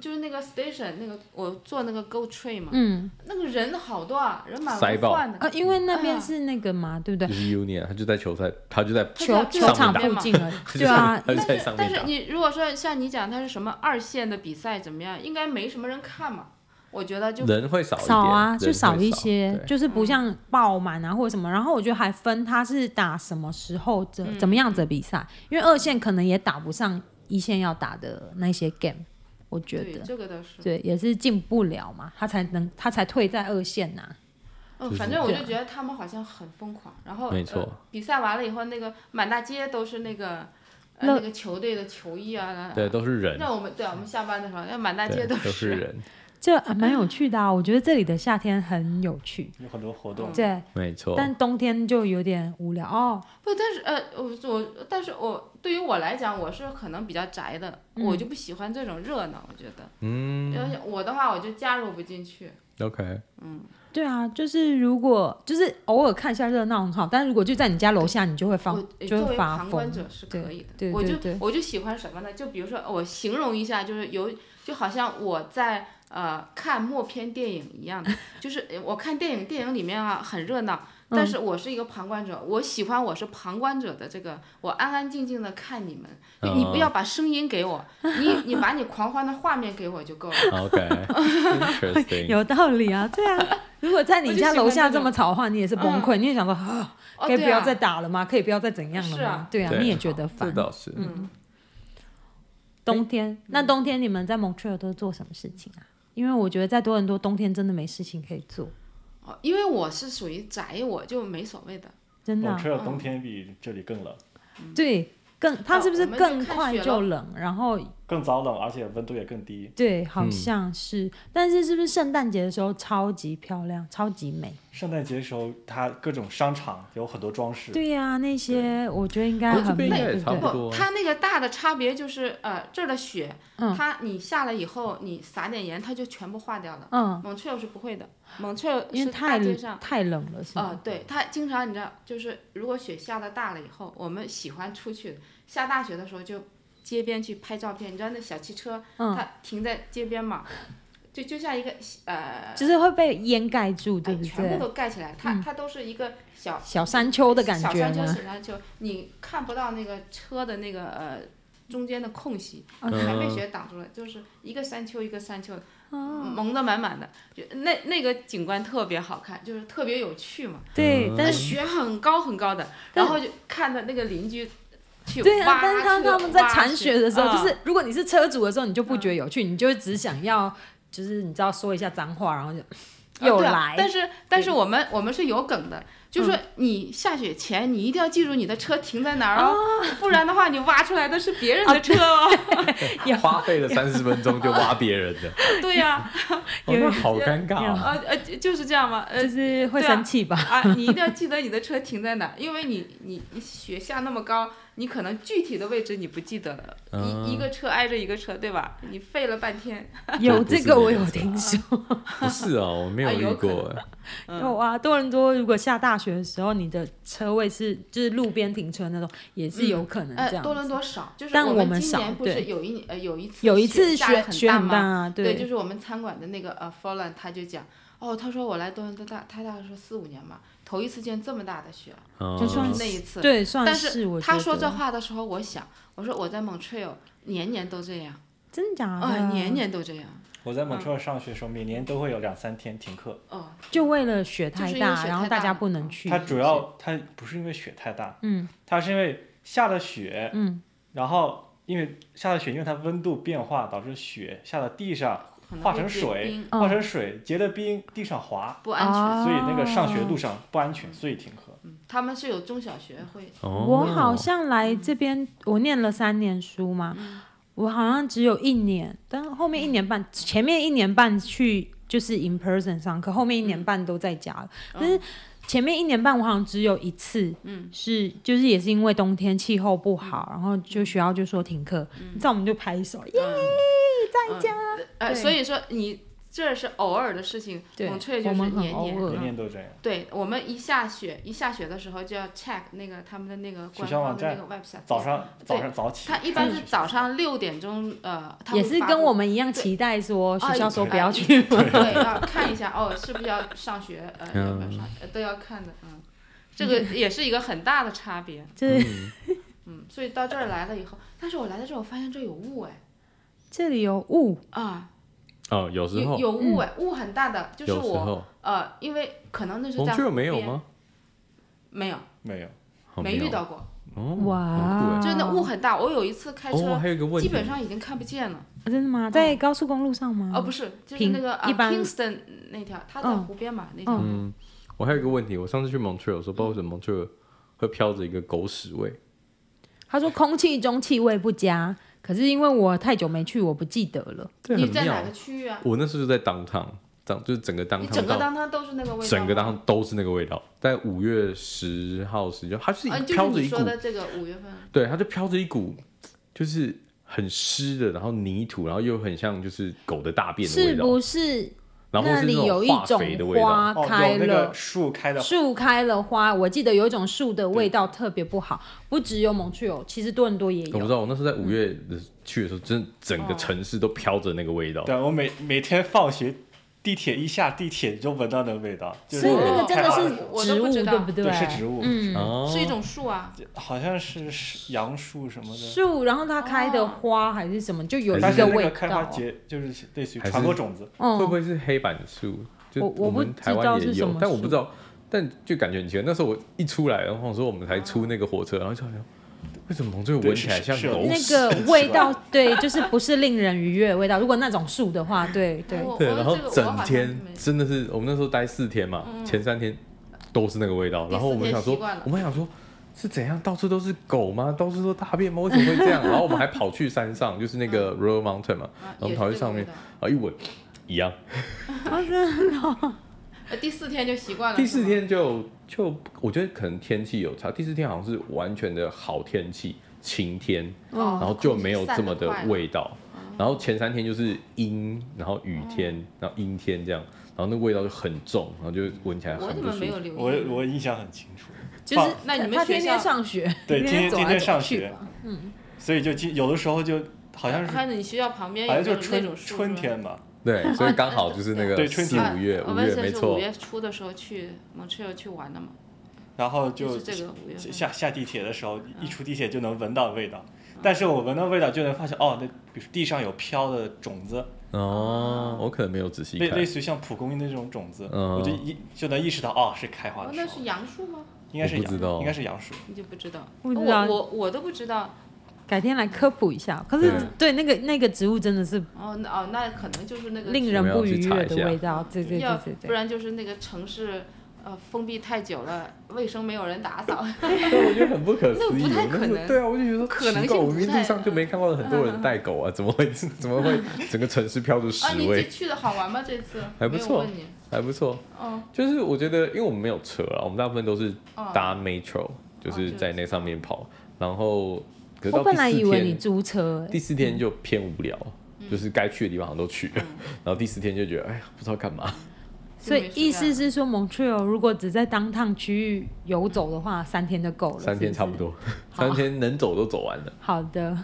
S3: 就是那个 station 那个我坐那个 Go Train 嘛，
S2: 嗯，
S3: 那个人好多啊，人满
S1: 塞
S3: 为
S1: 爆
S3: 患的。
S2: 啊，因为那
S3: 啊
S2: 边是那个嘛，对不对
S1: 就？是 Union，他就在球赛，他就在
S3: 它
S2: 球
S3: 就
S2: 球
S1: 上
S2: 场
S1: 面
S2: 附
S3: 打
S1: <laughs>
S2: 近而已。对啊，
S1: 他就在上
S3: 但
S1: 面
S3: 是
S1: 打，
S3: 你如果说像你讲他是什么二线的比赛怎么样，应该没什么人看嘛。我觉得就
S1: 人会少一点，
S2: 少啊，
S1: 人
S2: 就
S1: 会
S2: 少
S1: 少
S2: 一些，
S1: 对
S2: 就是不像爆满啊或者什么。然后我觉得还分他是打什么时候的、怎么样子的比赛，因为二线可能也打不上一线要打的那些 game，我觉
S3: 对
S2: 得
S3: 这个倒是，
S2: 对也是进不了嘛，他才能他才退在二线呐、
S3: 嗯，反正我就觉得他们好像很疯狂。然后
S1: 没
S3: 呃
S1: 错
S3: 比赛完了以后，那个满大街都是那个呃
S2: 乐
S3: 那个球队的球衣啊，
S1: 对，都是人，
S3: 让我们对啊，我们下班的时候，那满大街
S1: 对，
S3: 都
S1: 都是人，
S2: 这啊蛮 <clears throat> 有趣的啊。我觉得这里的夏天很有趣，
S4: 有很多活
S3: 嗯
S4: 动。
S2: 对，
S1: 没错，
S2: 但冬天就有点无聊哦。
S3: 不，但是呃，我我，但是我对于我来讲，我是可能比较宅的，我就不喜欢这种热闹，我觉得，
S1: 嗯
S3: 要是我的话，我就加入不进去。 <laughs>
S1: ，OK，
S2: 对啊，就是如果就是偶尔看一下热闹很好，但如果就在你家楼下，你就会发
S3: 我呃
S2: 就
S3: 作为
S2: 会发疯
S3: 旁观。者是
S2: 对
S3: 可以的，
S2: 对
S3: 我
S2: 对
S3: 就
S2: 对
S3: 我就喜欢什么呢？就比如说，我形容一下，就是有，就好像我在呃看默片电影一样的，就是呃我看电影，电影里面啊很热闹。但
S2: 嗯
S3: 是我是一个旁观者，我喜欢我是旁观者的这个，我安安静静的看你们，你你不要把声音给我，你你把你狂欢的画面给我就
S2: <laughs>
S3: 够了。 <laughs>
S1: OK，interesting，
S2: 有道理啊，对啊。如果在你家楼下这么吵的话，你也是崩溃，你也想说啊，
S3: 哦，
S2: 可以
S3: 对
S2: 不要再打了吗？可以不要再怎样了
S3: 是
S2: 吗
S3: 啊？
S2: 对啊，
S1: 对
S2: 你也觉得
S1: 这
S2: 烦。
S1: 倒是，
S3: 嗯
S2: 冬天，那冬天你们在蒙特利尔都做什么事情啊？因为我觉得在多伦多冬天真的没事情可以做，
S3: 啊，哦因为我是属于宅，我就没所谓的。
S2: 真的
S4: 蒙
S2: 啊、
S4: 特利尔冬天比哦这里更冷，
S2: 对，更它是不是
S3: 我们就
S2: 更
S3: 看
S2: 快
S3: 雪
S2: 就
S3: 了
S2: 冷？然后
S4: 更早冷，而且温度也更低。
S2: 对，好像是，但是是不是圣诞节的时候超级漂亮，超级美？
S4: 圣诞节的时候，它各种商场有很多装饰，
S2: 对呀、那些我觉得应该
S1: 哦这
S2: 很美，
S1: 边应该也
S2: 对不
S1: 差
S2: 对
S1: 不？多
S3: 不，它那个大的差别就是，呃，这儿的雪，
S2: 嗯
S3: 它你下了以后，你撒点盐，它就全部化掉了。
S2: 嗯，
S3: 蒙特利尔是不会的，蒙特利尔
S2: 因
S3: 是
S2: 为
S3: 大
S2: 太
S3: 街上。
S2: 太冷了，是吗？
S3: 啊、对，它经常你知道，就是如果雪下的大了以后，我们喜欢出去，下大雪的时候就街边去拍照片。你知道那小汽车，
S2: 嗯
S3: 它停在街边嘛，就就像一个呃，
S2: 就是会被掩盖住，对嗯
S3: 哎
S2: 不
S3: 全部
S2: 对？
S3: 都盖起来，它、它都是一个小
S2: 小山丘的感
S3: 小
S2: 觉
S3: 山丘、
S2: 吗？
S3: 小山丘，你看不到那个车的那个呃中间的空隙，
S2: 哦
S1: 嗯
S3: 全被雪挡住了，就是一个山丘一个山丘，
S2: 哦
S3: 蒙得满满的，就那那个景观特别好看，就是特别有趣嘛。
S2: 对，
S3: 那
S2: 但是
S3: 雪很高很高的，
S2: 但
S3: 然后就看到那个邻居去
S2: 对啊
S3: 挖，
S2: 但是当
S3: 去
S2: 他们在
S3: 挖
S2: 铲雪的时候，
S3: 啊
S2: 就是如果你是车主的时候，你就不觉得有趣，
S3: 嗯
S2: 你就只想要就是你知道说一下脏话，然后就
S3: 啊
S2: 又
S3: 对啊
S2: 来，嗯
S3: 但是但是我们我们是有梗的，就是说你下雪前你一定要记住你的车停在哪儿哦， <laughs> 不然的话你挖出来的是别人的车哦。
S1: 花费了三十分钟就挖别人
S3: <laughs>
S1: 的，
S3: 对呀、
S1: 哦那好尴尬
S3: 啊，
S1: 啊！
S3: 呃呃，就就是这样嘛，呃
S2: 就是会
S3: 对啊
S2: 生气吧？
S3: 啊，你一定要记得你的车停在哪儿，因为你你你雪下那么高，你可能具体的位置你不记得了，
S1: 啊
S3: 一一个车挨着一个车，对吧？你费了半天，
S2: <laughs> 有
S1: 不是
S2: 这个我
S1: 那个
S2: 有
S1: 是
S2: 听说。
S1: 不是啊，我没有
S3: 啊
S1: 遇
S3: 有可
S1: 过哎，
S3: 嗯
S2: 有啊，多伦多如果下大雪的时候，你的车位是就是路边停车那种，也是有可能这
S3: 呃，
S2: 样。
S3: 多伦多少，就是
S2: 但我们
S3: 们今
S2: 少
S3: 年不是
S2: 对
S3: 有一呃有一次
S2: 有一次
S3: 下
S2: 雪
S3: 得
S2: 雪
S3: 大
S2: 很大
S3: 吗？
S2: 啊，
S3: 对，就是是我们餐馆的那个呃 f o l a n 他就讲，哦，他说我来多伦多大，他大概说四五年吧，头一次见这么大的雪，
S1: 啊
S2: 就
S3: 就
S2: 算
S3: 是那一次。
S2: 哦对，算
S3: 但
S2: 我
S3: 他
S2: 觉
S3: 说这
S2: 得
S3: 话的时候，我想，我说我在 Montreal 年年都这样，
S2: 真假
S3: 啊、
S2: 的，
S3: 年年都这样，
S4: 我在蒙特尔上学的时候，每年都会有两三天停课。
S3: 哦，
S2: 就为了雪
S3: 就是
S2: 太
S3: 因为
S2: 大，
S3: 雪
S2: 然后
S3: 太
S2: 大
S3: 大
S2: 家
S3: 了
S2: 不能
S3: 嗯
S2: 去。
S4: 它主要它不是因为雪太大，
S2: 嗯
S4: 它是因为下了雪，
S2: 嗯，
S4: 然后因为下了雪，因为它温度变化导致雪下到地上
S3: 可能
S4: 化
S3: 会
S4: 成
S3: 结
S4: 水
S3: 冰
S2: 嗯
S4: 化成水，结了冰，地上滑，
S3: 不安全。
S2: 啊
S4: 所以那个上学路上不安全，所以停课。
S3: 嗯，他们是有中小学会，
S1: 哦
S2: 我好像来这边，我念了三年书嘛，
S3: 嗯
S2: 我好像只有一年，但后面一年半，前面一年半去就是 in person 上课，后面一年半都在家了。但是前面一年半我好像只有一次，
S3: 嗯
S2: 是就是也是因为冬天气候不好，然后就学校就说停课，
S3: 嗯
S2: 你知道我们就拍手，耶，
S3: 在家，嗯呃，所以说你这是偶尔的事情，
S2: 对
S3: 蒙特利
S2: 我
S3: 尔就
S2: 们
S3: 是
S2: 很
S3: 年
S2: 偶
S3: 年
S2: 尔。
S4: 年年都这样。
S3: 对我们一下雪，一下雪的时候就要 check 那个他们的那个
S4: 学
S3: 官
S4: 校
S3: 方
S4: 网
S3: 的那
S4: 站
S3: 个 website。
S4: 早上
S3: 对
S4: 早上早起，
S3: 他一般是早上六点钟，呃，他
S2: 也
S3: 会
S2: 是
S3: 发
S2: 跟
S3: 布
S2: 我们一样期待说
S3: 对
S2: 学校
S3: 啊
S2: 说
S3: 对
S2: 不要去吗？ <laughs>
S3: 对，要看一下哦，是不是要上学，呃，
S1: 嗯
S3: 要不要上，呃都要看的，嗯，这个也是一个很大的
S2: <laughs>
S3: 差别，
S2: 这
S3: 嗯，所以到这儿来了以后，但是我来到这儿，我发现这有雾哎，
S2: 这里有雾，
S3: 啊，
S1: 哦，有时
S3: 有
S1: 候
S3: 有雾哎，
S2: 嗯
S3: 雾很大的，就是
S1: 有时
S3: 我
S1: 候，
S3: 呃，因为可能那是
S1: 蒙
S3: 在
S1: 特尔没
S3: 湖
S1: 有
S3: 边？
S1: 吗？哦
S3: 没有，
S4: 没有，
S1: 好
S3: 没遇到过，
S1: 哦，很酷
S2: 哇，
S1: 哎
S3: 就是那雾很大，我有一次开
S1: 哦，
S3: 车，
S1: 还有一个问
S3: 基
S1: 题，
S3: 本上已经看不见了，
S2: 啊真的吗？在高速公路上吗？
S3: 哦，不是，就是
S2: 平
S3: 那个啊
S2: 一般
S3: ，Kingston 那条，它在
S2: 嗯
S3: 湖边嘛，那条，
S1: 嗯，我还有一个问题，我上次去蒙特尔的时候，不知道为什
S3: 嗯
S1: 么蒙特尔会飘着一个狗屎味，
S2: 他说空气中气味不佳，可是因为我太久没去，我不记得了。
S1: 这
S3: 你
S1: 很
S3: 在哪
S1: 妙
S3: 个。区域啊？
S1: 我那时候就在当趟，当就是整个当
S3: 你
S1: 趟
S3: 整个
S1: 到
S3: 当它都是那个味道，
S1: 整个当趟都是那个味道，在五月十号时就它是一
S3: 啊，
S1: 个
S3: 就是
S1: 飘着
S3: 你
S1: 一股
S3: 说的这个五月份，
S1: 对，它就飘着一股，就是很湿的，然后泥土，然后又很像就是狗的大便的味
S2: 是
S1: 道，
S2: 不是
S1: 然后
S2: 那
S1: 是
S2: 里
S1: 种
S2: 有一
S1: 化
S2: 种
S1: 肥的味道。
S2: 花
S4: 哦，
S2: 开
S4: 有那
S2: 了
S4: 个？树开的，
S2: 树开了花，我记得有一种树的味道特别不好，不只有蒙去哦，其实多伦多也
S1: 我不知
S2: 有。哦
S1: 道，我那时候在五月的去的时候，真的整个城市都飘着那个味道。
S4: 对我每每天放学，地铁一下地铁就闻到那个味道，就是
S2: 所以那个
S4: 太
S2: 真的
S4: 好
S2: 是
S4: 了
S3: 我
S2: 植
S3: 都
S2: 物，
S3: 不知道
S2: 对不对？
S4: 对是植物
S2: 嗯，
S1: 哦，
S3: 是一种树啊，
S4: 好像是杨树什么的，
S2: 树，然后它开的花还是什么，就有一
S1: 还
S4: 但是那
S2: 味
S4: 个开花
S2: 道。
S4: 结就是类似于
S1: 还是
S4: 传播种子，
S1: 会不
S2: 嗯，
S1: 会是黑板树？就
S2: 我我不
S1: 们台
S2: 知道
S1: 湾也
S2: 是什
S1: 有
S2: 么，
S1: 但我不
S2: 树
S1: 知道，但就感觉很奇怪。那时候我一出来，然后说我们才出那个火车，然后就好像为什么从这个
S4: 对
S1: 闻
S4: 是
S1: 起来像
S4: 是有
S1: 狗
S4: 那
S2: 那
S1: 屎？
S2: 个味道，对，就是不是令人愉悦的味道。如果那种树的话，对对。
S3: 我我
S1: 对，
S3: 这
S1: 然后
S3: 个我
S1: 整
S3: 好像
S1: 天
S3: 没嗯
S1: 真的是，我们那时候待四天嘛，前三天都是那个味道，
S3: 第
S1: 然后我
S3: 四
S1: 们
S3: 天
S1: 想
S3: 习
S1: 说
S3: 惯了，
S1: 我们想说是怎样，到处都是狗吗？到处都大便吗？为什么会这
S3: <laughs>
S1: 样？然后我们还跑去山上，就是那个 Royal Mountain 嘛，
S3: 啊
S1: 然后
S3: 也
S1: 跑
S3: 是
S1: 去
S3: 这个
S1: 上
S3: 味
S1: 面
S3: 道
S1: 啊一闻一样，
S3: 呃，第四天就习惯了。
S1: 第四
S3: 是吗，
S1: 天就就我觉得可能天气有差，第四天好像是完全的好天气，晴天，
S3: 哦
S1: 然
S2: 嗯
S1: 后就没有这么的。味道。然后前三天就是阴，然后雨
S3: 哦
S1: 天，然后阴天这样，然后那味道就很重，然后就闻起来
S3: 我
S1: 很
S3: 怎
S1: 不
S3: 么
S1: 舒
S3: 没
S1: 服
S3: 有。留意？
S4: 我我印象很清楚。
S2: 就是
S4: 放
S3: 那你们
S2: 他
S3: 学
S2: 天天
S3: 校
S2: 上 <laughs> 学，
S4: 对天天
S2: 走
S4: 天
S2: 来
S4: 天
S2: 走
S4: 上
S2: 去
S4: 学
S2: 吧，
S3: 嗯
S4: 所以就经有的时候就好像是
S3: 看着你学校旁边有
S4: 好像
S3: 没有
S4: 就是
S3: 那
S4: 春
S3: 种树
S4: 春天吧，
S3: <laughs>
S1: 对，所以刚好就是那个
S4: 对春
S1: 四
S4: 天
S3: 啊
S1: 五月
S3: 我
S1: 五
S3: 们
S1: 月
S3: 现在
S1: 没
S3: 是五
S1: 错，
S3: 月初的时候去蒙特利尔去玩的嘛，
S4: 然后
S3: 就
S4: 哦就是
S3: 这个嗯五月份。
S4: 下下地铁的时候，一出地铁就能闻到味道。
S3: 嗯
S4: 但是我闻到味道就能发现，哦，那比如地上有飘的种子，
S1: 哦，我可能没有仔细
S4: 类类
S1: 看，
S4: 似于像蒲公英的那种种子，
S1: 嗯
S4: 我就一就能意识到，哦，是开花
S3: 哦
S4: 的，时
S3: 那
S4: 候，
S3: 是杨树吗？
S4: 应该是
S1: 我不知道
S4: 杨，应该是杨树。
S3: 你就不知道，哦
S2: 不知道
S3: 我我我都不知道。
S2: 改天来科普一下。可是对那个那个植物真的是
S3: 哦，那哦，那可能就是那个
S2: 令人不愉悦的味道，对对
S3: 要
S2: 对对
S3: 不
S2: 对。
S3: 然就是那个城市。呃封闭太久了，卫生没有人打
S1: <laughs>
S3: 扫，啊
S1: 对，我觉得很不可思议。
S3: 那不太
S1: 我那
S3: 可
S1: 时候
S3: 能
S1: 对啊，我就觉得
S3: 可能
S1: 奇怪
S3: 性
S1: 我
S3: 不
S1: 明明
S3: 太
S1: 路上就没看到很多人带
S3: <laughs>
S1: 狗啊，怎么会 <laughs> 怎么会整个城市飘着
S3: 啊，
S1: 屎
S3: 你
S1: 味
S3: 这？去的好玩吗？这次
S1: 还不
S3: 没有
S1: 错
S3: 问你，
S1: 还不错，
S3: 哦
S1: 就是我觉得，因为我们没有车啊，我们大部分都是
S3: 哦，
S1: 搭 metro，就是在那上面跑。然后，可是
S2: 我
S1: 到
S2: 本
S1: 第
S2: 来以
S1: 四
S2: 为你
S1: 天，
S2: 租车、
S3: 嗯
S2: 欸，
S1: 第四天就偏无聊，就是该去的地方好像都去了。
S3: 嗯
S1: 然后第四天就觉得，哎呀，不知道干嘛。
S2: 所以意思
S3: 是。
S2: 是说，Montreal 如果只在当趟区域游走的话，三天就够了，
S1: 三天
S2: 是
S1: 差
S2: 不
S1: 不
S2: 是。
S1: 多，三天能走都走完了。
S2: 好的，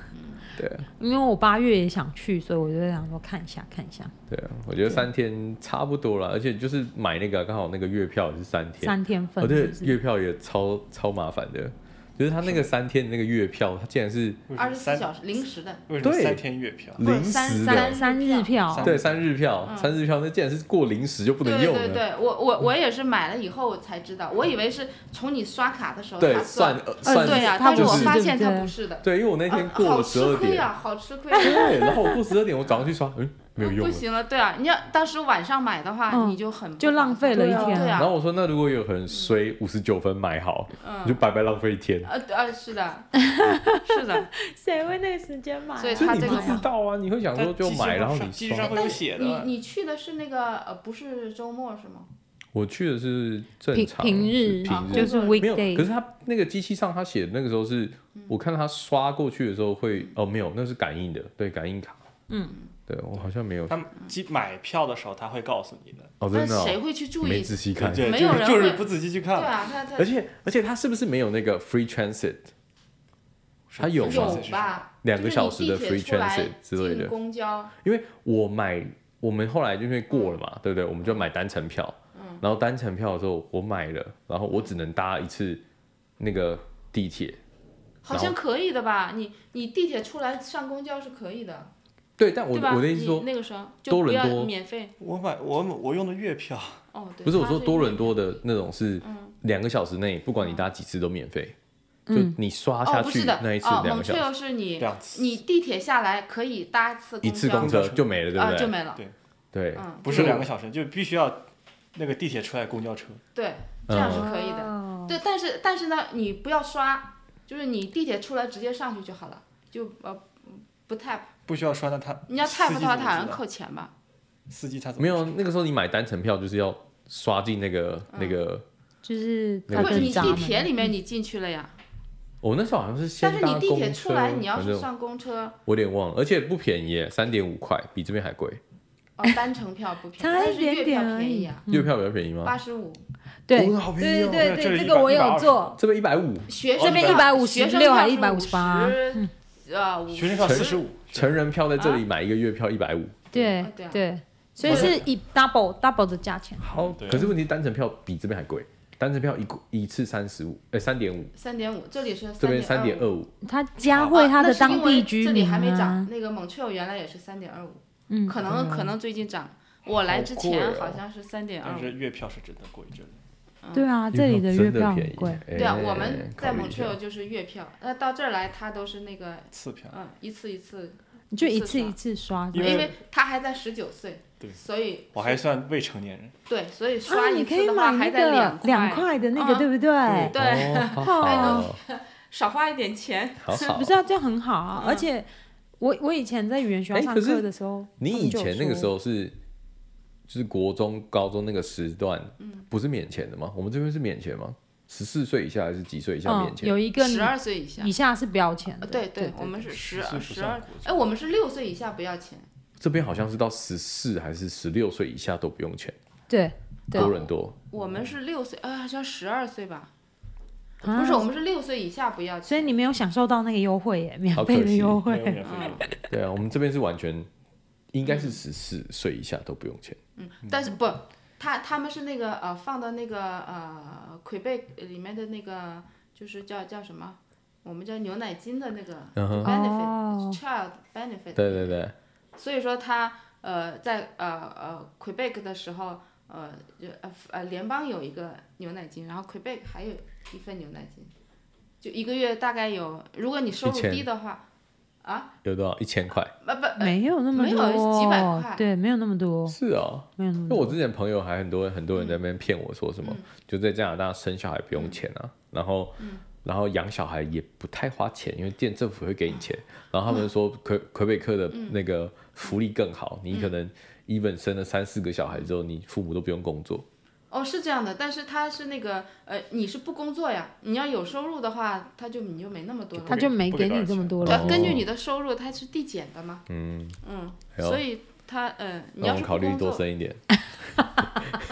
S1: 对啊，
S2: 因为我八月也想去，所以我就想说看一下看一下，
S1: 对啊，我觉得三天差不多了，而且就是买那个啊刚好那个月票也是三天，
S2: 三天份
S1: 哦，对
S2: 是不，是
S1: 月票也超超麻烦的，就是他那个三天的那个月票，他竟然是
S4: 为什
S3: 二
S4: 么
S3: 十四
S4: 三
S3: 小时临时的，
S4: 为什么
S1: 对
S4: 三天月票？
S3: 或者
S1: 临
S3: 三
S1: 时
S3: 三
S1: 的，
S2: 三日票，
S4: 三
S1: 对，三日票，
S3: 嗯
S1: 三日票那竟然是过临时就不能
S3: 对
S1: 用
S3: 对
S1: 了，
S3: 对，我我我也是买了以后我才知道，我以为是从你刷卡的时候它
S1: 算
S3: 算，
S1: 呃
S2: 呃
S1: 算
S3: 啊对呀、
S2: 它
S3: 但
S1: 就是是
S3: 我发
S2: 对
S3: 现
S2: 不
S3: 它
S2: 对
S3: 不是的。
S1: 对，因为我那天过
S3: 啊
S1: 了十二点，
S3: 啊好吃亏啊，好吃亏啊。
S1: 对，然后我过十二点，我早上去刷，嗯， <laughs> 没有用
S3: 不
S1: 了。
S3: 行了，对啊，你要当时晚上买的话，
S2: 嗯
S3: 你就很不
S2: 就浪费了一天
S3: 对啊
S1: 然后我说，那如果有很衰五十九分买好，
S3: 嗯
S1: 你就白白浪费一天。
S3: 呃呃，
S1: <laughs>
S3: 是的，是的，
S2: 谁会那个时间买啊
S3: 所以
S1: 就
S3: 他
S1: 你
S3: 这
S1: 不
S3: 个
S1: 知道啊，你会想说
S4: 但
S1: 就
S4: 机器
S1: 买，
S4: 上
S1: 然后
S4: 上
S1: 你
S4: 机器
S1: 刷
S4: 上会有写
S3: 哎你
S4: 的，
S3: 你去的是那个呃，不是周末是吗？
S1: 我去的是正
S2: 平
S1: 常
S2: 平日
S1: 是平
S3: 日
S2: 就是
S1: 没有，可
S2: weekday，
S1: 是他那个机器上他写的那个时候是，我看他刷过去的时候会，哦，没有，那是感应的，对，感应卡。
S2: 嗯，
S1: 对我好像没有，
S4: 他们机买票的时候他会告诉你的，
S1: 哦，
S3: 那
S1: 真的、
S3: 谁
S1: 哦，
S3: 会去注
S1: 没
S3: 意？
S1: 仔细看。
S4: 对，
S3: 没
S4: 就
S3: 有
S4: 是
S3: 人
S4: 就是
S3: 会
S4: 不仔细去
S3: 对
S4: 看，
S3: 啊，他他
S1: 而且而且他是不是没有那个 free transit？他有
S4: 有
S1: 吗？
S3: 吧？
S1: 两个小时的
S3: 就是你
S1: free
S3: 地铁出来
S1: transit 之类
S3: 进
S1: 的，
S3: 公交，
S1: 因为我买，我们后来因为过了嘛，对不对？我们就买单程票，
S3: 嗯
S1: 然后单程票的时候我买了，然后我只能搭一次那个地铁，
S3: 好像可以的吧？你你地铁出来上公交是可以的，
S1: 对，但我
S3: 对吧？
S1: 我的意思说
S3: 你，那个时候
S1: 多
S3: 就不
S1: 伦
S3: 要
S1: 多
S3: 免费
S4: 我买我我用的月票，
S3: 哦。对
S1: 不是我说
S3: 它嗯
S1: 多伦
S3: 免
S1: 多的那种是两个小时内，不管你搭几次都免费，就
S2: 嗯
S1: 你刷
S3: 哦，
S1: 下
S3: 不
S1: 去
S3: 是的，
S1: 那一次
S3: 哦，
S1: 两个小时，
S3: Montreal 是你
S4: 两次
S3: 你地铁下来可以搭一次
S1: 一次公
S4: 交
S1: 车就没了，对
S3: 啊、
S1: 不
S3: 就
S1: 对？
S3: 没了。
S4: 对
S1: 对，
S3: 嗯，
S4: 不是两个小时，就必须要那个地铁出来公交车。
S3: 对，
S1: 嗯
S3: 这样是可以的。
S2: 的。
S3: 对，但是但是呢，你不要刷，就是你地铁出来直接上去就好了，就呃不 tap。
S4: 不需要刷，那他
S3: 你要 tap
S4: 司
S3: 的
S4: 机
S3: 话，
S4: 怎么
S3: 它好像
S4: 知道
S3: 扣钱吧？
S4: 司机他怎么
S1: 没有那个时候你买单程票就是要刷进那个
S3: 嗯
S1: 那个，
S2: 就是
S1: 那
S2: 它
S1: 个
S3: 不
S2: 的
S3: 是你
S1: 闸
S3: 地
S2: 闸
S3: 铁
S2: 门，
S3: 里面你进去了呀，
S1: 我那时候好像是先
S3: 但是
S1: 搭
S3: 你地铁
S1: 公
S3: 出
S1: 车，
S3: 来，你要
S1: 反
S3: 是
S1: 正
S3: 上公车，
S1: 我有点忘了，而且不便宜，三点五块，比这边还贵，
S3: 哦，单程票不便宜，
S2: 差
S3: 但
S2: 一
S3: 是
S2: 点
S3: 月
S2: 点
S3: 票
S2: 而
S3: 便
S2: 已
S3: 宜啊，
S1: 月票比较便宜
S4: 嗯
S3: 八
S1: 吗？
S3: 十五。
S2: 对
S1: 哦好便宜
S2: 对
S1: 哦
S2: 对
S4: 这
S2: 对，
S4: 里
S2: 这个我有
S4: 120
S2: 做，
S1: 这边一百五，
S3: 学
S4: 哦
S3: 生
S4: 这边
S3: 票
S2: 156
S3: 学生
S2: 还
S3: 票是
S2: 158
S3: 50呃，五
S4: 学生票
S1: 成
S4: 四十五，
S1: 成人票在这里买一个月票一百五，
S2: 对
S3: 哦啊对啊
S2: 对，所以是以 double double 的价钱，
S1: 好，
S4: 对
S1: 可是问题单程票比这边还贵，单程票一一次三十五，哎，三点五，
S3: 三点五，这里是
S1: 这边三
S3: 3.25
S1: 点二五。
S2: 它加惠它
S3: 啊那
S2: 的
S3: 是
S2: 当
S3: 因为
S2: 地居
S3: 这里
S2: 民
S3: 还没涨
S2: 啊，，
S3: 那个蒙雀原来也是三点二五，
S2: 嗯，
S3: 可能可能最近涨。我来之
S1: 好
S3: 前
S1: 贵哦
S3: 好像是三点二
S4: 但
S3: 五。
S4: 是月票是真的贵，真的。
S2: 对
S1: 嗯
S2: 啊，这里的月票
S1: 真的便宜
S2: 很贵，
S1: 哎
S3: 对啊，我们在
S1: 考虑
S3: 蒙
S1: 一
S3: 雀
S1: 下哦
S3: 就是月票，那到这儿来它都是那个，
S4: 次票，
S3: 嗯，一次一次，
S2: 你就一次
S3: 次刷
S2: 一次刷，
S4: 因
S3: 因
S4: 为
S3: 为他还在十九岁，
S4: 对
S3: 所以
S4: 我还算未成
S3: <laughs>
S4: 年人，
S3: 对，所以
S2: 啊，
S3: 刷
S2: 你
S3: 一
S2: 可以
S3: 次的
S2: 买
S3: 话
S2: 那
S3: 还在
S2: 个两
S3: 块，
S2: 块的那
S3: 嗯
S2: 个，对不对？
S3: 对
S1: 哦
S3: <laughs>
S1: 好好哦，
S3: 少花一点钱。
S1: 好
S2: 是
S1: 好
S2: 不。是啊？这样很好啊！
S3: 嗯
S2: 而且我我以前在语言学校
S1: 哎
S2: 上
S1: 可是
S2: 课的时候，
S1: 你
S2: 他们
S1: 以
S2: 就有
S1: 前那个
S2: 说
S1: 时候是就是国中、高中那个时段，
S3: 嗯
S1: 不是免钱的吗？我们这边是免钱吗？十四岁以下还是几岁以下免
S2: 嗯，
S1: 钱？
S2: 有一个
S3: 十二岁以下
S2: 以，下是不要钱的，
S3: 呃对
S2: 对，
S3: 我们是十
S4: 14不
S3: 十
S4: 算
S3: 二
S4: 国，
S3: 哎，我们是六岁以下不要钱，
S1: 这边好像是到十四还是十六岁以下都不用钱，
S2: 对对
S1: 多伦多。
S3: 我们是六岁，哎，好像十二岁吧，
S2: 啊
S3: 不是，我们是六岁以下不要钱。
S2: 所以你没有享受到那个优惠耶，免
S1: 好可
S2: 费的
S1: 惜
S2: 优
S4: 没有
S2: 惠。
S4: 免费
S3: 嗯
S4: 的。
S1: 对啊，我们这边是完全应该是十四岁以下都不用钱。
S3: 但是不，他他们是那个呃放到那个呃魁贝里面的那个就是叫叫什么，我们叫牛奶金的那个
S1: 嗯哼
S3: benefit、
S2: 哦，
S3: child benefit，
S1: 对对对，
S3: 所以说他呃在呃呃魁北克的时候呃就呃呃联邦有一个牛奶金，然后魁北克还有一份牛奶金，就一个月大概有，如果你收入
S1: 1000
S3: 低的话，啊，
S1: 有多少？一千块？
S3: 不不，呃
S2: 没有那么
S3: 没
S2: 多，
S3: 有几百块
S2: 对，没有那么多，
S1: 是哦。
S2: 没有
S3: 嗯
S2: 那么
S1: 因为
S2: 多。
S1: 我之前朋友还很多很多人在那边骗我说什么，就在加拿大生小孩不用钱啊，然后、
S3: 嗯
S1: 然后养小孩也不太花钱，因为店政府会给你钱，
S3: 嗯
S1: 然后他们说魁魁北克的那个福利更好，你
S3: 嗯
S1: 可能 even 生了三四个小孩之后，你父母都不用工作，
S3: 哦，是这样的，但是他是那个呃，你是不工作呀？你要有收入的话，他就你就没那么多了。
S2: 他就没给你这么多
S3: 对
S2: 了
S1: 哦，，
S3: 根据你的收入，它是递减的嘛。
S1: 嗯，
S3: 嗯，
S1: 还有
S3: 所以它呃，你
S1: 那
S3: 要
S1: 我们
S3: 是不
S1: 考虑
S3: 工
S1: 多
S3: 作
S1: 生一点，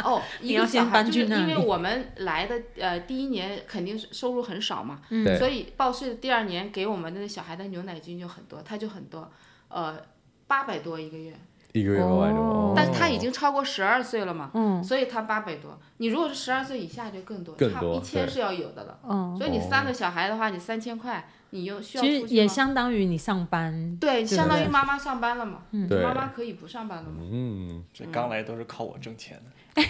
S3: 哦，
S2: 你
S3: 一个
S2: 要先
S3: 小孩
S2: 搬
S3: 就
S2: 去
S3: 是
S2: 那
S3: 因为
S2: 里
S3: 我们来的呃第一年肯定是收入很少嘛，
S2: 嗯
S1: 对
S3: 所以报税的第二年给我们的小孩的牛奶金就很多，他就很多，呃，八百多一个月，
S1: 一个月八百多，
S2: 哦
S3: 但是他已经超过十二岁了嘛，
S2: 嗯
S3: 所以他八百多。你如果是十二岁以下就更多，
S1: 更
S3: 差
S1: 多
S3: 一千
S1: 对
S3: 是要有的了。
S2: 嗯，
S3: 所以你三
S1: 哦
S3: 个小孩的话，你三千块，你又需要
S2: 其
S3: 出
S2: 实
S3: 去
S2: 也
S3: 吗
S2: 相当于你上班，
S3: 对，相当于
S2: 对嗯
S3: 妈妈上班了嘛，
S1: 对
S3: 妈妈可以不上班了嘛。
S1: 嗯，
S4: 这刚来都是靠我挣钱的，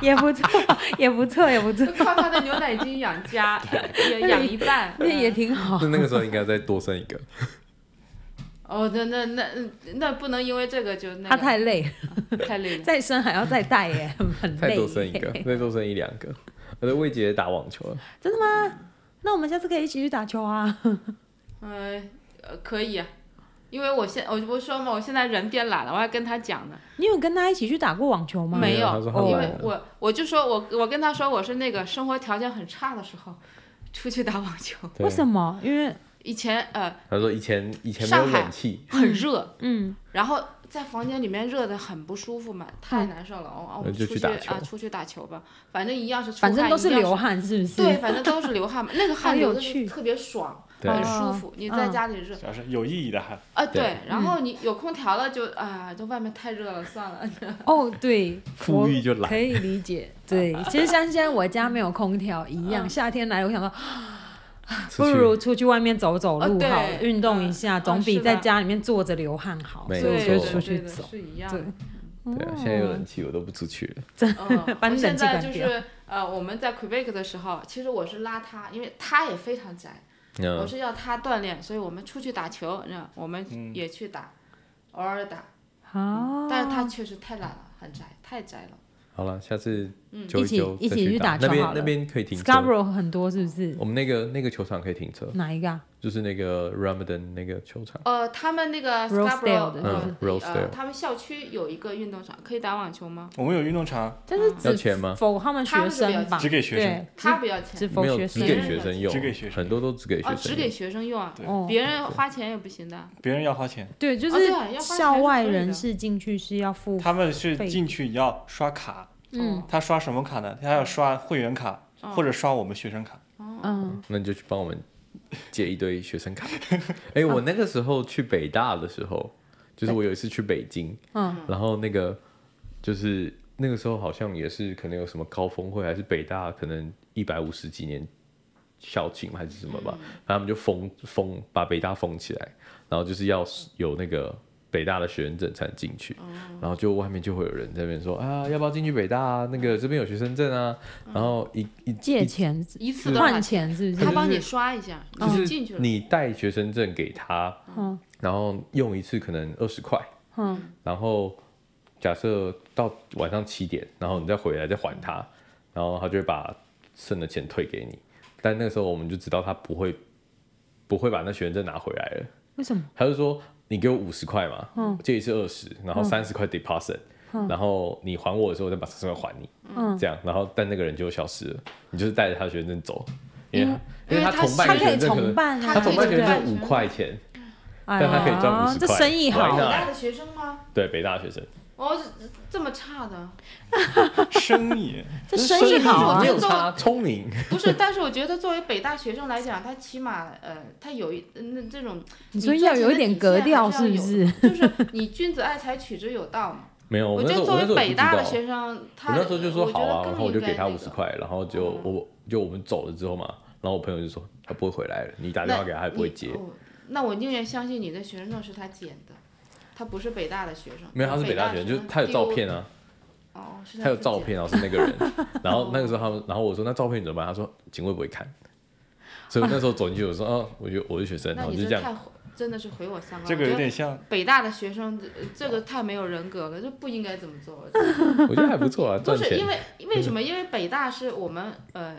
S2: 也不错，也不错，也不错，
S3: 就靠他的牛奶金养
S1: <laughs>
S3: 家，也养一半。 <laughs>
S2: 那
S3: 嗯
S2: 也挺好
S1: 那。那个时候应该再多生一个，
S3: 哦，那那那那不能因为这个就那
S2: 他
S3: 个
S2: 太累了，
S3: 太累了。
S2: 再生还要再带耶，很
S1: 再
S2: 累
S1: 多生一
S2: 耶。
S1: 个，再多生一两个。 <laughs> 我的魏姐打网球了，
S2: 那我们下次可以一起去打球啊。
S3: 呃呃，可以啊，因为我现我不是说嘛，我现在人变懒了，我还跟他讲呢，
S2: 你有跟他一起去打过网球吗？哦
S1: 没有
S3: 有
S1: 他嗯说哦
S2: 他，
S3: 因
S2: 懒
S3: 为
S1: 了
S3: 我我就说我我跟他说我是那个生活条件很差的时候出去打网球，
S1: 对
S2: 为什么？因为
S3: 以前呃
S1: 他说以前以前没有
S3: 上海
S1: 冷气，
S3: 很热，
S2: 嗯，
S3: 然后在房间里面热的很不舒服嘛，太难受了，哦，哦我
S1: 那
S3: 们
S1: 就
S3: 出
S1: 去
S3: 去
S1: 打球
S3: 啊出去打球吧，反正一样是出
S2: 反正
S3: 汗
S2: 都
S3: 一
S2: 是
S3: 样
S2: 流汗，是不是？
S3: 对，反正都是流汗嘛，那个
S2: <laughs>
S3: 汗
S2: 好有
S3: 流的是
S2: 趣
S3: 特别爽，
S1: 对
S3: 很舒服。你在
S2: 嗯
S3: 家里热
S4: 主要是有意义的还
S3: 啊，
S1: 对
S3: 对，然后你有空调了就啊，这外面太热了，算
S1: 嗯
S3: 了。
S2: 哦，对，
S1: <laughs> 富裕就
S2: 我
S1: 懒
S2: 可以
S1: <laughs>
S2: 理解。对，其实像现在我家没有空调一样，夏天来，我想说
S1: 嗯出
S2: 不
S1: 去
S2: 如出去外面走走路
S3: 哦
S2: 好，
S3: 对
S2: 运动一下，
S3: 嗯
S2: 总比
S3: 是的
S2: 在家里面坐着流汗好。
S1: 没
S2: 所
S3: 对
S2: 以我
S1: 错
S2: 就出
S3: 对
S2: 去
S3: 对的
S2: 走。
S3: 是一样
S2: 对
S3: 的。
S1: 对
S2: 哦
S1: 啊，现在有冷气，我都不出去了。
S2: <laughs>
S3: 嗯，
S2: 把
S3: 我
S2: 你
S3: 现
S2: 冷气
S3: 在
S2: 关
S3: 就
S2: 掉
S3: 是呃，我们在 Quebec 的时候，其实我是拉他，因为他也非常宅，我
S1: 嗯，
S3: 是要他锻炼，所以我们出去打球，那我们
S4: 嗯
S3: 也去打，偶尔打，
S2: 好，
S3: 但是他确实太懒了，很宅，太宅了。
S1: 好了，下次
S3: 嗯
S1: 揪揪
S2: 一起
S1: 再
S2: 一起去打球
S1: 那边
S2: 好了
S1: 那边可以停车，
S2: Scarborough 很多是不是？
S1: 我们那个那个球场可以停车，
S2: 哪一个啊？
S1: 就是那个 Ramadan 那个球场。
S3: 呃，他们那个
S2: Rosedale
S3: Scarborough，
S2: 的
S1: 嗯
S3: 呃呃，
S1: Rosedale
S3: 他们校区有一个运动场，可以打网球吗？
S4: 我们有运动场，
S2: 但是
S1: 要
S2: 只
S1: 钱吗？
S2: 否他们
S3: 他
S2: 学
S3: 们是比较
S2: 生吧？
S4: 只给学生，
S2: 对，
S3: 他不要钱
S2: 只否
S1: 没有，
S2: 学
S1: 只
S2: 生。
S1: 给学生用，
S4: 只给学生
S1: 很多都只给
S3: 啊，
S1: 学
S3: 只
S1: 生
S3: 给
S1: 用。
S3: 学生用啊，
S4: 对
S2: 哦，
S3: 别人花钱也不行的。
S4: 别人要花钱，
S2: 对，就
S3: 哦对
S2: 是
S3: 啊要花钱是
S2: 校外
S3: 可以的
S2: 人士进去是要付，
S4: 他们是进去要刷卡，
S2: 嗯
S3: 哦，
S4: 他刷什么卡呢？他要刷会员卡
S3: 哦
S4: 或者刷我们学生卡。
S2: 嗯，
S1: 那你就去帮我们借一堆学
S2: <laughs>
S1: 生卡。
S2: 啊
S1: 哎，我那个时候去北大的时候，就是我有一次去北京，
S2: 嗯，
S1: 然后那个就是那个时候好像也是可能有什么高峰会，还是北大可能一百五十几年校庆还是什么吧，然
S2: 嗯
S1: 后他们就封封把北大封起来，然后就是要有那个北大的学生证才能进
S2: 哦
S1: 去，然后就外面就会有人在那边说啊，要不要进去北大啊？那个这边有学生证啊，然后一一
S2: 借钱
S3: 一次多少
S2: 换
S3: 钱？
S2: 钱嗯是不
S3: 他
S2: 是？
S3: 帮你刷一下，
S1: 就
S3: 你
S1: 是
S3: 哦进去了。
S1: 你带学生证给他，
S2: 嗯
S1: 然后用一次可能二十块，
S2: 嗯，
S1: 然后假设到晚上七点，然后你再回来再还他，然后他就会把剩的钱退给你。但那个时候我们就知道他不会不会把那学生证拿回来了，
S2: 为什么？
S1: 他就说你给我五十块嘛，借一次二十，然后三十块 deposit，、然后你还我的时候我再把三十块还你，
S2: 嗯
S1: 这样，然后但那个人就消失了，你就是带着他的学生证走，因为
S3: 因为
S1: 他
S3: 他
S1: 同
S2: 他
S1: 伴的
S2: 可
S1: 学生
S2: 以
S1: 证可能
S2: 重办啊，
S1: 他
S3: 他
S1: 同
S3: 可
S1: 伴
S3: 以
S1: 学
S3: 重
S1: 生
S3: 办
S1: 证五块钱，
S2: 哎
S1: 但
S2: 呀，
S1: 他可以赚50
S2: 哎这
S1: 块
S2: 生意
S1: 来
S2: 好
S1: 一，
S3: 北大的学生吗？
S1: 对北大学生。
S3: 哦，这这么差的？<laughs>
S4: 生意，
S2: 这生意好啊
S3: 我
S1: 没
S3: 觉
S1: 有
S3: 得
S1: 差，聪明。
S3: 不是，但是我觉得作为北大学生来讲，他起码呃，他有一那这种
S2: 你说
S3: 你
S2: 要
S3: 赚钱
S2: 有一
S3: 的
S2: 点
S3: 底
S2: 格
S3: 线还
S2: 调，
S3: 是要
S2: 不
S3: 有
S2: 是？ <laughs>
S3: 就是你君子爱财，取之有道嘛。
S1: <laughs> 没有，
S3: 我
S1: 那
S3: 觉
S1: 时候那
S3: 得作
S1: 时
S3: 为
S1: 候也
S3: 北
S1: 不知
S3: 大的
S1: 道
S3: 学生，他
S1: 我那时候就说
S3: 我觉
S1: 好
S3: 得
S1: 啊，
S3: 更
S1: 然后我就
S3: 应
S1: 给
S3: 该
S1: 他
S3: 那
S1: 五十
S3: 个。嗯
S1: 块，然后就我就我们走了之后嘛，然后我朋友就说他不会回来了，你打电话给他他也不会接
S3: 你。哦那我宁愿相信你的学生证是他捡的，他不是北大的学生。
S1: 没有，他是北大
S3: 大
S1: 学
S3: 学
S1: 生，
S3: 生，
S1: 就是他有照。片啊，
S3: 哦，是
S1: 他有啊
S3: 自己 <laughs>
S1: 照片，然后是那个人，然后那个时候他们，然后我说那照片你怎么办？他说警卫不会看，所以我那时候走进去，我说啊，我就我是学生，然
S3: 那
S1: 后
S3: 你
S1: 就这
S3: 这
S1: 样。
S3: 太毁真的是毁我三观。
S4: 这
S3: 我
S4: 个有
S3: 觉得
S4: 点像
S3: 北大的学生，呃这个太没有人格了，这不应该这么
S1: <laughs>
S3: 做。
S1: 我觉得还不错啊，
S3: <laughs> 不
S1: 赚
S3: 是
S1: 钱。嗯
S3: 因为为什么？因为北大是我们呃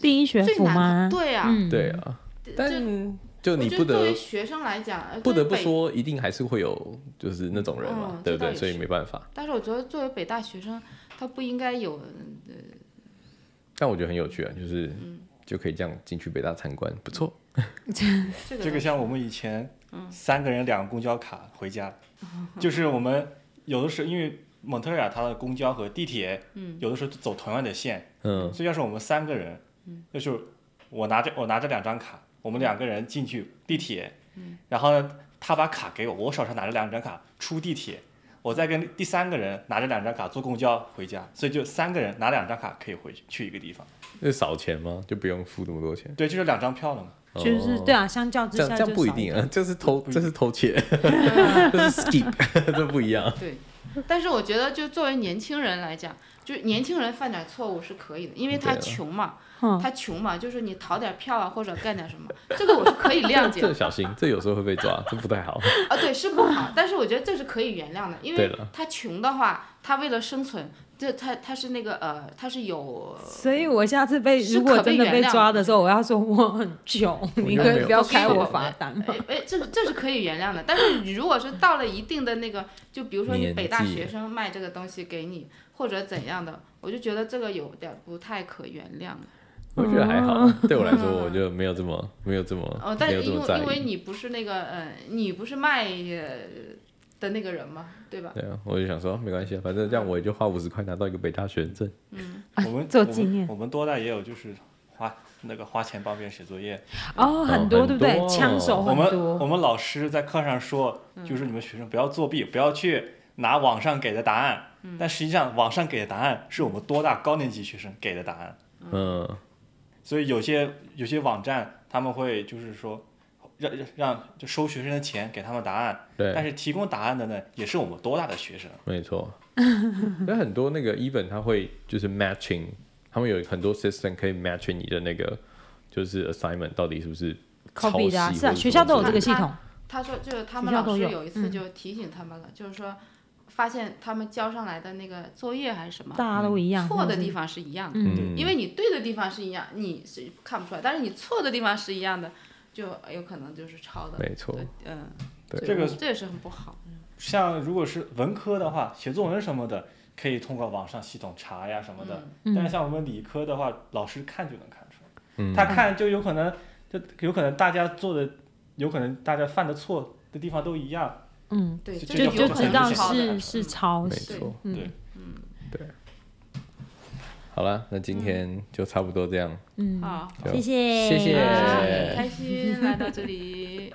S2: 第一学
S3: 最
S2: 府
S3: 难
S2: 吗？
S3: 的，对呀、
S2: 嗯，
S1: 对啊，但
S3: 这
S1: 就
S3: 我
S1: 你
S3: 觉
S1: 不
S3: 作为
S1: 得
S3: 学生来讲，呃
S1: 不得
S3: 作为
S1: 不
S3: 北
S1: 说，一定还是会有就是那种人嘛，
S3: 嗯
S1: 对不
S3: 这倒
S1: 对？
S3: 也
S1: 所以
S3: 是
S1: 没办法。
S3: 但是我觉得作为北大学生，他不应该有呃
S1: 但我觉得很有趣啊，就是、
S3: 嗯
S1: 就可以这样进去北大参观，不错。
S3: 这个
S4: 这个像我们以前
S3: 嗯
S4: 三个人两个公交卡回家，就是我们有的时候因为蒙特利尔它的公交和地铁，
S3: 嗯
S4: 有的时候走同样的线，
S1: 嗯，
S4: 所以要是我们三个人，就是我拿着我拿着两张卡，我们两个人进去地铁，然后呢他把卡给我，我手上拿着两张卡出地铁。我再跟第三个人拿着两张卡坐公交回家，所以就三个人拿两张卡可以回去去一个地方。
S1: 那少钱吗？就不用付那么多钱？
S4: 对，就是两张票了嘛。
S2: 就是
S1: 哦
S2: 对啊，相较之
S1: 这
S2: 下
S1: 样这样
S2: 就
S1: 不一
S2: 少
S1: 定
S2: 点
S1: 啊，这是偷
S4: 不一
S1: 这是偷
S3: <laughs>
S1: 窃，这是 skip，这 <laughs> 不一样。
S3: 对，但是我觉得，就作为年轻人来讲，就年轻人犯点错误是可以的，因为他
S1: 对啊
S3: 穷嘛，
S2: 嗯
S3: 他穷嘛，就是你逃点票啊，或者干点什么，这个我是可以谅解
S1: 这
S3: 的
S1: 小心，这有时候会被抓，这不太
S3: <laughs>
S1: 好。
S3: 啊，对，是不好，但是我觉得这是可以原谅的，因
S1: 对
S3: 为
S1: 了
S3: 他穷的话，他为了生存，这他他是那个呃，他是有
S2: 所以我下次被
S3: 是
S2: 如果
S3: 可被
S2: 真的被
S3: 原谅
S2: 抓的时候，我要说我很穷，你
S1: 应
S2: 可
S1: 该
S2: 以
S1: 没有
S2: 不要
S3: 错
S2: 开我罚单吗？
S3: 哎哎，这是这是可以原谅的，但是你如果是到了一定的那个，就比如说你
S1: 年
S3: 北大
S1: 纪
S3: 学生卖这个东西给你，或者怎样的，我就觉得这个有点不太可原谅了。
S1: 我觉得还好，对我来说，我就没有这么没有这么
S3: 哦，但
S1: 没
S3: 是
S1: 有这
S3: 因
S1: 么
S3: 为
S1: 在
S3: 因为
S1: 意。
S3: 你不是那个呃，你不是卖呃的那个人嘛，对吧？
S1: 对啊，我就想说没关系，啊，反正这样我也就花五十块拿到一个北大学生证。
S4: 我们
S2: 啊做
S4: 我们
S2: 纪念
S4: 我们多大也有就是花那个花钱帮别人写作业。
S2: 哦，很
S1: 很
S2: 多对不对
S1: 多？
S2: 枪手
S4: 我
S2: 哦很
S4: 们我
S2: 多，嗯
S4: 们老师在课上说，就是你们学生不要作弊，不要去拿网上给的答案。
S2: 嗯
S4: 但实际上，网上给的答案是我们多大高年级学生给的答案。
S1: 嗯，
S4: 所以有些有些网站他们会就是说。让让让就收学生的钱给他们答案，但
S1: 对，
S4: 是提供答案的呢，也是我们多大的学生？
S1: 没错。 <laughs> 有很多那个 even 他会就是 matching，他们有很多 system 可以 matching 你的那个就是 assignment 到底是不是
S2: copy 的啊
S1: 抄袭
S2: 是啊，
S1: 或者
S2: 学校都有
S1: 什
S2: 这
S1: 么
S2: 个
S1: 之
S2: 系统。
S3: 他说就是他
S2: 学
S3: 们
S2: 校
S3: 老
S2: 都
S3: 师
S2: 有
S3: 有一次
S2: 嗯
S3: 就提醒他们了，就是说发现他们交上来的那个作业还是什么。
S2: 大家都一样，
S3: 错的
S2: 是不
S3: 地
S2: 是
S3: 方是一样的，
S1: 类的，嗯，
S3: 因为你对的地方是一样，你是看不出来，但是你错的地方是一样的，就有可能就是抄的。
S1: 没错
S3: 对，嗯，
S1: 对
S4: 这个
S3: 这也是很不好。
S4: 像如果是文科的话，写作文什么的，可以通过网上系统查呀什么
S3: 嗯
S4: 的。
S2: 嗯
S4: 但是像我们理科的话，老师看就能看出来，
S1: 嗯
S4: 他看就有可能，就有可能大家做的，有可能大家犯的错的地方都一样。
S2: 嗯，
S3: 对，
S4: 就
S3: 这
S2: 就
S4: 有
S2: 就
S4: 可
S2: 知
S4: 能
S2: 道
S4: 是抄的
S2: 是是抄
S1: 没
S2: 袭。
S1: 错，
S2: 嗯
S4: 对，
S1: 对。好了，那今天就差不多这样，
S2: 嗯，
S3: 啊，
S1: 就
S2: 谢谢，
S1: 谢谢
S3: 啊很开心来到这里。